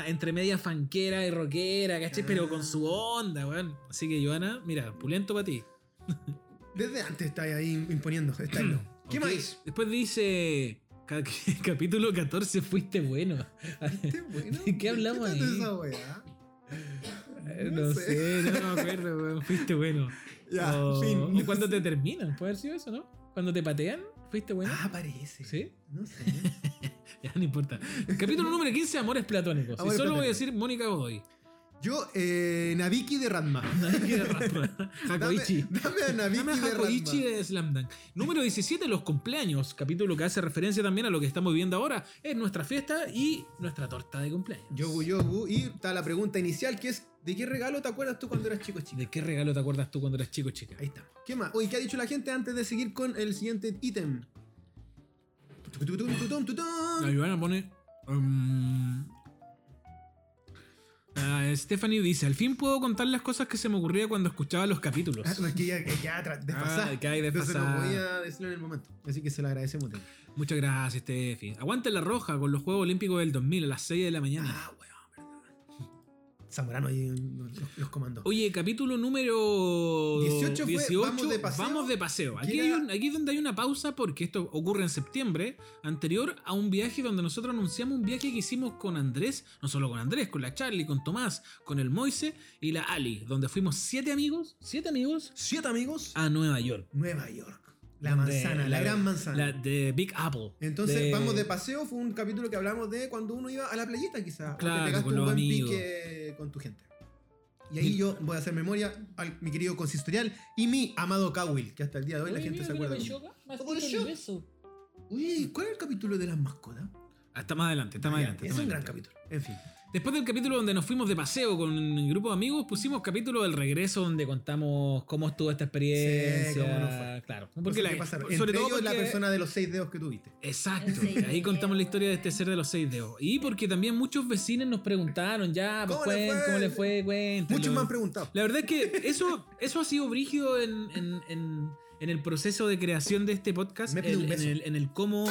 Speaker 1: media, entre media fanquera y rockera, ¿cachai? Pero
Speaker 2: Ah.
Speaker 1: con su onda, weón. Así que, Joana, mira, pulento para ti.
Speaker 2: Desde antes está ahí imponiendo. Está ahí. ¿Qué
Speaker 1: Ok.
Speaker 2: más?
Speaker 1: Después dice. ca- Capítulo 14, fuiste bueno.
Speaker 2: Qué bueno.
Speaker 1: ¿De qué hablamos
Speaker 2: trata
Speaker 1: ahí?
Speaker 2: esa weá? Eh,
Speaker 1: No sé, no me acuerdo, weón. Fuiste bueno.
Speaker 2: Ya,
Speaker 1: o,
Speaker 2: fin. Ah,
Speaker 1: o cuando Oh. te terminan, puede haber sido eso, ¿no? Cuando te patean, fuiste bueno.
Speaker 2: Ah, parece.
Speaker 1: ¿Sí?
Speaker 2: No sé.
Speaker 1: Ya, no importa. Capítulo número 15, Amores Platónicos.
Speaker 2: Amores
Speaker 1: y solo voy a
Speaker 2: platónicos.
Speaker 1: decir Mónica Godoy.
Speaker 2: Yo, eh, Naviki de Ranma.
Speaker 1: Qué raro.
Speaker 2: Dame,
Speaker 1: Hakoichi.
Speaker 2: dame a Naviki
Speaker 1: Dame a
Speaker 2: de
Speaker 1: Hakoichi
Speaker 2: Ranma.
Speaker 1: de Slam Dunk. Número 17, los cumpleaños. Capítulo que hace referencia también a lo que estamos viviendo ahora. Es nuestra fiesta y nuestra torta de cumpleaños.
Speaker 2: Yogu Yogu. Y está la pregunta inicial que es: ¿de qué regalo te acuerdas tú cuando eras chico chico?
Speaker 1: ¿De qué regalo te acuerdas tú cuando eras chico, chica?
Speaker 2: Ahí estamos. ¿Qué más? Oye, ¿qué ha dicho la gente antes de seguir con el siguiente ítem? Tucutucutum, tutum, tutum.
Speaker 1: La Ivana pone. um, ah, Stephanie dice: Al fin puedo contar las cosas que se me ocurría cuando escuchaba los capítulos.
Speaker 2: Ah, porque ya, ya tra- desfasada.
Speaker 1: Ah, que hay
Speaker 2: Entonces no
Speaker 1: desfasada.
Speaker 2: podía decirlo en el momento. Así que se lo agradecemos. Teo.
Speaker 1: Muchas gracias, Steffi. Aguante la roja con los Juegos Olímpicos del 2000 a las 6 de la mañana.
Speaker 2: Ah, weón, verdad. Zamorano ahí los, los comandos.
Speaker 1: Oye, capítulo número
Speaker 2: 18 fue
Speaker 1: 18,
Speaker 2: Vamos de paseo.
Speaker 1: Vamos de paseo. Aquí,
Speaker 2: Llega-
Speaker 1: hay un- aquí es donde hay una pausa porque esto ocurre en septiembre, anterior a un viaje donde nosotros anunciamos un viaje que hicimos con Andrés, no solo con Andrés, con la Charlie, con Tomás, con el Moise y la Ali, donde fuimos siete amigos, siete amigos
Speaker 2: Siete amigos
Speaker 1: a Nueva York.
Speaker 2: Nueva York. La manzana,
Speaker 1: Ah. de-
Speaker 2: la gran manzana.
Speaker 1: La de Big Apple.
Speaker 2: Entonces, vamos de paseo. Fue un capítulo que hablamos de cuando uno iba a la playita, quizás.
Speaker 1: Claro,
Speaker 2: te pegaste
Speaker 1: con
Speaker 2: un
Speaker 1: los
Speaker 2: buen
Speaker 1: amigos.
Speaker 2: pique con tu gente. Y ahí yo voy a hacer memoria al mi querido consistorial y mi amado Cowil, que hasta el día de hoy la gente se acuerda. de mí. Por shock. Uy, ¿cuál es el capítulo de las mascotas? Ah,
Speaker 1: Hasta más adelante, está más
Speaker 2: Ya,
Speaker 1: adelante.
Speaker 2: Es
Speaker 1: está más
Speaker 2: un gran
Speaker 1: adelante.
Speaker 2: capítulo. En fin.
Speaker 1: Después del capítulo donde nos fuimos de paseo con un grupo de amigos, pusimos capítulo del regreso donde contamos cómo estuvo esta experiencia.
Speaker 2: Sí, cómo nos fue.
Speaker 1: Claro.
Speaker 2: No sé
Speaker 1: Porque la-
Speaker 2: qué pasa.
Speaker 1: sobre
Speaker 2: Entre
Speaker 1: todo
Speaker 2: ellos, la
Speaker 1: porque-
Speaker 2: persona de los seis dedos que tuviste.
Speaker 1: Exacto.
Speaker 3: El seis de
Speaker 1: Ahí
Speaker 3: enero.
Speaker 1: contamos la historia de este ser de los seis dedos. Y porque también muchos vecinos nos preguntaron ya, pues,
Speaker 2: ¿Cómo le
Speaker 1: cuen-
Speaker 2: fue?
Speaker 1: ¿cómo le fue? Cuéntalo.
Speaker 2: Muchos me han preguntado.
Speaker 1: La verdad es que eso, eso ha sido brígido en, en- en- en el proceso de creación de este podcast,
Speaker 2: Me pide
Speaker 1: en,
Speaker 2: un beso.
Speaker 1: en el, en el cómo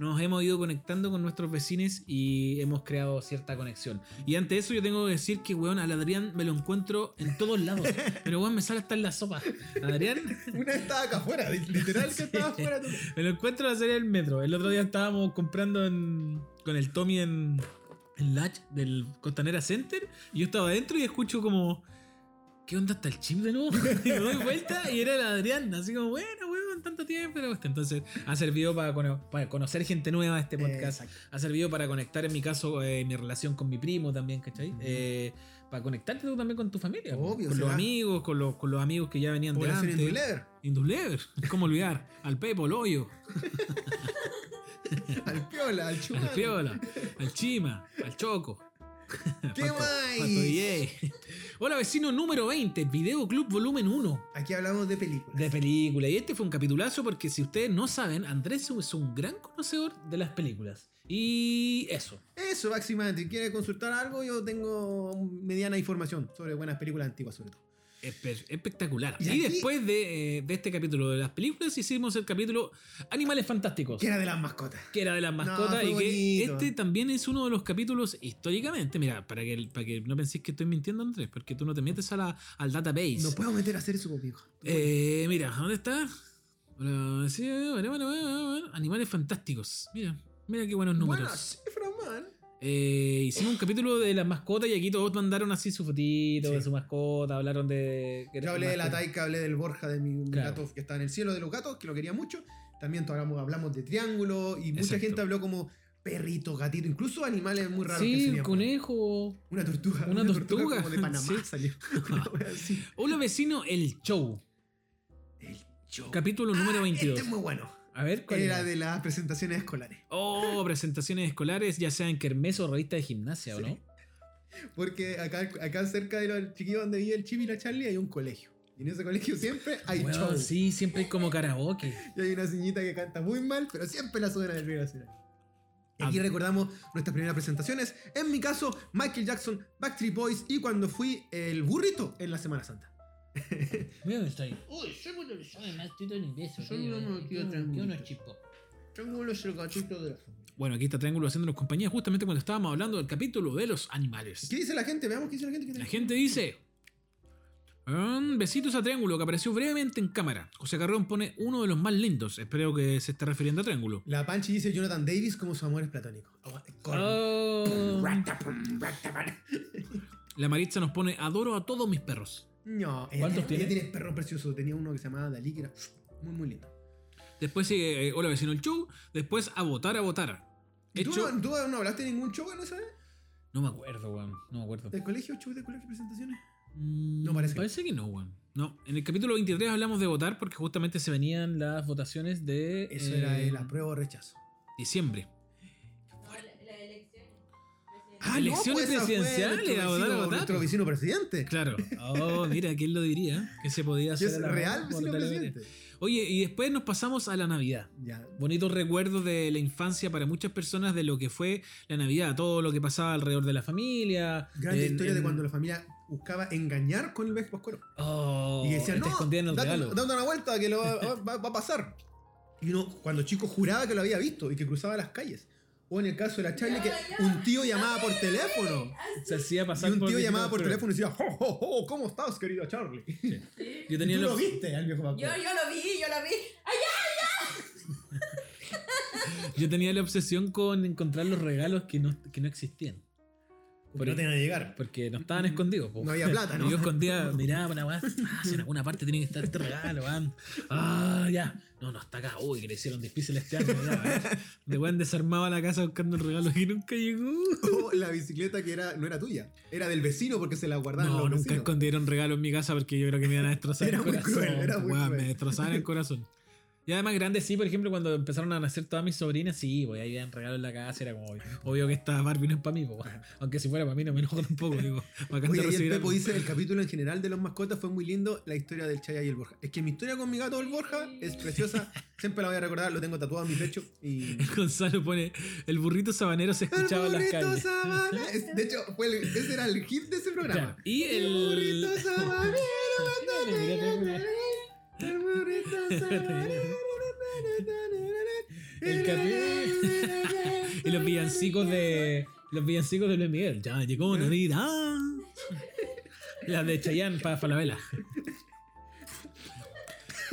Speaker 1: nos hemos ido conectando con nuestros vecinos y hemos creado cierta conexión. Y ante eso yo tengo que decir que, weón, al Adrián me lo encuentro en todos lados. Pero, weón, me sale hasta en la sopa. Adrián,
Speaker 2: Una vez estaba acá afuera, literal que estaba afuera. tú.
Speaker 1: me lo encuentro en la serie del metro. El otro día estábamos comprando en- con el Tommy en, en Latch del Costanera Center. Y yo estaba adentro y escucho como. ¿Qué onda está el chip de nuevo? Y me doy vuelta y era el Adrián. Así como, bueno, weón, tanto tiempo. la cuestión. Entonces, ha servido para, cono- para conocer gente nueva este podcast.
Speaker 2: Exacto.
Speaker 1: Ha servido para conectar, en mi caso, eh, mi relación con mi primo también, ¿cachai? Eh, para conectarte tú también con tu familia.
Speaker 2: Obvio,
Speaker 1: con
Speaker 2: se
Speaker 1: los
Speaker 2: da.
Speaker 1: amigos, con los, con los amigos que ya venían
Speaker 2: Población
Speaker 1: de antes.
Speaker 2: Indulever.
Speaker 1: Indulever, ¿cómo olvidar? Al Pepo, al Hoyo,
Speaker 2: Al piola, al chumano.
Speaker 1: al Piola, al Chima, al Choco.
Speaker 2: ¿Qué
Speaker 1: Pato-
Speaker 2: más?
Speaker 1: Pato Yeye. Hola vecino número 20, Video Club Volumen 1
Speaker 2: Aquí hablamos de películas.
Speaker 1: de película. Y este fue un capitulazo porque si ustedes no saben, Andrés es un gran conocedor de las películas. Y eso.
Speaker 2: Eso, máximamente. ¿Quiere consultar algo? Yo tengo mediana información sobre buenas películas antiguas, sobre todo.
Speaker 1: Espe- espectacular. Y,
Speaker 2: Y aquí-
Speaker 1: después de, eh, de este capítulo de las películas hicimos el capítulo Animales Fantásticos.
Speaker 2: Que era de las mascotas.
Speaker 1: que era de las mascotas
Speaker 2: fue
Speaker 1: y que
Speaker 2: bonito.
Speaker 1: este también es uno de los capítulos históricamente. Mira, para que, para que no penséis que estoy mintiendo, Andrés, porque tú no te metes a la, al database.
Speaker 2: No puedo meter a pues, hacer eso conmigo.
Speaker 1: Eh, mira, ¿dónde está? Bueno, sí, bueno, bueno, bueno, bueno. Animales fantásticos. Mira, mira qué buenos números.
Speaker 2: Buenas cifras, man.
Speaker 1: Eh, hicimos un capítulo de las mascotas y aquí todos mandaron así su fotito
Speaker 2: Sí.
Speaker 1: de su mascota, hablaron de...
Speaker 2: Yo hablé de la Taika, hablé del Borja, de mi mi
Speaker 1: Claro.
Speaker 2: gato que está en el cielo de los gatos, que lo quería mucho. También to- hablamos, hablamos de triángulo y mucha
Speaker 1: Exacto.
Speaker 2: gente habló como perrito, gatito, incluso animales muy raros. que se
Speaker 1: Sí,
Speaker 2: llaman.
Speaker 1: conejo.
Speaker 2: Una tortuga.
Speaker 1: Una tortuga.
Speaker 2: como de Panamá
Speaker 1: Sí.
Speaker 2: salió. Una wea así.
Speaker 1: Hola vecino, el show.
Speaker 2: El show.
Speaker 1: Capítulo número 22.
Speaker 2: Este es muy bueno.
Speaker 1: A ver, ¿cuál
Speaker 2: Era
Speaker 1: era?
Speaker 2: de las presentaciones escolares.
Speaker 1: Oh, presentaciones escolares, ya sea en kermés o revista de gimnasia, ¿o
Speaker 2: Sí.
Speaker 1: no?
Speaker 2: Porque acá, acá cerca de los chiquillos donde vive el Chibi y la Charlie hay un colegio. Y en ese colegio siempre hay
Speaker 1: Weón,
Speaker 2: show.
Speaker 1: Sí, siempre hay como karaoke.
Speaker 2: Y hay una ciñita que canta muy mal, pero siempre la suena del Río Nacional. Y Aquí
Speaker 1: Ah.
Speaker 2: recordamos nuestras primeras presentaciones. En mi caso, Michael Jackson, Backstreet Boys y cuando fui el burrito en la Semana Santa.
Speaker 1: Mira dónde estoy.
Speaker 4: Uy, soy muy nervioso.
Speaker 5: Además, estoy tan imbécil.
Speaker 4: Yo no me lo quiero
Speaker 5: Yo-
Speaker 4: traer
Speaker 5: yo no
Speaker 4: mucho.
Speaker 5: chipo.
Speaker 4: Tengo los gatitos de la
Speaker 1: Bueno, aquí está Triángulo haciéndonos compañía justamente cuando estábamos hablando del capítulo de los animales.
Speaker 2: ¿Qué dice la gente? Veamos qué dice la gente. ¿Qué
Speaker 1: La
Speaker 2: dice?
Speaker 1: gente dice. "Mm, besitos a Triángulo, que apareció brevemente en cámara. José Carrón pone uno de los más lindos. Espero que se esté refiriendo a Triángulo.
Speaker 2: La Panchi dice Jonathan Davis como su amor es platónico. Aguante, corre.
Speaker 1: Oh.
Speaker 2: Ratapum, ratapam.
Speaker 1: La Maritza nos pone, adoro a todos mis perros.
Speaker 2: No, ella
Speaker 1: ¿Cuántos
Speaker 2: tiene-
Speaker 1: tiene?
Speaker 2: ella tiene perro precioso. Tenía uno que se llamaba Dalí, que era muy, muy lindo.
Speaker 1: Después sigue, eh, hola vecino el show. Después, a votar, a votar.
Speaker 2: ¿Y ¿Tú,
Speaker 1: Hecho-
Speaker 2: no, tú no hablaste de ningún show en esa vez?
Speaker 1: No me acuerdo, weón. No me acuerdo.
Speaker 2: ¿Del colegio? ¿Show de colegio presentaciones?
Speaker 1: No
Speaker 2: parece.
Speaker 1: Parece que no, weón. No, en el capítulo 23 hablamos de votar porque justamente se venían las votaciones de
Speaker 2: Eso
Speaker 1: eh,
Speaker 2: era el apruebo o rechazo.
Speaker 1: diciembre.
Speaker 3: la elección.
Speaker 1: Ah, elecciones
Speaker 2: pues, esa fue
Speaker 1: presidenciales, a
Speaker 2: nuestro
Speaker 1: votar, a
Speaker 2: vecino-
Speaker 1: votar.
Speaker 2: Nuestro vecino presidente.
Speaker 1: Claro. Oh, mira, ¿quién lo diría? Que se podía
Speaker 2: Que
Speaker 1: hacer.
Speaker 2: es
Speaker 1: el amor
Speaker 2: real
Speaker 1: por
Speaker 2: vecino
Speaker 1: televidente.
Speaker 2: presidente.
Speaker 1: Oye, y después nos pasamos a la Navidad.
Speaker 2: Ya.
Speaker 1: Bonitos recuerdos de la infancia para muchas personas de lo que fue la Navidad, todo lo que pasaba alrededor de la familia.
Speaker 2: Grande
Speaker 1: en-
Speaker 2: historia de
Speaker 1: en-
Speaker 2: cuando la familia buscaba engañar con el viejo Pascuero.
Speaker 1: Oh,
Speaker 2: y decían,
Speaker 1: te
Speaker 2: no,
Speaker 1: escondían en el
Speaker 2: date,
Speaker 1: regalo.
Speaker 2: date una vuelta que lo va, va- va a pasar. Y uno, cuando chico, juraba que lo había visto y que cruzaba las calles. O en el caso de la Charlie, que un tío llamaba por teléfono.
Speaker 1: Se hacía
Speaker 2: Y
Speaker 1: pasar
Speaker 2: un
Speaker 1: por
Speaker 2: tío
Speaker 1: Vecino
Speaker 2: llamaba por
Speaker 1: Pascuero.
Speaker 2: teléfono y decía, ¡Jo, jo, jo! ¿Cómo estás, querida Charlie?
Speaker 1: Yo
Speaker 2: Y
Speaker 1: tenía
Speaker 2: tú
Speaker 1: los-
Speaker 2: lo viste al viejo
Speaker 3: Yo,
Speaker 2: Pascuero.
Speaker 3: yo lo vi, yo lo vi.
Speaker 1: Yo tenía la obsesión con encontrar los regalos que no, que no existían. Por-
Speaker 2: Porque no te van a llegar.
Speaker 1: Porque no estaban escondidos. po.
Speaker 2: No había plata, ¿no?
Speaker 1: Y oh, yo escondía, miraba para la weá. Ah, si en alguna parte tiene que estar este regalo, weón. Ah, ya. No, no, está acá. Uy, que le hicieron difícil este año. ya, a ver. De weón desarmaba la casa buscando el regalo que nunca llegó.
Speaker 2: O la bicicleta que era, no era tuya, era del vecino porque se la guardaban
Speaker 1: No,
Speaker 2: los
Speaker 1: nunca
Speaker 2: vecinos.
Speaker 1: escondieron regalo en mi casa porque yo creo que me iban a destrozar
Speaker 2: Era
Speaker 1: el
Speaker 2: muy
Speaker 1: corazón.
Speaker 2: cruel, era muy
Speaker 1: weón,
Speaker 2: cruel.
Speaker 1: Me destrozaban el corazón. Y además grande sí, por ejemplo, cuando empezaron a nacer todas mis sobrinas, sí, pues ahí habían regalos en la casa, era como obvio que esta Barbie no es para mí, po, weón. aunque si fuera para mí no me enojo tampoco, digo, bacán de
Speaker 2: Oye, y el
Speaker 1: recibir
Speaker 2: Pepo
Speaker 1: algo.
Speaker 2: dice, el capítulo en general de los mascotas fue muy lindo, la historia del Chaya y el Borja. Es que mi historia con mi gato el Borja es preciosa, siempre la voy a recordar, lo tengo tatuado en mi pecho. Y...
Speaker 1: Gonzalo pone, el burrito sabanero se
Speaker 2: El
Speaker 1: escuchaba en las
Speaker 2: burrito
Speaker 1: calles.
Speaker 2: sabanero. Es- De hecho, fue el- ese era el hit de ese programa.
Speaker 1: Claro, Y el...
Speaker 2: burrito sabanero. El burrito sabanero.
Speaker 1: El capi- y los villancicos de... Los villancicos de Luis Miguel. Ya llegó Navidad. Las de Chayanne para Falabella.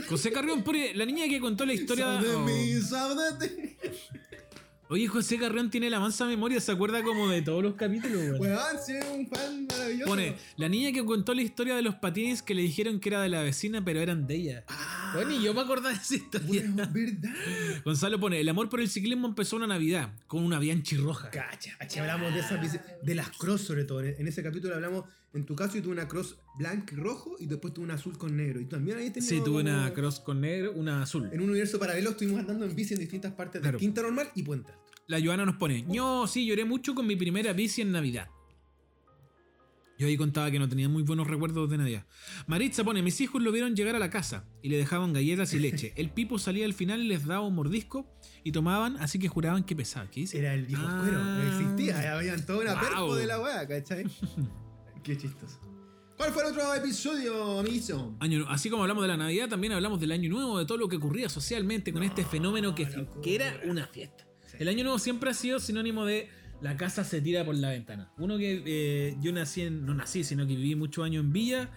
Speaker 1: José Carrión pone, la niña que contó la historia...
Speaker 2: Sabe de
Speaker 1: oh.
Speaker 2: mí, sabe de ti.
Speaker 1: Oye, José Carrión tiene la mansa memoria, se acuerda como de todos los capítulos, weón.
Speaker 2: Weón, sí, un fan maravilloso.
Speaker 1: Pone, la niña que contó la historia de los patines que le dijeron que era de la vecina, pero eran de ella. Bueno, y yo me acordaba de esa historia.
Speaker 2: Weón, ¿verdad?
Speaker 1: Gonzalo pone, el amor por el ciclismo empezó una Navidad, con una Bianchi roja.
Speaker 2: Cacha, cacha, hablamos de esas bici- de las cross sobre todo. En en ese capítulo hablamos, en tu caso, yo tuve una cross blanca y rojo y después tuve una azul con negro. Y también ahí teníamos
Speaker 1: Sí, tuve una
Speaker 2: como-
Speaker 1: cross con negro, una azul.
Speaker 2: En un universo paralelo estuvimos andando en bici en distintas partes de
Speaker 1: Claro.
Speaker 2: Quinta Normal y Puente Alto.
Speaker 1: La Joana nos pone, yo sí, lloré mucho con mi primera bici en Navidad. Yo ahí contaba que no tenía muy buenos recuerdos de Navidad. Maritza pone, mis hijos lo vieron llegar a la casa y le dejaban galletas y leche. El pipo salía al final y les daba un mordisco y tomaban, así que juraban que pesaba. ¿Qué dice?
Speaker 2: Era el viejo
Speaker 1: Ah.
Speaker 2: cuero, no existía. Habían toda una
Speaker 1: Wow.
Speaker 2: perpo de la weá, ¿cachai? Qué chistoso. ¿Cuál fue el otro episodio, amiguito?
Speaker 1: Año- así como hablamos de la Navidad, también hablamos del Año Nuevo, de todo lo que ocurría socialmente con este fenómeno que,
Speaker 2: locura.
Speaker 1: que era una fiesta.
Speaker 2: Sí.
Speaker 1: El Año Nuevo siempre ha sido sinónimo de la casa se tira por la ventana. Uno que eh, yo nací en, no nací, sino que viví muchos años en Villa,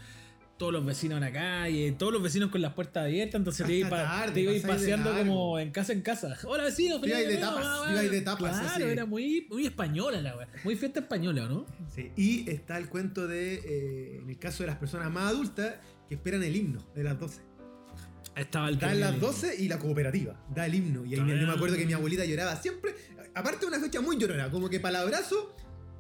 Speaker 1: todos los vecinos en la calle, todos los vecinos con las puertas abiertas, entonces te
Speaker 2: Hasta
Speaker 1: iba, pa-
Speaker 2: tarde,
Speaker 1: te iba a ir
Speaker 2: pasáis de
Speaker 1: paseando
Speaker 2: largo.
Speaker 1: como en casa en casa. Hola vecinos,
Speaker 2: Te iba
Speaker 1: feliz
Speaker 2: de
Speaker 1: Año Nuevo,
Speaker 2: tapas,
Speaker 1: ah,
Speaker 2: te iba
Speaker 1: bueno.
Speaker 2: de tapas,
Speaker 1: Claro,
Speaker 2: así.
Speaker 1: era muy, muy española la wea, muy fiesta española, ¿o ¿no?
Speaker 2: Sí, Y está el cuento de, eh, en el caso de las personas más adultas, que esperan el himno de las 12.
Speaker 1: Estaba el
Speaker 2: Dan las
Speaker 1: terrible.
Speaker 2: 12 y la cooperativa. Da el himno. Y ahí me- yo me acuerdo que mi abuelita lloraba siempre. Aparte, una fecha muy llorona. Como que palabrazo.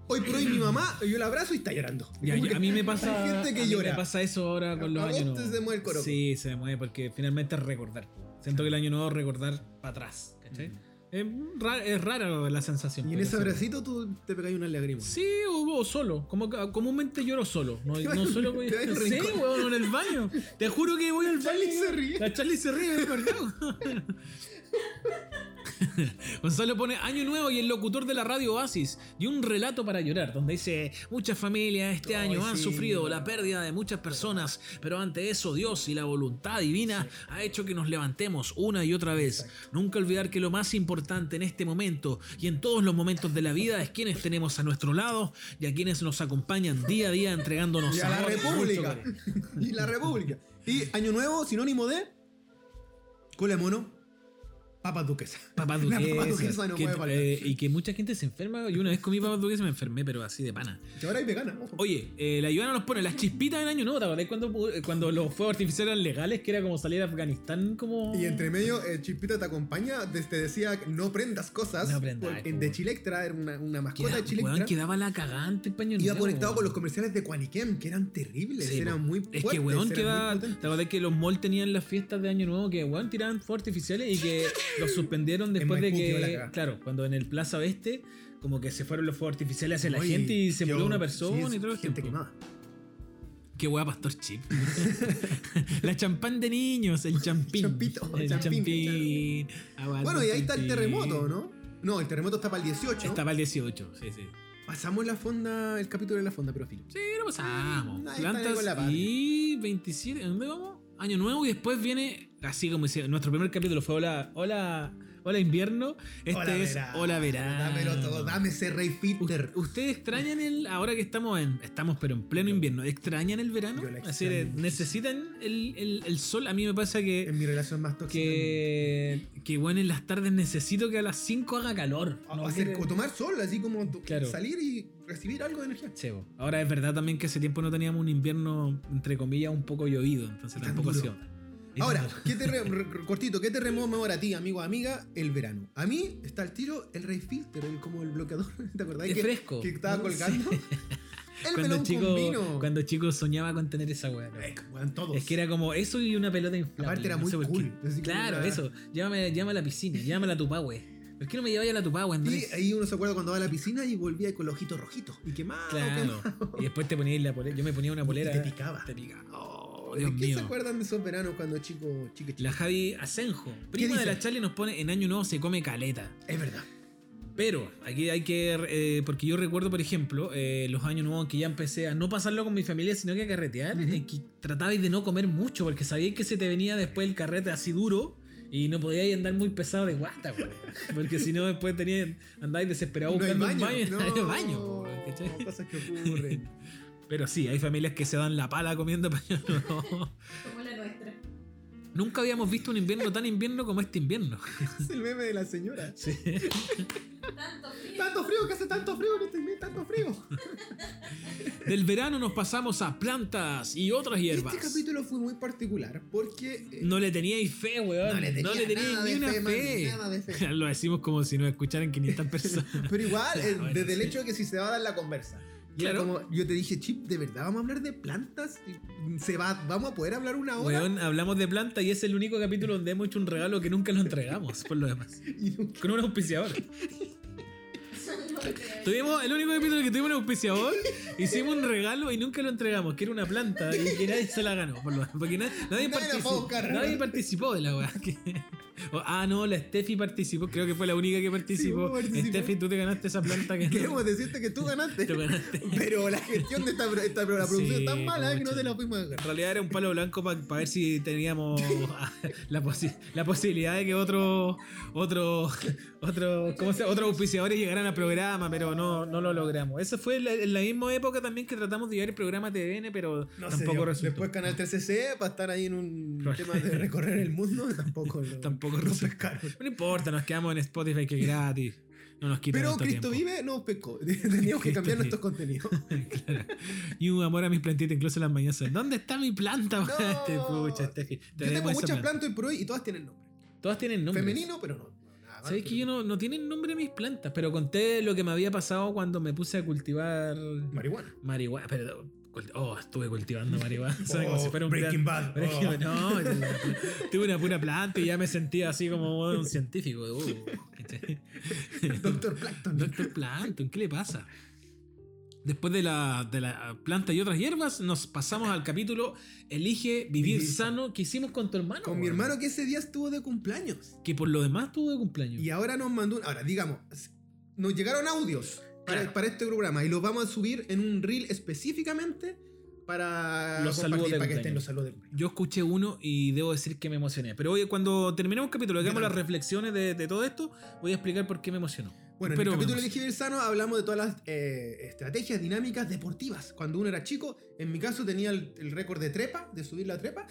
Speaker 2: Hoy por hoy mi mamá, yo la abrazo y está llorando.
Speaker 1: Ya,
Speaker 2: Como
Speaker 1: ya,
Speaker 2: que
Speaker 1: a mí me pasa,
Speaker 2: Hay gente
Speaker 1: a
Speaker 2: que
Speaker 1: mí
Speaker 2: llora.
Speaker 1: me pasa eso ahora con los
Speaker 2: A vos
Speaker 1: años
Speaker 2: te
Speaker 1: nuevos.
Speaker 2: se mueve el coroco.
Speaker 1: Sí, se me mueve porque finalmente es recordar. Siento que el año nuevo es recordar para atrás, ¿cachai? Es, ra- es rara la sensación.
Speaker 2: Y en
Speaker 1: pero
Speaker 2: ese
Speaker 1: sí.
Speaker 2: abracito tú te pegáis una lágrima.
Speaker 1: Sí, o, o solo. Como ca- comúnmente lloro solo. No,
Speaker 2: Te vas-
Speaker 1: no solo voy-
Speaker 2: te vas al
Speaker 1: Sí,
Speaker 2: rincón.
Speaker 1: weón, en el baño. Te juro que voy al baño.
Speaker 2: Charlie se ríe.
Speaker 1: La Charlie se ríe, es verdad. Gonzalo Pues pone Año Nuevo y el locutor de la radio Oasis y un relato para llorar, donde dice: Muchas familias este
Speaker 2: Ay,
Speaker 1: año han
Speaker 2: sí.
Speaker 1: sufrido la pérdida de muchas personas, pero ante eso, Dios y la voluntad divina ha hecho que nos levantemos una y otra vez. Nunca olvidar que lo más importante en este momento y en todos los momentos de la vida es quienes tenemos a nuestro lado y a quienes nos acompañan día a día entregándonos
Speaker 2: Y a la
Speaker 1: amor y mucho
Speaker 2: República.
Speaker 1: cariño.
Speaker 2: y la República. Y Año Nuevo, sinónimo de. Cola de mono. Papa duquesa.
Speaker 1: Papas
Speaker 2: La
Speaker 1: duquesas,
Speaker 2: papa duquesa no
Speaker 1: que,
Speaker 2: puede faltar.
Speaker 1: eh, y que mucha gente se enferma. Yo una vez comí papas duquesas y me enfermé, pero así de pana.
Speaker 2: Que ahora hay vegana. ojo.
Speaker 1: Oye, eh, la Ivana nos pone las chispitas del año nuevo. ¿Te acordás cuando, pu- cuando los fuegos artificiales eran legales? Que era como salir a Afganistán como...
Speaker 2: Y entre medio, eh, Chispita te acompaña, te, te decía no prendas cosas.
Speaker 1: No prendas,
Speaker 2: porque
Speaker 1: po,
Speaker 2: de
Speaker 1: weón.
Speaker 2: Chilectra era una, una mascota
Speaker 1: Queda-
Speaker 2: de Chilectra.
Speaker 1: weón, quedaba la cagante el paño
Speaker 2: Iba
Speaker 1: nuevo,
Speaker 2: conectado con
Speaker 1: weón.
Speaker 2: los comerciales de Quaniquem, que eran terribles,
Speaker 1: Sí,
Speaker 2: eran
Speaker 1: po.
Speaker 2: muy
Speaker 1: Es
Speaker 2: fuertes.
Speaker 1: que, weón,
Speaker 2: eran
Speaker 1: quedaba.
Speaker 2: muy
Speaker 1: ¿Te
Speaker 2: potentes.
Speaker 1: acordás que los malls tenían las fiestas de Año Nuevo que, weón, tiraban fuegos artificiales y que los suspendieron después de
Speaker 2: Maipú quedó la
Speaker 1: que.
Speaker 2: cagada.
Speaker 1: Claro, cuando en el Plaza Oeste, como que se fueron los fuegos artificiales hacia la
Speaker 2: Oye,
Speaker 1: gente y se
Speaker 2: yo-
Speaker 1: murió una
Speaker 2: sí,
Speaker 1: persona
Speaker 2: es
Speaker 1: y todo el
Speaker 2: gente
Speaker 1: tiempo.
Speaker 2: quemada.
Speaker 1: Qué weá, Pastor Chip. la champán de niños, el champín.
Speaker 2: Champito,
Speaker 1: el
Speaker 2: champín,
Speaker 1: champín. aguante
Speaker 2: Bueno, y ahí está el
Speaker 1: champín.
Speaker 2: terremoto, ¿no? No, el terremoto está para el 18.
Speaker 1: Estaba el 18, sí, sí.
Speaker 2: Pasamos la fonda, el capítulo de la fonda, pero Philip.
Speaker 1: Sí, lo pasamos.
Speaker 2: Mm, Ahí está
Speaker 1: Plantas
Speaker 2: Nicolás Padre.
Speaker 1: y 27. ¿Dónde vamos? Año nuevo y después viene, así como dice, nuestro primer capítulo fue Hola, hola, Hola invierno. Este
Speaker 2: Hola,
Speaker 1: es
Speaker 2: verano.
Speaker 1: Hola verano.
Speaker 2: Dámelo todo, dame ese Rey Fitter.
Speaker 1: U- ¿Ustedes extrañan el. Ahora que estamos en. Estamos, pero en pleno invierno. ¿Extrañan el verano?
Speaker 2: yo la
Speaker 1: Así,
Speaker 2: extraño
Speaker 1: eh,
Speaker 2: muchísimo.
Speaker 1: ¿Necesitan el, el- el sol? A mí me pasa que.
Speaker 2: En mi relación más tóxica.
Speaker 1: Que. Que bueno, en las tardes necesito que a las 5 haga calor.
Speaker 2: O-
Speaker 1: No
Speaker 2: o hacer-
Speaker 1: quiero-
Speaker 2: o tomar sol, así como to-
Speaker 1: Claro.
Speaker 2: salir y recibir algo de energía.
Speaker 1: Sí, bo. Ahora es verdad también que hace tiempo no teníamos un invierno, entre comillas, un poco llovido. Entonces
Speaker 2: Y tan
Speaker 1: tampoco ha
Speaker 2: duro.
Speaker 1: sido. Y tan
Speaker 2: Ahora,
Speaker 1: duro.
Speaker 2: ¿qué te re- re- cortito, ¿qué te rememora a ti, amigo, amiga, el verano? A mí está el tiro el Rey Filter, el- como el bloqueador, ¿te acordás?
Speaker 1: Es
Speaker 2: que,
Speaker 1: fresco.
Speaker 2: Que estaba
Speaker 1: No
Speaker 2: colgando. El
Speaker 1: Cuando
Speaker 2: melón con
Speaker 1: chico,
Speaker 2: vino.
Speaker 1: cuando chico soñaba con tener esa weá. ¿no?
Speaker 2: Eh, weón, todos.
Speaker 1: Es que era como eso y una pelota inflable.
Speaker 2: Aparte era
Speaker 1: no
Speaker 2: muy
Speaker 1: sé por qué.
Speaker 2: cool. así como
Speaker 1: Claro,
Speaker 2: era-
Speaker 1: eso. Llámame, llámame a la piscina, llámame a la tupá, güey. ¿Por qué no me lleváis a la tupá, güey,
Speaker 2: Y
Speaker 1: Andrés?
Speaker 2: ahí uno se acuerda cuando va a la piscina y volvía con los ojitos rojitos. Y quemado,
Speaker 1: claro.
Speaker 2: quemado.
Speaker 1: Y después te ponías la polera. Yo me ponía una polera.
Speaker 2: Y te picaba.
Speaker 1: Te picaba. Oh,
Speaker 2: ¿De
Speaker 1: Dios
Speaker 2: qué se
Speaker 1: mío.
Speaker 2: acuerdan de esos veranos cuando chicos, chicas,
Speaker 1: La Javi Asenjo, prima de
Speaker 2: dice?
Speaker 1: la Charlie, nos pone en año nuevo se come caleta.
Speaker 2: Es verdad.
Speaker 1: Pero aquí hay que. eh, porque yo recuerdo, por ejemplo, eh, los años nuevos que ya empecé a no pasarlo con mi familia, sino que a carretear. eh, que tratabais de no comer mucho, porque sabíais que se te venía después el carrete así duro y no podíais andar muy pesado de guata, güey. Porque si no, después teníais, andáis desesperados
Speaker 2: No hay
Speaker 1: buscando
Speaker 2: baño.
Speaker 1: un baño. No hay baño, güey, ¿cachai?
Speaker 2: cosas que ocurren.
Speaker 1: Pero sí, hay familias que se dan la pala comiendo paño nuevo.
Speaker 3: Como la nuestra.
Speaker 1: Nunca habíamos visto un invierno tan invierno como este invierno.
Speaker 2: es el meme de la señora.
Speaker 1: Sí.
Speaker 3: Tanto frío.
Speaker 2: Tanto frío, que hace tanto frío, no estoy tanto frío.
Speaker 1: Del verano nos pasamos a plantas y otras hierbas.
Speaker 2: Este capítulo fue muy particular porque eh,
Speaker 1: No le teníais fe, weón. No le teníais,
Speaker 2: nada
Speaker 1: ni
Speaker 2: de
Speaker 1: una
Speaker 2: fe, man,
Speaker 1: fe.
Speaker 2: nada de fe.
Speaker 1: Lo decimos como si nos escucharan 500 personas.
Speaker 2: Pero igual,
Speaker 1: Ya,
Speaker 2: eh,
Speaker 1: bueno,
Speaker 2: desde el
Speaker 1: sí.
Speaker 2: hecho de que si se va a dar la conversa. Y era
Speaker 1: Claro.
Speaker 2: como, yo te dije, Chip, ¿de verdad vamos a hablar de plantas? Y mm, Se va, ¿Vamos a poder hablar una hora?
Speaker 1: Weón, hablamos de planta y es el único capítulo donde hemos hecho un regalo que nunca lo entregamos, por lo demás.
Speaker 2: Y nunca-
Speaker 1: Con un auspiciador.
Speaker 3: No te creo.
Speaker 1: Tuvimos el único capítulo que tuvimos un auspiciador, hicimos un regalo y nunca lo entregamos, que era una planta y que nadie se la ganó, por lo demás. Porque na- nadie,
Speaker 2: Nadie la fue a
Speaker 1: participó,
Speaker 2: buscar.
Speaker 1: nadie participó de la weá. que- O- Ah, no, la Steffi participó, creo que fue la única que
Speaker 2: Sí,
Speaker 1: participó.
Speaker 2: participó.
Speaker 1: Steffi, tú te ganaste esa planta que
Speaker 2: Queremos decirte que tú ganaste.
Speaker 1: Tú ganaste.
Speaker 2: Pero la gestión de esta, esta- la producción es
Speaker 1: Sí,
Speaker 2: tan mala que no
Speaker 1: pucha.
Speaker 2: te la pudimos
Speaker 1: En
Speaker 2: agarrar.
Speaker 1: realidad era un palo blanco para ver si teníamos la, posi- la posibilidad de que otro, otro, otro, ¿cómo se llama? otros auspiciadores llegaran al programa, pero no, no lo logramos. Esa fue la, en la misma época también que tratamos de llevar el programa TVN, pero tampoco resultó.
Speaker 2: Después Canal 13C para estar ahí en un tema de recorrer el mundo, tampoco lo,
Speaker 1: Tampoco
Speaker 2: lo
Speaker 1: resultó.
Speaker 2: pescaron.
Speaker 1: No importa, nos quedamos en Spotify que es gratis. No nos quitan
Speaker 2: Pero
Speaker 1: nuestro
Speaker 2: Cristo
Speaker 1: tiempo.
Speaker 2: vive no pescó. Teníamos que
Speaker 1: Cristo
Speaker 2: cambiar
Speaker 1: vive.
Speaker 2: nuestros contenidos.
Speaker 1: Claro. Y un amor a mis plantitas, incluso las mañanas. ¿Dónde está mi planta?
Speaker 2: No.
Speaker 1: Te pucha, Steffi. Te
Speaker 2: Yo tengo
Speaker 1: debo esa
Speaker 2: muchas
Speaker 1: planta.
Speaker 2: plantas hoy por hoy y todas tienen nombre.
Speaker 1: Todas tienen nombre.
Speaker 2: Femenino, pero no. no, nada más.
Speaker 1: Sabéis que yo no, no tienen nombre mis plantas, pero conté lo que me había pasado cuando me puse a cultivar
Speaker 2: Marihuana.
Speaker 1: marihuana. Pero, cult- oh, estuve cultivando marihuana. o sea,
Speaker 2: Oh,
Speaker 1: como si fuera un
Speaker 2: Breaking
Speaker 1: plan-
Speaker 2: Bad.
Speaker 1: Pero es que
Speaker 2: oh.
Speaker 1: no, tuve una pura planta y ya me sentía así como oh, un científico. Uh, ¿cachai?
Speaker 2: Doctor Plankton.
Speaker 1: Doctor Plankton, ¿qué le pasa? Después de la, de la planta y otras hierbas, nos pasamos al capítulo Elige vivir
Speaker 2: Vivir
Speaker 1: sano que hicimos con tu hermano.
Speaker 2: Con mi hermano que ese día estuvo de cumpleaños.
Speaker 1: Que por lo demás tuvo de cumpleaños.
Speaker 2: Y ahora nos mandó un- Ahora, digamos, s- nos llegaron audios para,
Speaker 1: Claro.
Speaker 2: para este programa y los vamos a subir en un reel específicamente para
Speaker 1: Los
Speaker 2: compartir,
Speaker 1: saludos de
Speaker 2: para que
Speaker 1: cumpleaños.
Speaker 2: estén los saludos del cumpleaños.
Speaker 1: Yo escuché uno y debo decir que me emocioné. Pero oye, cuando terminemos el capítulo, hagamos las
Speaker 2: también.
Speaker 1: reflexiones de, de todo esto, voy a explicar por qué me emocionó.
Speaker 2: Bueno, en
Speaker 1: Pero
Speaker 2: el capítulo
Speaker 1: vemos.
Speaker 2: de Elegir Sano hablamos de todas las eh, estrategias dinámicas deportivas. Cuando uno era chico, en mi caso tenía el, el récord de trepa, de subir la trepa,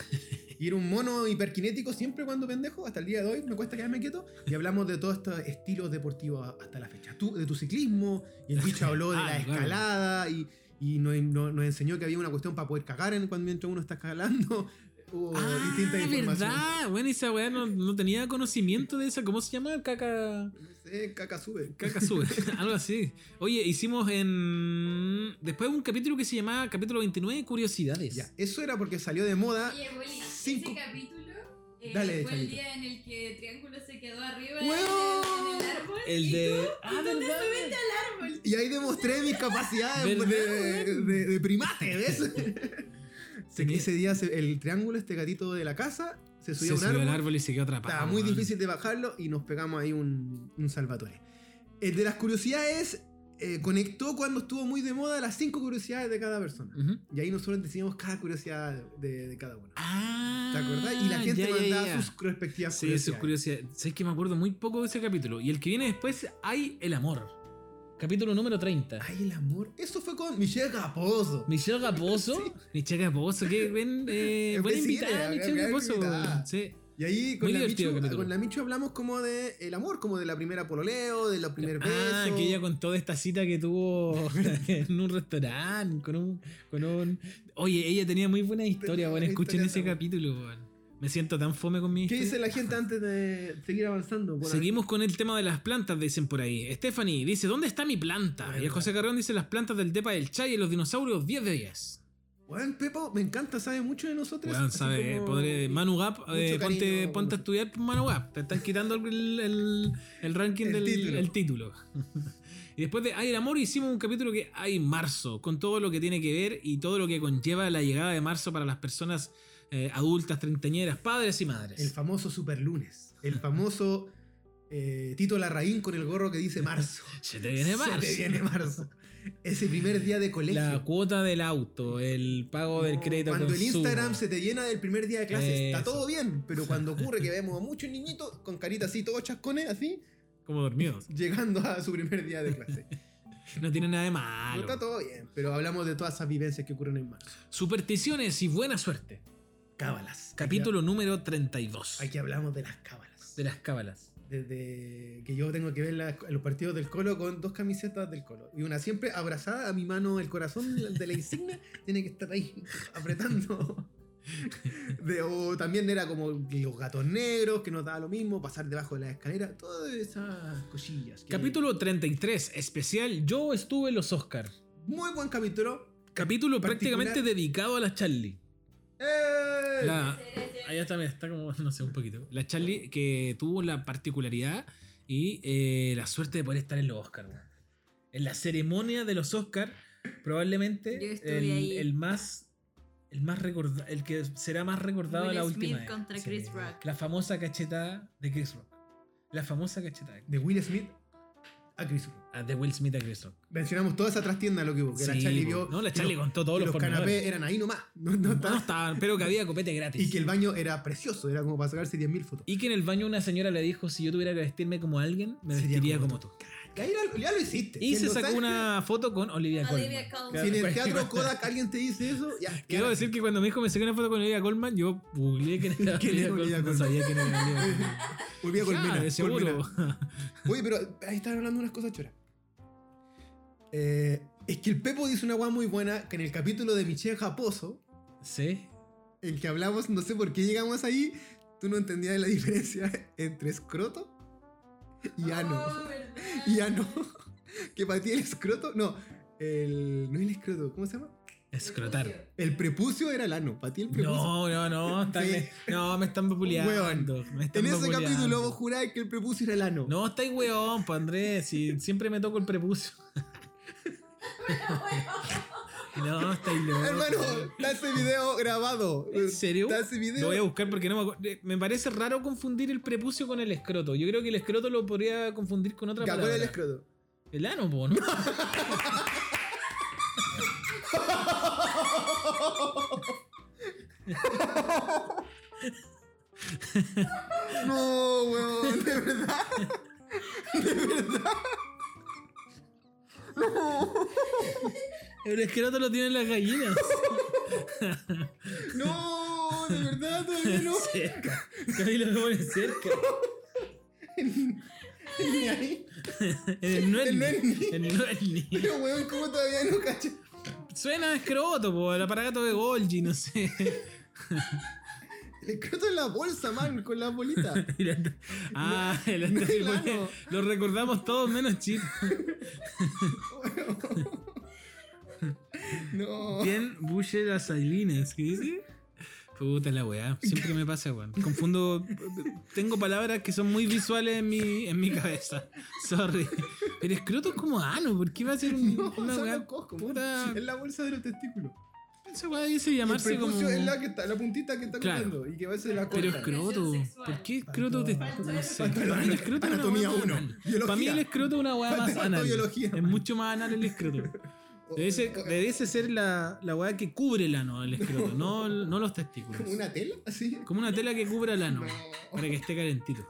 Speaker 2: y era un mono hiperkinético siempre cuando pendejo, hasta el día de hoy me cuesta quedarme quieto, y hablamos de todos estos estilos deportivos hasta la fecha. Tú, de tu ciclismo, y el bicho habló de
Speaker 1: Ah,
Speaker 2: la
Speaker 1: claro.
Speaker 2: escalada, y, y nos, nos- nos enseñó que había una cuestión para poder cagar en, cuando, mientras uno está escalando. Hubo distintas informaciones.
Speaker 1: Ah, verdad. Bueno, esa weá no, no tenía conocimiento de esa. ¿Cómo se llama? Caca.
Speaker 2: No sé, caca sube.
Speaker 1: Caca sube. Algo así. Oye, hicimos en. Después un capítulo que se llamaba capítulo 29, Curiosidades.
Speaker 2: Ya, eso era porque salió de moda
Speaker 3: Oye, Willy,
Speaker 2: Cinco.
Speaker 3: ese capítulo eh,
Speaker 2: Dale,
Speaker 3: fue el
Speaker 2: Chavito.
Speaker 3: día en el que Triángulo se quedó arriba en, el,
Speaker 2: ¡Huevo!
Speaker 3: en el árbol.
Speaker 1: El
Speaker 3: y
Speaker 1: de.
Speaker 3: tú-
Speaker 1: Ah,
Speaker 3: tú te
Speaker 1: verdad.
Speaker 3: subiste al árbol.
Speaker 2: Y ahí demostré mis capacidades pues,
Speaker 1: ¿Verdad,
Speaker 2: de,
Speaker 1: weón?
Speaker 2: de- de primate, ¿ves? Se-
Speaker 1: Tenía-
Speaker 2: ese día se- el triángulo, este gatito de la casa, se
Speaker 1: Se
Speaker 2: subió a un
Speaker 1: subió
Speaker 2: árbol.
Speaker 1: al árbol Ah, y se quedó atrapado.
Speaker 2: Estaba muy
Speaker 1: weón.
Speaker 2: difícil de bajarlo y nos pegamos ahí un, un salvatore. El de las curiosidades eh, conectó cuando estuvo muy de moda las cinco curiosidades de cada persona.
Speaker 1: Ujú.
Speaker 2: Y ahí nosotros decíamos cada curiosidad de, de cada uno.
Speaker 1: Ah,
Speaker 2: ¿Te acordás? Y la gente
Speaker 1: ya, ya,
Speaker 2: mandaba
Speaker 1: ya.
Speaker 2: sus respectivas
Speaker 1: Sí, eso es
Speaker 2: curiosidades.
Speaker 1: curiosidad. Sabes que me acuerdo muy poco de ese capítulo. Y el que viene después, hay el amor. Capítulo número 30.
Speaker 2: Ay, el amor. Eso fue con Michelle Gaposo.
Speaker 1: Michelle Gaposo. Michelle Gaposo, qué buen, eh,
Speaker 2: Es
Speaker 1: buena
Speaker 2: vecina,
Speaker 1: invitada,
Speaker 2: gran-
Speaker 1: Michelle
Speaker 2: gran
Speaker 1: Gaposo.
Speaker 2: invitada.
Speaker 1: Sí.
Speaker 2: Y ahí con
Speaker 1: Muy
Speaker 2: la,
Speaker 1: divertido
Speaker 2: Michu,
Speaker 1: capítulo.
Speaker 2: con la Michu hablamos como de el amor, como de la primera pololeo, de la primer
Speaker 1: ah,
Speaker 2: beso.
Speaker 1: que ella contó de esta cita que tuvo en un restaurante con un, con un. Oye, ella tenía muy buena historia,
Speaker 2: Tenía
Speaker 1: bueno,
Speaker 2: una
Speaker 1: escuchen
Speaker 2: historia
Speaker 1: ese
Speaker 2: tan buena.
Speaker 1: capítulo, weón. Me siento tan fome con mi
Speaker 2: ¿Qué
Speaker 1: historia.
Speaker 2: dice la gente antes de seguir avanzando? Bueno,
Speaker 1: Seguimos con el tema de las plantas, dicen por ahí. Stephanie dice, ¿dónde está mi planta? Y el
Speaker 2: Verdad.
Speaker 1: José Carrón dice, las plantas del Depa del Chay y los dinosaurios, 10 de 10.
Speaker 2: Weón, Pepo, me encanta, sabe mucho de nosotros.
Speaker 1: Weón,
Speaker 2: así
Speaker 1: sabe,
Speaker 2: como-
Speaker 1: podré- Manu Gap, eh,
Speaker 2: cariño,
Speaker 1: ponte,
Speaker 2: Manu.
Speaker 1: ponte a estudiar por Manu Gap. Te están quitando el, el- el ranking
Speaker 2: El
Speaker 1: del
Speaker 2: título.
Speaker 1: el título. y después de Aire Amor hicimos un capítulo que hay en marzo, con todo lo que tiene que ver y todo lo que conlleva la llegada de marzo para las personas eh, adultas, treintañeras, padres y madres.
Speaker 2: El famoso superlunes. El famoso eh, Tito Larraín con el gorro que dice marzo.
Speaker 1: Se te viene marzo.
Speaker 2: Se te viene marzo. Ese primer día de colegio.
Speaker 1: La cuota del auto, el pago del crédito. al
Speaker 2: Cuando el
Speaker 1: consumo.
Speaker 2: Instagram se te llena del primer día de clases, está
Speaker 1: Eso.
Speaker 2: todo bien, pero cuando ocurre que vemos a muchos niñitos con caritas así, todos chascones, así,
Speaker 1: Como dormidos.
Speaker 2: llegando a su primer día de clase.
Speaker 1: Ah, No tiene nada de
Speaker 2: No está
Speaker 1: malo.
Speaker 2: todo bien, pero hablamos de todas esas vivencias que ocurren en marzo.
Speaker 1: Supersticiones y buena suerte.
Speaker 2: Cábalas.
Speaker 1: Capítulo número 32.
Speaker 2: Aquí hablamos de las cábalas.
Speaker 1: De las cábalas.
Speaker 2: Desde que yo tengo que ver la- los partidos del Colo con dos camisetas del Colo. Y una siempre abrazada a mi mano, el corazón de la insignia tiene que estar ahí apretando. De- o también era como los gatos negros, que nos daba lo mismo, pasar debajo de la escalera, todas esas cosillas. que-
Speaker 1: Capítulo 33, especial Yo estuve en los Oscar.
Speaker 2: Muy buen capítulo.
Speaker 1: Capítulo
Speaker 2: Particular-
Speaker 1: prácticamente dedicado a la Charlie.
Speaker 2: ¡Eh!
Speaker 3: Ah.
Speaker 1: La- Ahí está, mira, está como, no sé, un poquito. La Charlie que tuvo la particularidad y eh, la suerte de poder estar en los Oscars. En la ceremonia de los Oscars, probablemente
Speaker 3: Yo estuve
Speaker 1: el,
Speaker 3: ahí.
Speaker 1: el más el más recorda- el que será más recordado
Speaker 3: Will
Speaker 1: de la
Speaker 3: Smith
Speaker 1: última. era.
Speaker 3: contra Chris Rock.
Speaker 1: La famosa cachetada de Chris Rock. La famosa cachetada
Speaker 2: De Will Smith a Chris Rock.
Speaker 1: Ah, de Will Smith a Chris Rock.
Speaker 2: Mencionamos toda esa trastienda, lo que hubo, que la
Speaker 1: Sí,
Speaker 2: Charlie
Speaker 1: po.
Speaker 2: vio.
Speaker 1: No, la
Speaker 2: y
Speaker 1: Charlie
Speaker 2: los-
Speaker 1: contó todos
Speaker 2: y
Speaker 1: los
Speaker 2: los
Speaker 1: pormenores.
Speaker 2: canapés eran ahí nomás. No, no
Speaker 1: No,
Speaker 2: estaban-
Speaker 1: estaban, pero que había copete gratis.
Speaker 2: Y que el baño era precioso, era como para sacarse 10.000 fotos.
Speaker 1: Y que en el baño una señora le dijo, si yo tuviera que vestirme como alguien, me
Speaker 2: Sería
Speaker 1: vestiría como
Speaker 2: como
Speaker 1: tú.
Speaker 2: Que ahí ya- ya lo hiciste.
Speaker 1: Y
Speaker 2: En
Speaker 1: se
Speaker 2: Los
Speaker 1: sacó
Speaker 2: Ángeles,
Speaker 1: una foto con Olivia Colman.
Speaker 3: Olivia Colman.
Speaker 1: Claro,
Speaker 2: Si en el
Speaker 1: pues,
Speaker 2: teatro Kodak alguien te dice eso, ya. ya
Speaker 1: Quiero
Speaker 2: la-
Speaker 1: decir que cuando mi hijo me sacó una foto con Olivia Colman, yo googleé que era
Speaker 2: ¿Quién
Speaker 1: Olivia
Speaker 2: es Olivia
Speaker 1: Colman. No
Speaker 2: Colman?
Speaker 1: sabía quién era Olivia Colman.
Speaker 2: Volví a Colmena.
Speaker 1: Claro, de seguro.
Speaker 2: Colmena. Oye, pero ahí estaban hablando unas cosas choras. Eh, es que el Pepo dice una guay muy buena que en el capítulo de Michelle Japoso,
Speaker 1: Sí.
Speaker 2: el que hablamos, no sé por qué llegamos ahí, tú no entendías la diferencia entre escroto y ano.
Speaker 3: Oh, ¿verdad?
Speaker 2: Y ano. Que para ti el escroto, no, el, no el escroto, ¿cómo se llama?
Speaker 1: Escrotar.
Speaker 2: El prepucio era el ano, para ti el prepucio.
Speaker 1: No, no, no. está-
Speaker 2: Sí.
Speaker 1: me- no, me están populeando.
Speaker 2: Hueón.
Speaker 1: Me están
Speaker 2: En ese
Speaker 1: vapuleando.
Speaker 2: capítulo vos juráis que el prepucio era el ano.
Speaker 1: No, estáis weón, pa' Andrés. Si siempre me toco el prepucio. No, estáis loco.
Speaker 2: Hermano, está ese video grabado.
Speaker 1: ¿En serio?
Speaker 2: Está ese
Speaker 1: Lo
Speaker 2: video.
Speaker 1: voy a buscar porque no me acuerdo. Eh, Me parece raro confundir el prepucio con el escroto. Yo creo que el escroto lo podría confundir con otra
Speaker 2: Ya, ¿cuál
Speaker 1: palabra.
Speaker 2: es el escroto?
Speaker 1: El ano, po, ¿no?
Speaker 2: No, weón, de verdad.
Speaker 1: El escroto lo tienen las gallinas.
Speaker 2: No, de verdad, todavía no.
Speaker 1: cerca. Camilo lo pone cerca.
Speaker 2: Ni ahí.
Speaker 1: En el nuelni.
Speaker 2: nuelni.
Speaker 1: En el nuelni.
Speaker 2: Pero, weón, ¿cómo todavía no caché?
Speaker 1: Suena a escroto, po. El aparato de Golgi, no sé.
Speaker 2: El escroto en la bolsa, man, con la bolita.
Speaker 1: Ah, el otro
Speaker 2: el
Speaker 1: fue-
Speaker 2: ano.
Speaker 1: Lo recordamos todos menos Chip.
Speaker 2: No.
Speaker 1: Bien, Buche las Ailines, ¿qué dice? Puta la weá, siempre me pasa, weón. Confundo. Tengo palabras que son muy visuales en mi, en mi cabeza. Sorry. Pero escroto es como ano, ah, ¿por qué va a ser un,
Speaker 2: No,
Speaker 1: una
Speaker 2: son
Speaker 1: weá?
Speaker 2: los coscos, man.
Speaker 1: puta.
Speaker 2: En la bolsa de los testículos.
Speaker 1: Esa weá dice llamarse
Speaker 2: el prepucio
Speaker 1: como.
Speaker 2: es la, que está, la puntita que está
Speaker 1: Claro.
Speaker 2: cortando y que a veces la
Speaker 1: Pero
Speaker 2: corta.
Speaker 1: escroto.
Speaker 3: sexual.
Speaker 1: ¿Por qué escroto te.?
Speaker 3: Falto de-
Speaker 1: No sé.
Speaker 2: Falto de-
Speaker 1: Para mí el escroto es una
Speaker 2: Anatomía
Speaker 1: weá más
Speaker 2: uno,
Speaker 1: anal.
Speaker 2: biología.
Speaker 1: Para mí el escroto es una weá
Speaker 2: Falta-
Speaker 1: más
Speaker 2: falta
Speaker 1: anal.
Speaker 2: biología,
Speaker 1: Es
Speaker 2: man.
Speaker 1: mucho más anal el escroto. Debe ser, debe ser la, la weá que cubre el ano, el escroto, no, no los testículos.
Speaker 2: ¿Como una tela? Así.
Speaker 1: Como una tela que cubra el ano,
Speaker 2: No.
Speaker 1: para que esté calentito.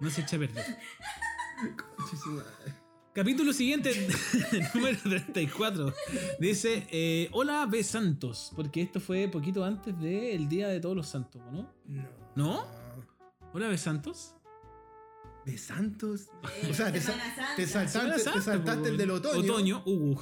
Speaker 1: No se eche a perder.
Speaker 2: Conche su madre.
Speaker 1: Capítulo siguiente, número 34. Dice, eh, hola B. Santos, porque esto fue poquito antes del Día de Todos los Santos, ¿o ¿no?
Speaker 2: No.
Speaker 1: ¿No? Hola B. Santos.
Speaker 2: De Santos.
Speaker 3: Eh,
Speaker 2: O sea, te, sa-
Speaker 3: Semana Santa.
Speaker 2: te saltaste,
Speaker 1: Semana
Speaker 2: te
Speaker 1: Santa,
Speaker 2: saltaste
Speaker 1: po,
Speaker 2: el del otoño.
Speaker 1: Otoño, uh.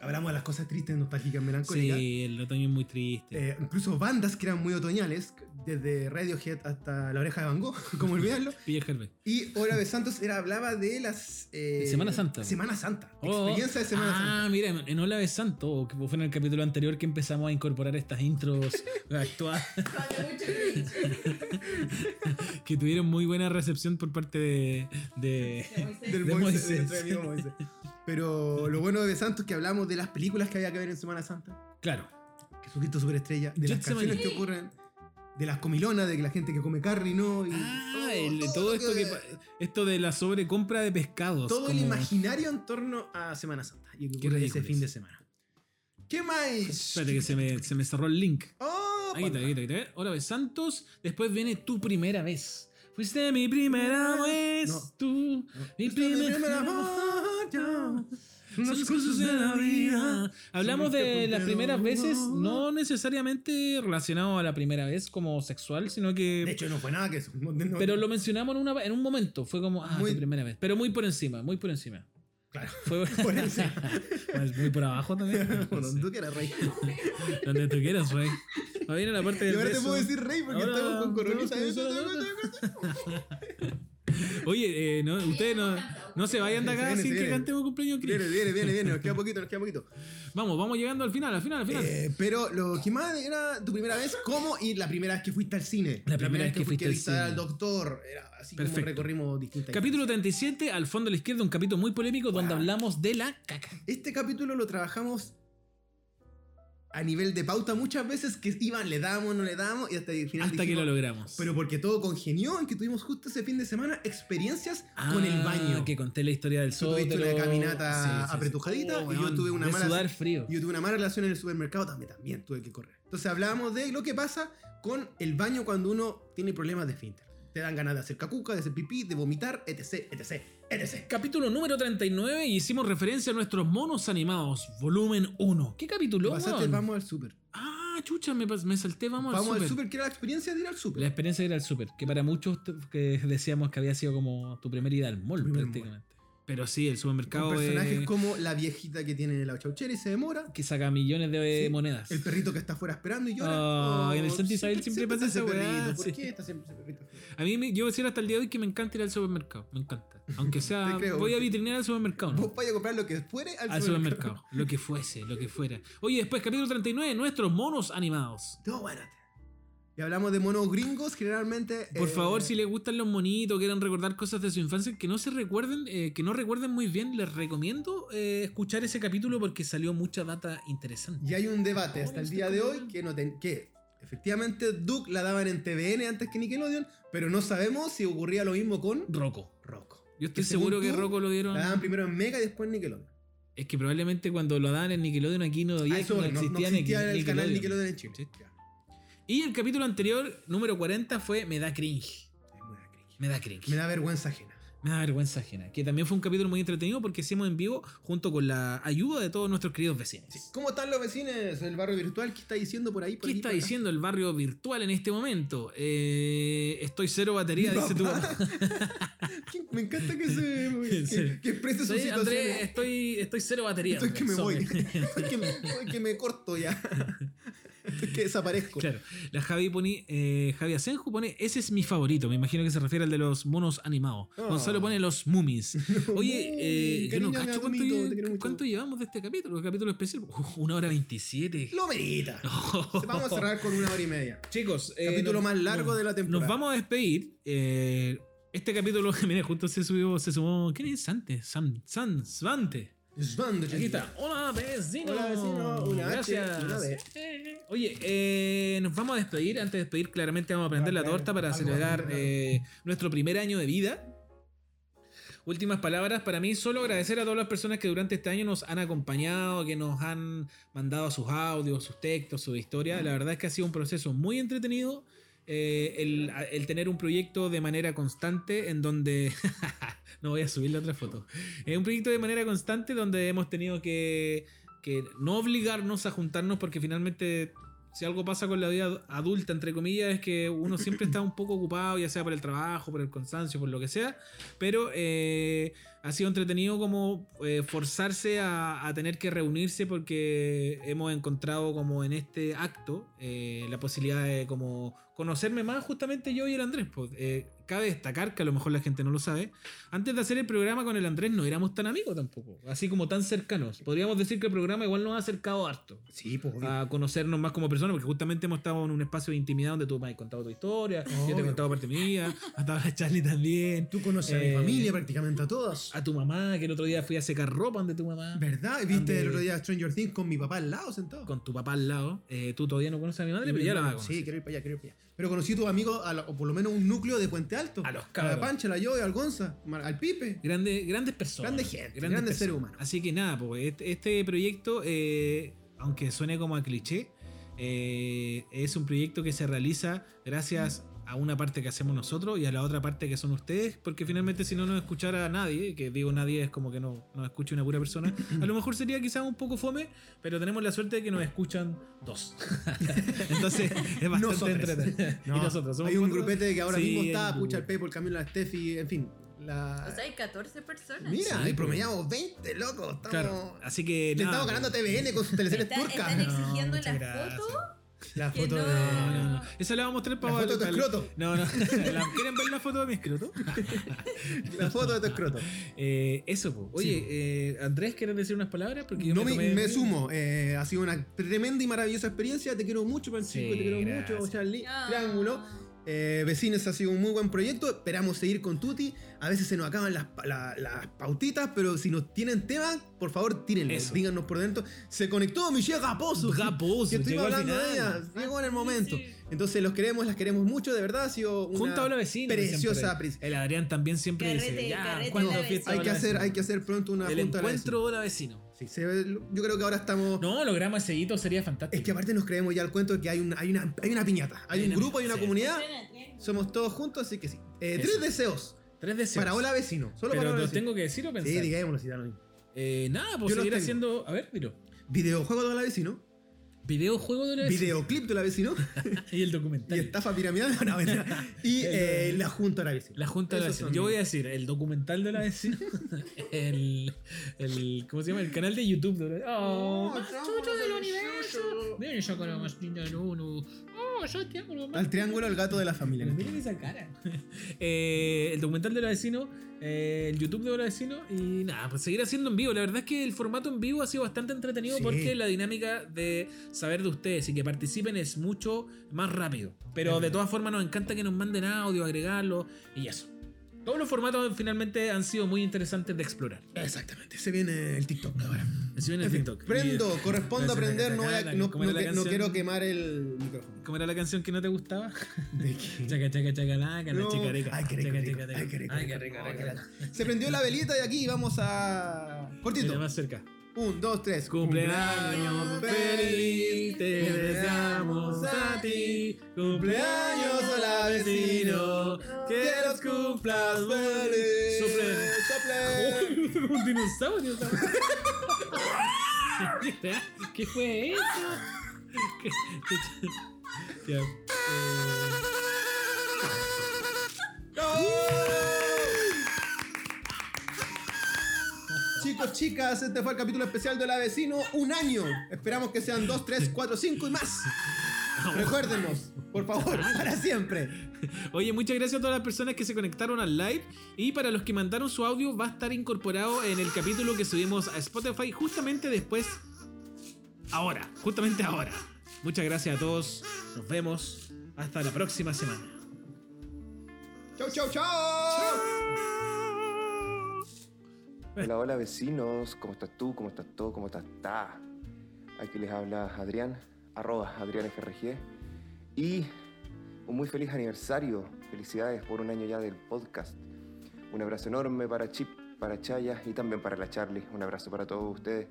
Speaker 2: Hablamos de las cosas tristes, nostálgicas, melancólicas.
Speaker 1: Sí, el otoño es muy triste.
Speaker 2: Eh, incluso bandas que eran muy otoñales, desde Radiohead hasta La Oreja de Van Gogh, como olvidarlo.
Speaker 1: Pilla Herbert.
Speaker 2: Y Hora de Santos era, hablaba de las. eh,
Speaker 1: De Semana Santa.
Speaker 2: Semana Santa.
Speaker 1: Oh,
Speaker 2: experiencia de Semana
Speaker 1: ah,
Speaker 2: Santa.
Speaker 1: mira, en- en Hola B. Santo, que fue en el capítulo anterior que empezamos a incorporar estas intros actuadas
Speaker 3: Cuando mucho cringe.
Speaker 1: que tuvieron muy buena recepción por parte de- de,
Speaker 3: De
Speaker 2: Del
Speaker 3: Moisés.
Speaker 1: de
Speaker 2: Moisés, de
Speaker 1: Moisés.
Speaker 2: nuestro amigo Moisés. Pero lo bueno de Be Santos es que hablamos de las películas que había que ver en Semana Santa.
Speaker 1: Claro.
Speaker 2: Que es un grito superestrella. De
Speaker 1: Jet
Speaker 2: las
Speaker 1: Semana.
Speaker 2: canciones que ocurren. De las comilonas, de que la gente que come carne y no. Y
Speaker 1: Ah,
Speaker 2: todo-
Speaker 1: el- todo,
Speaker 2: lo
Speaker 1: esto que, pa- esto de la sobrecompra de pescados.
Speaker 2: Todo el
Speaker 1: como-
Speaker 2: imaginario en torno a Semana Santa. Y que
Speaker 1: Qué
Speaker 2: ocurre ese
Speaker 1: ridículo
Speaker 2: fin de
Speaker 1: es.
Speaker 2: semana. ¿Qué más?
Speaker 1: Espérate que se me, se me cerró el link.
Speaker 2: ¡Oh!
Speaker 1: Ahí está, ahí está, ahí está. Hola, Bes Santos. Después viene tu primera vez. Fuiste mi primera vez.
Speaker 2: No.
Speaker 1: Tú, mi
Speaker 2: Esta es mi
Speaker 1: primera,
Speaker 2: primera batalla.
Speaker 1: Son
Speaker 2: Las
Speaker 1: las cosas de la vida. Hablamos
Speaker 2: Son las que
Speaker 1: de las
Speaker 2: rompieron
Speaker 1: primeras
Speaker 2: mi
Speaker 1: veces,
Speaker 2: amor.
Speaker 1: no necesariamente relacionado a la primera vez como sexual, sino que.
Speaker 2: De hecho, no fue nada que eso. no- no-
Speaker 1: Pero lo mencionamos en, una- en un momento. Fue como, ah,
Speaker 2: Muy-
Speaker 1: tu primera vez. Pero muy por encima, muy por encima.
Speaker 2: Claro.
Speaker 1: Fue
Speaker 2: Por encima.
Speaker 1: Pues muy por abajo también.
Speaker 2: Por donde tú quieras, rey.
Speaker 1: Donde tú quieras, Rey. Ahora viene la parte
Speaker 2: Y
Speaker 1: del
Speaker 2: ahora te
Speaker 1: beso.
Speaker 2: puedo decir rey porque
Speaker 1: Ahora,
Speaker 2: estamos con coronita.
Speaker 1: no,
Speaker 2: ¿eh?
Speaker 1: no, no, no. Oye, eh, no, ustedes no, no se vayan de
Speaker 2: Se
Speaker 1: acá
Speaker 2: viene,
Speaker 1: sin
Speaker 2: se
Speaker 1: que
Speaker 2: viene.
Speaker 1: cantemos cumpleaños
Speaker 2: Viene,
Speaker 1: Chris.
Speaker 2: viene, viene, viene. Nos queda poquito, nos queda poquito.
Speaker 1: Vamos, vamos llegando al final, al final, al final.
Speaker 2: Eh, pero lo que más era tu primera vez, ¿cómo? Y la primera vez que fuiste al cine.
Speaker 1: La primera vez que fuiste al cine.
Speaker 2: visitar al doctor. Era así como
Speaker 1: Perfecto.
Speaker 2: recorrimos distintas.
Speaker 1: Capítulo 37, al fondo a la izquierda, un capítulo muy polémico donde
Speaker 2: Wow.
Speaker 1: hablamos de la caca.
Speaker 2: Este capítulo lo trabajamos a nivel de pauta muchas veces que iban, le damos, no le damos y hasta el final
Speaker 1: Hasta que
Speaker 2: dijimos,
Speaker 1: lo logramos.
Speaker 2: Pero porque todo congenió en que tuvimos justo ese fin de semana experiencias
Speaker 1: Ah,
Speaker 2: con el baño.
Speaker 1: Que conté la historia del
Speaker 2: Tú
Speaker 1: sol.
Speaker 2: tuviste una caminata apretujadita y yo tuve una mala-
Speaker 1: sudar frío.
Speaker 2: Yo tuve una mala relación en el supermercado también, también tuve que correr. Entonces hablábamos de lo que pasa con el baño cuando uno tiene problemas de esfínter. Te dan ganas de hacer cacuca, de hacer pipí, de vomitar, etc, etc, etc.
Speaker 1: Capítulo número 39 y hicimos referencia a nuestros monos animados, volumen 1. ¿Qué
Speaker 2: Te
Speaker 1: capítulo?
Speaker 2: pasaste,
Speaker 1: weón?
Speaker 2: vamos al super.
Speaker 1: Ah, chucha, me, pas- me salté, vamos,
Speaker 2: Vamos, al
Speaker 1: al súper.
Speaker 2: super, que era la experiencia de ir al super.
Speaker 1: La experiencia de ir al super, que para muchos te- que decíamos que había sido como tu primer ida al mall
Speaker 2: Primer mall.
Speaker 1: prácticamente. Pero sí, el
Speaker 2: Con
Speaker 1: supermercado
Speaker 2: personajes
Speaker 1: es-
Speaker 2: como la viejita que tiene la chauchera y se demora.
Speaker 1: que saca millones de
Speaker 2: Sí,
Speaker 1: monedas.
Speaker 2: El perrito que está afuera esperando y llora.
Speaker 1: Ah, en el Santa Isabel siempre pasa
Speaker 2: está ese
Speaker 1: esa weá,
Speaker 2: perrito. ¿Por
Speaker 1: sí.
Speaker 2: qué está siempre ese perrito?
Speaker 1: A mí me- yo voy a decir hasta el día de hoy que me encanta ir al supermercado, me encanta. Aunque sea,
Speaker 2: Te creo,
Speaker 1: voy a
Speaker 2: te-
Speaker 1: vitrinear al supermercado. ¿no?
Speaker 2: Vos vaya a comprar lo que fuere al,
Speaker 1: Ah. Al supermercado, lo que fuese, lo que fuera. Oye, después capítulo 39, nuestros monos animados.
Speaker 2: Todo bueno. Y hablamos de monos gringos, generalmente.
Speaker 1: Por
Speaker 2: eh,
Speaker 1: favor, si les gustan los monitos, quieren recordar cosas de su infancia que no se recuerden, eh, que no recuerden muy bien, les recomiendo eh, escuchar ese capítulo porque salió mucha data interesante.
Speaker 2: Y hay un debate
Speaker 1: Ahora
Speaker 2: hasta el
Speaker 1: estoy
Speaker 2: día de
Speaker 1: como-
Speaker 2: hoy que no ten- que efectivamente Duke la daban en TVN antes que Nickelodeon, pero no sabemos si ocurría lo mismo con
Speaker 1: Rocco.
Speaker 2: Rocco.
Speaker 1: Yo estoy
Speaker 2: Que según
Speaker 1: seguro que
Speaker 2: tú,
Speaker 1: Rocco lo dieron.
Speaker 2: La daban primero en Mega y después en Nickelodeon.
Speaker 1: Es que probablemente cuando lo daban en Nickelodeon aquí no, había,
Speaker 2: Ah, eso,
Speaker 1: no
Speaker 2: no, no
Speaker 1: existía,
Speaker 2: existía
Speaker 1: Nickel-
Speaker 2: el
Speaker 1: Nickelodeon.
Speaker 2: canal Nickelodeon en Chile.
Speaker 1: Sí.
Speaker 2: Ya.
Speaker 1: Y el capítulo anterior, número 40, fue Me da cringe.
Speaker 2: Ay, me da cringe.
Speaker 1: Me da cringe.
Speaker 2: Me da vergüenza ajena.
Speaker 1: Me da vergüenza ajena. Que también fue un capítulo muy entretenido porque hicimos en vivo junto con la ayuda de todos nuestros queridos vecinos.
Speaker 2: Sí. ¿Cómo están los vecinos del barrio virtual? ¿Qué está diciendo por ahí? por
Speaker 1: ¿Qué
Speaker 2: aquí,
Speaker 1: está
Speaker 2: por acá?
Speaker 1: diciendo el barrio virtual en este momento? Eh, estoy cero batería,
Speaker 2: Mi
Speaker 1: dice tu
Speaker 2: papá.
Speaker 1: papá.
Speaker 2: ¿Qué- Me encanta que se.
Speaker 1: En serio.
Speaker 2: que, que exprese su
Speaker 1: Sí,
Speaker 2: situación.
Speaker 1: Andrés, estoy, estoy cero batería.
Speaker 2: Estoy que me voy.
Speaker 1: Andrés, sobre.
Speaker 2: Estoy que me, estoy que me corto ya. Estoy que desaparezco.
Speaker 1: Claro, la Javi pone, eh, Javi Asenju pone, ese es mi favorito, me imagino que se refiere al de los monos animados.
Speaker 2: Oh.
Speaker 1: Gonzalo pone los mummies. Oye, eh, yo no
Speaker 2: Cariño,
Speaker 1: cacho
Speaker 2: mi
Speaker 1: cuánto,
Speaker 2: atomito,
Speaker 1: lle-
Speaker 2: te quiero mucho.
Speaker 1: cuánto llevamos de este capítulo, el capítulo especial. Uf, una hora veintisiete.
Speaker 2: Lo merita. Vamos a cerrar con una hora y media.
Speaker 1: Chicos, eh,
Speaker 2: Capítulo
Speaker 1: nos-
Speaker 2: más largo
Speaker 1: nos-
Speaker 2: de la temporada.
Speaker 1: Nos vamos a despedir. eh, este capítulo, mira, justo se subió, se sumó. ¿Quién es Sante? Sam, Sam Svante.
Speaker 2: Svando,
Speaker 1: Aquí está. Hola, vecino.
Speaker 2: Hola, vecino. Una H,
Speaker 1: Gracias.
Speaker 2: una B.
Speaker 1: Oye, eh, nos vamos a despedir. Antes de despedir, claramente vamos a prender la
Speaker 2: claro.
Speaker 1: torta para
Speaker 2: Algo
Speaker 1: celebrar
Speaker 2: así, claro.
Speaker 1: eh, nuestro primer año de vida. Últimas palabras para mí, solo agradecer a todas las personas que durante este año nos han acompañado, que nos han mandado sus audios, sus textos, su historia. La verdad es que ha sido un proceso muy entretenido. eh, el, el tener un proyecto de manera constante en donde... no voy a subir la otra foto. Es un proyecto de manera constante donde hemos tenido que, que no obligarnos a juntarnos porque finalmente si algo pasa con la vida adulta, entre comillas, es que uno siempre está un poco ocupado, ya sea por el trabajo, por el cansancio, por lo que sea, pero eh, ha sido entretenido como eh, forzarse a, a tener que reunirse porque hemos encontrado como en este acto eh, la posibilidad de como conocerme más justamente yo y el Andrés. pues, eh, cabe destacar que a lo mejor la gente no lo sabe, antes de hacer el programa con el Andrés no éramos tan amigos tampoco, así como tan cercanos. Podríamos decir que el programa igual nos ha acercado harto
Speaker 2: Sí, pues. obvio.
Speaker 1: a conocernos más como personas, porque justamente hemos estado en un espacio de intimidad donde tú me has contado tu historia, yo te he
Speaker 2: Obvio.
Speaker 1: contado parte mía, hasta la Charlie también,
Speaker 2: Tú conoces a
Speaker 1: Eh, ah,
Speaker 2: mi familia prácticamente a todas.
Speaker 1: a tu mamá, que el otro día fui a secar ropa donde tu mamá,
Speaker 2: ¿Verdad?
Speaker 1: Ande-
Speaker 2: ¿Viste el otro día Stranger Things con mi papá al lado sentado?
Speaker 1: con tu papá al lado. Eh, tú todavía no conoces a mi madre, pero ya la vas a conocer.
Speaker 2: Sí, quiero ir para allá, quiero ir para allá. Pero conocí a tus amigos, a la- o por lo menos un núcleo de Puente Alto.
Speaker 1: A los cabros.
Speaker 2: A la Pancha, a la Joy, al Gonza, al Pipe.
Speaker 1: Grande- grandes personas.
Speaker 2: Grande gente, grandes seres humanos.
Speaker 1: Así que nada, pues este, este proyecto, eh, aunque suene como a cliché, eh, es un proyecto que se realiza gracias a una parte que hacemos nosotros y a la otra parte que son ustedes, porque finalmente si no nos escuchara nadie, que digo nadie es como que no nos escuche una pura persona, a lo mejor sería quizás un poco fome, pero tenemos la suerte de que nos escuchan dos. Entonces es bastante
Speaker 2: Nosotres.
Speaker 1: entretenido.
Speaker 2: No,
Speaker 1: y nosotros somos
Speaker 2: hay un
Speaker 1: cuatro.
Speaker 2: grupete que ahora
Speaker 1: Sí,
Speaker 2: mismo
Speaker 1: hay
Speaker 2: está,
Speaker 1: un
Speaker 2: pucha el
Speaker 1: grupo.
Speaker 2: Pepo, el Camilo, la Steffi, en fin. La...
Speaker 3: O sea, hay 14 personas.
Speaker 2: Mira,
Speaker 1: Sí,
Speaker 2: ahí
Speaker 1: pues.
Speaker 2: promediamos 20, loco. Estamos...
Speaker 1: Claro, así que
Speaker 2: Le
Speaker 1: nada,
Speaker 2: estamos
Speaker 1: pues.
Speaker 2: ganando a TVN con sus teleseries
Speaker 3: Está-
Speaker 2: turcas.
Speaker 3: están exigiendo
Speaker 1: muchas
Speaker 3: la
Speaker 1: gracias.
Speaker 3: foto.
Speaker 2: La
Speaker 3: que
Speaker 2: foto
Speaker 3: no.
Speaker 2: de.
Speaker 1: No, no, no. Esa la vamos a mostrar para
Speaker 2: La foto de tu
Speaker 1: para-
Speaker 2: escroto.
Speaker 1: No, no. ¿La- ¿Quieren ver la foto de mi escroto?
Speaker 2: La foto de tu escroto.
Speaker 1: Eh, eso, po. Oye,
Speaker 2: Sí, po.
Speaker 1: eh, Andrés, ¿quieres decir unas palabras? Porque yo
Speaker 2: No me,
Speaker 1: tomé-
Speaker 2: me sumo. eh, ha sido una tremenda y maravillosa experiencia. Te quiero mucho, Francisco.
Speaker 1: Sí,
Speaker 2: te quiero
Speaker 1: gracias.
Speaker 2: mucho, Charlie.
Speaker 3: Ah.
Speaker 2: Triángulo. Eh, vecines ha sido un muy buen proyecto. Esperamos seguir con Tuti. A veces se nos acaban las, pa- la- las pautitas, pero si nos tienen temas, por favor, tírenlos.
Speaker 1: Eso.
Speaker 2: Díganos por dentro. Se conectó Michelle Gaposo.
Speaker 1: Gaposo,
Speaker 2: Que estuvimos
Speaker 1: llegó al
Speaker 2: hablando de
Speaker 1: final.
Speaker 2: ella. Llegó en el momento.
Speaker 3: Sí.
Speaker 2: Entonces, los queremos, las queremos mucho. De verdad, ha sido una
Speaker 1: Junta a la vecina.
Speaker 2: preciosa.
Speaker 1: siempre.
Speaker 2: pris-
Speaker 1: El Adrián también siempre
Speaker 3: Carrete,
Speaker 1: dice: Ya,
Speaker 3: carrete
Speaker 1: ¿cuándo
Speaker 3: a la
Speaker 1: fiesta
Speaker 3: vecina.
Speaker 2: Hay
Speaker 1: a
Speaker 2: que,
Speaker 1: la
Speaker 2: hacer,
Speaker 1: vecina?
Speaker 2: hay que hacer pronto una
Speaker 1: El
Speaker 2: junta a la
Speaker 1: encuentro de la vecina.
Speaker 2: vecina. Sí, se ve- yo creo que ahora estamos.
Speaker 1: No, logramos ese hito, sería
Speaker 2: Es que
Speaker 1: fantástico.
Speaker 2: aparte nos creemos ya el cuento de que hay una, hay una, hay una piñata, hay,
Speaker 1: Hay
Speaker 2: un
Speaker 1: una-
Speaker 2: grupo, hay una
Speaker 1: sí.
Speaker 2: comunidad,
Speaker 3: Suena, suena.
Speaker 2: somos todos juntos, así que sí. Eh,
Speaker 1: Eso.
Speaker 2: tres deseos
Speaker 1: Tres deseos.
Speaker 2: para hola vecino, solo para
Speaker 1: Pero
Speaker 2: hola
Speaker 1: los
Speaker 2: vecino.
Speaker 1: tengo que decir o pensar.
Speaker 2: Sí, digámoslo, si da lo mismo.
Speaker 1: Eh, nada, pues
Speaker 2: Yo los
Speaker 1: seguir
Speaker 2: tengo.
Speaker 1: haciendo. A ver, dilo.
Speaker 2: Videojuego de hola vecino,
Speaker 1: Videojuego de la vecina.
Speaker 2: videoclip de hola vecino
Speaker 1: Y el
Speaker 2: y
Speaker 1: documental.
Speaker 2: estafa piramidal no, mentira. y
Speaker 1: El-
Speaker 2: eh, la junta de hola vecino.
Speaker 1: La Junta de la
Speaker 2: Esos
Speaker 1: Vecina.
Speaker 2: son
Speaker 1: Yo
Speaker 2: mis-
Speaker 1: voy a decir el documental de la vecina. el, el. ¿Cómo se llama? El canal de YouTube de la ¡Oh! ¡Más chucho del universo! Mira, yo con lo más lindo del uno. ¡Oh! Yo te amo lo más.
Speaker 2: Al triángulo, el gato de la familia.
Speaker 1: Miren esa cara. Eh, el documental de la vecino, eh, el YouTube de la vecino y nada, pues seguir haciendo en vivo. La verdad es que el formato en vivo ha sido bastante entretenido
Speaker 2: Sí.
Speaker 1: porque la dinámica de saber de ustedes y que participen es mucho más rápido. Pero de todas formas nos encanta que nos manden audio, agregarlo y eso. Todos los formatos finalmente han sido muy interesantes de explorar.
Speaker 2: Exactamente, se viene el TikTok ahora.
Speaker 1: Así ven en
Speaker 2: En fin,
Speaker 1: TikTok.
Speaker 2: prendo, corresponde
Speaker 1: Gracias,
Speaker 2: a prender, no, voy a-
Speaker 1: Tacataca,
Speaker 2: no-
Speaker 1: ¿cómo es
Speaker 2: no
Speaker 1: la
Speaker 2: que- no
Speaker 1: canción?
Speaker 2: quiero quemar el micrófono.
Speaker 1: Y- eh, ¿Cómo era la canción que no te gustaba?
Speaker 2: ¿De qué?
Speaker 1: Chaca, chaca, chacalaca, la
Speaker 2: No.
Speaker 1: chicareca.
Speaker 2: Ay, qué rico,
Speaker 1: Chaca,
Speaker 2: rico.
Speaker 1: chaca,
Speaker 2: Ay, qué rico,
Speaker 1: ay, qué
Speaker 2: rico.
Speaker 1: rico,
Speaker 2: Ay,
Speaker 1: rico.
Speaker 2: qué rico. Se prendió la velita y aquí vamos a.
Speaker 1: Mira,
Speaker 2: Cortito.
Speaker 1: más cerca.
Speaker 2: Un, dos, tres.
Speaker 1: Cumpleaños feliz, te deseamos a ti. Cumpleaños hola vecino, que los cumplas feliz.
Speaker 2: Sople.
Speaker 1: Sufre. Un dinosaurio. ¿sabes? ¿Qué fue eso? ¿Qué- qué- Ya, eh,
Speaker 2: Chicos, chicas, este fue el capítulo especial de La Vecino, un año. Esperamos que sean dos, tres, cuatro, cinco y más. Recuérdenos, por favor, para siempre.
Speaker 1: Oye, muchas gracias a todas las personas que se conectaron al live. Y para los que mandaron su audio, va a estar incorporado en el capítulo que subimos a Spotify justamente después. Ahora, justamente ahora. Muchas gracias a todos. Nos vemos. Hasta la próxima semana.
Speaker 2: chau, chau. chau.
Speaker 5: Hola, hola vecinos, ¿cómo estás tú? ¿Cómo estás tú? ¿Cómo estás ta? Aquí les habla Adrián, arroba Adrián FRG. Y un muy feliz aniversario, felicidades por un año ya del podcast. Un abrazo enorme para Chip, para Chaya y también para la Charlie. Un abrazo para todos ustedes.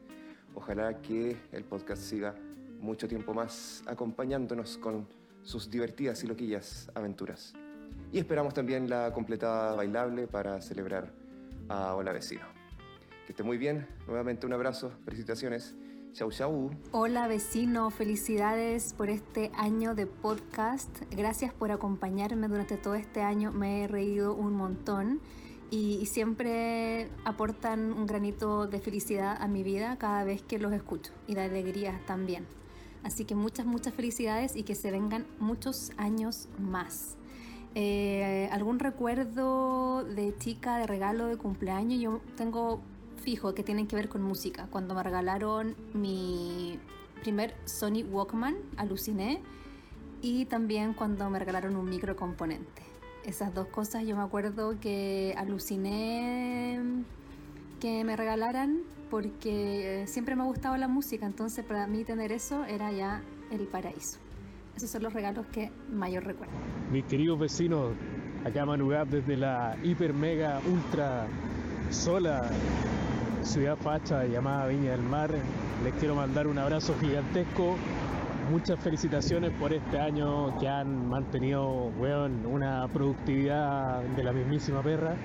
Speaker 5: Ojalá que el podcast siga mucho tiempo más acompañándonos con sus divertidas y loquillas aventuras. Y esperamos también la completada bailable para celebrar a Hola Vecino. Que esté muy bien. Nuevamente un abrazo, felicitaciones. Chau, chau.
Speaker 6: Hola vecino, felicidades por este año de podcast. Gracias por acompañarme durante todo este año. Me he reído un montón y, y siempre aportan un granito de felicidad a mi vida cada vez que los escucho y de alegría también. Así que muchas, muchas felicidades y que se vengan muchos años más. Eh, ¿Algún recuerdo de chica, de regalo, de cumpleaños? Yo tengo fijo que tienen que ver con música. Cuando me regalaron mi primer Sony Walkman, aluciné. Y también cuando me regalaron un microcomponente. Esas dos cosas yo me acuerdo que aluciné que me regalaran porque eh, siempre me ha gustado la música, entonces para mí tener eso era ya el paraíso. Esos son los regalos que mayor recuerdo.
Speaker 7: Mis queridos vecinos, acá Manugat desde la hiper mega ultra sola ciudad facha llamada Viña del Mar. Les quiero mandar un abrazo gigantesco. Muchas felicitaciones por este año que han mantenido, weón, una productividad de la mismísima perra.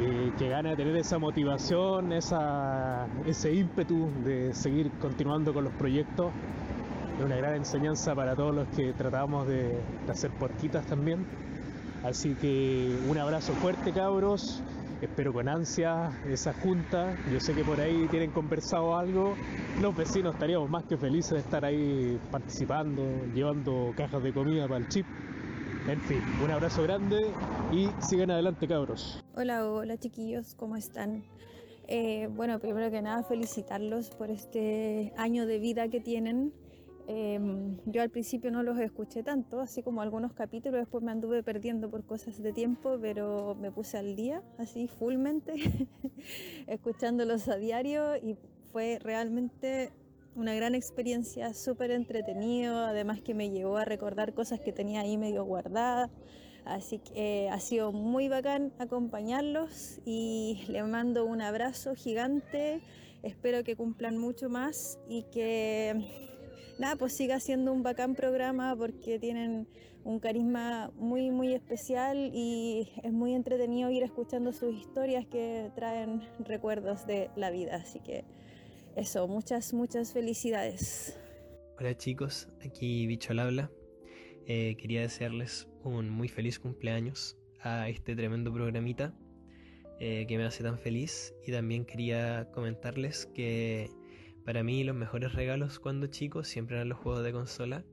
Speaker 7: Y que gana de tener esa motivación, esa, ese ímpetu de seguir continuando con los proyectos es una gran enseñanza para todos los que tratamos de, de hacer porquitas también. Así que un abrazo fuerte, cabros. Espero con ansia esa junta. Yo sé que por ahí tienen conversado algo. Los vecinos estaríamos más que felices de estar ahí participando, llevando cajas de comida para el chip. En fin, un abrazo grande y sigan adelante, cabros.
Speaker 8: Hola, hola chiquillos, ¿cómo están? Eh, bueno, primero que nada, felicitarlos por este año de vida que tienen. Eh, yo al principio no los escuché tanto, así como algunos capítulos, después me anduve perdiendo por cosas de tiempo, pero me puse al día, así fullmente, escuchándolos a diario y fue realmente una gran experiencia, súper entretenido, además que me llevó a recordar cosas que tenía ahí medio guardadas. Así que eh, ha sido muy bacán acompañarlos y les mando un abrazo gigante. Espero que cumplan mucho más y que nada, pues siga siendo un bacán programa porque tienen un carisma muy, muy especial y es muy entretenido ir escuchando sus historias que traen recuerdos de la vida. Así que eso, muchas, muchas felicidades.
Speaker 9: Hola chicos, aquí Bicho al habla. Eh, quería desearles un muy feliz cumpleaños a este tremendo programita eh, que me hace tan feliz y también quería comentarles que para mí los mejores regalos cuando chico siempre eran los juegos de consola.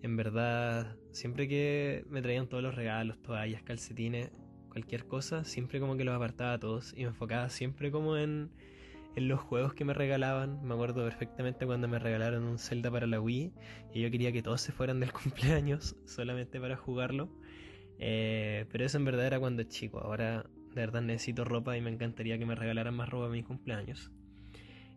Speaker 9: En verdad, siempre que me traían todos los regalos, toallas, calcetines, cualquier cosa, siempre como que los apartaba a todos y me enfocaba siempre como en, en los juegos que me regalaban. Me acuerdo perfectamente cuando me regalaron un Zelda para la Wii y yo quería que todos se fueran del cumpleaños solamente para jugarlo. Eh, pero eso en verdad era cuando chico. Ahora de verdad necesito ropa y me encantaría que me regalaran más ropa en mis cumpleaños.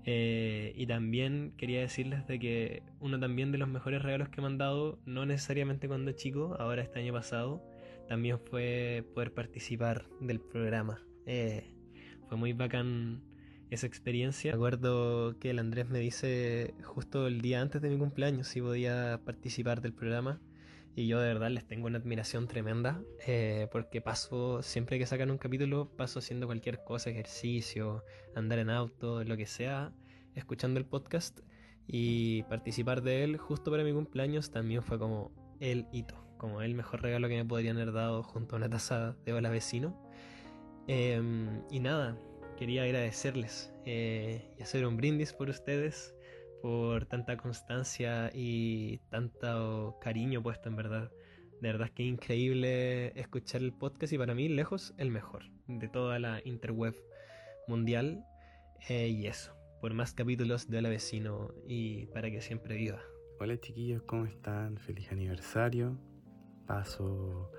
Speaker 9: Eh, y también quería decirles de que uno también de los mejores regalos que me han dado, no necesariamente cuando chico, ahora este año pasado, también fue poder participar del programa. Eh, fue muy bacán esa experiencia. Me acuerdo que el Andrés me dice justo el día antes de mi cumpleaños si podía participar del programa. Y yo de verdad les tengo una admiración tremenda, eh, porque paso, siempre que sacan un capítulo, paso haciendo cualquier cosa, ejercicio, andar en auto, lo que sea, escuchando el podcast y participar de él justo para mi cumpleaños también fue como el hito, como el mejor regalo que me podrían haber dado junto a una taza de hola vecino. Em, y nada, quería agradecerles eh, y hacer un brindis por ustedes, por tanta constancia y tanto cariño puesto en verdad. De verdad que increíble escuchar el podcast y para mí lejos el mejor de toda la interweb mundial. Eh, y eso, por más capítulos de Hola Vecino y para que siempre viva.
Speaker 10: Hola chiquillos, ¿cómo están? Feliz aniversario. Paso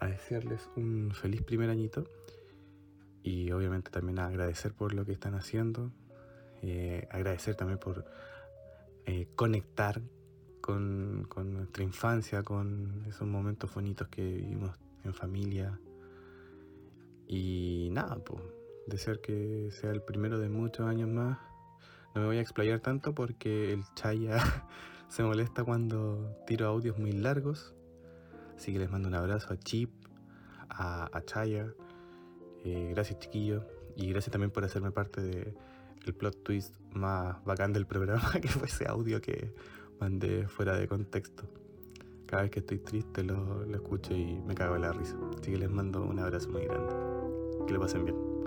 Speaker 10: a desearles un feliz primer añito y obviamente también agradecer por lo que están haciendo, eh, agradecer también por eh, conectar con, con nuestra infancia, con esos momentos bonitos que vivimos en familia. Y nada, pues, desear que sea el primero de muchos años más. No me voy a explayar tanto porque el Chaya se molesta cuando tiro audios muy largos. Así que les mando un abrazo a Chip, a, a Chaya. Eh, gracias, chiquillo. Y gracias también por hacerme parte del plot twist más bacán del programa, que fue ese audio que mandé fuera de contexto. Cada vez que estoy triste lo, lo escucho y me cago en la risa. Así que les mando un abrazo muy grande. Que lo pasen bien.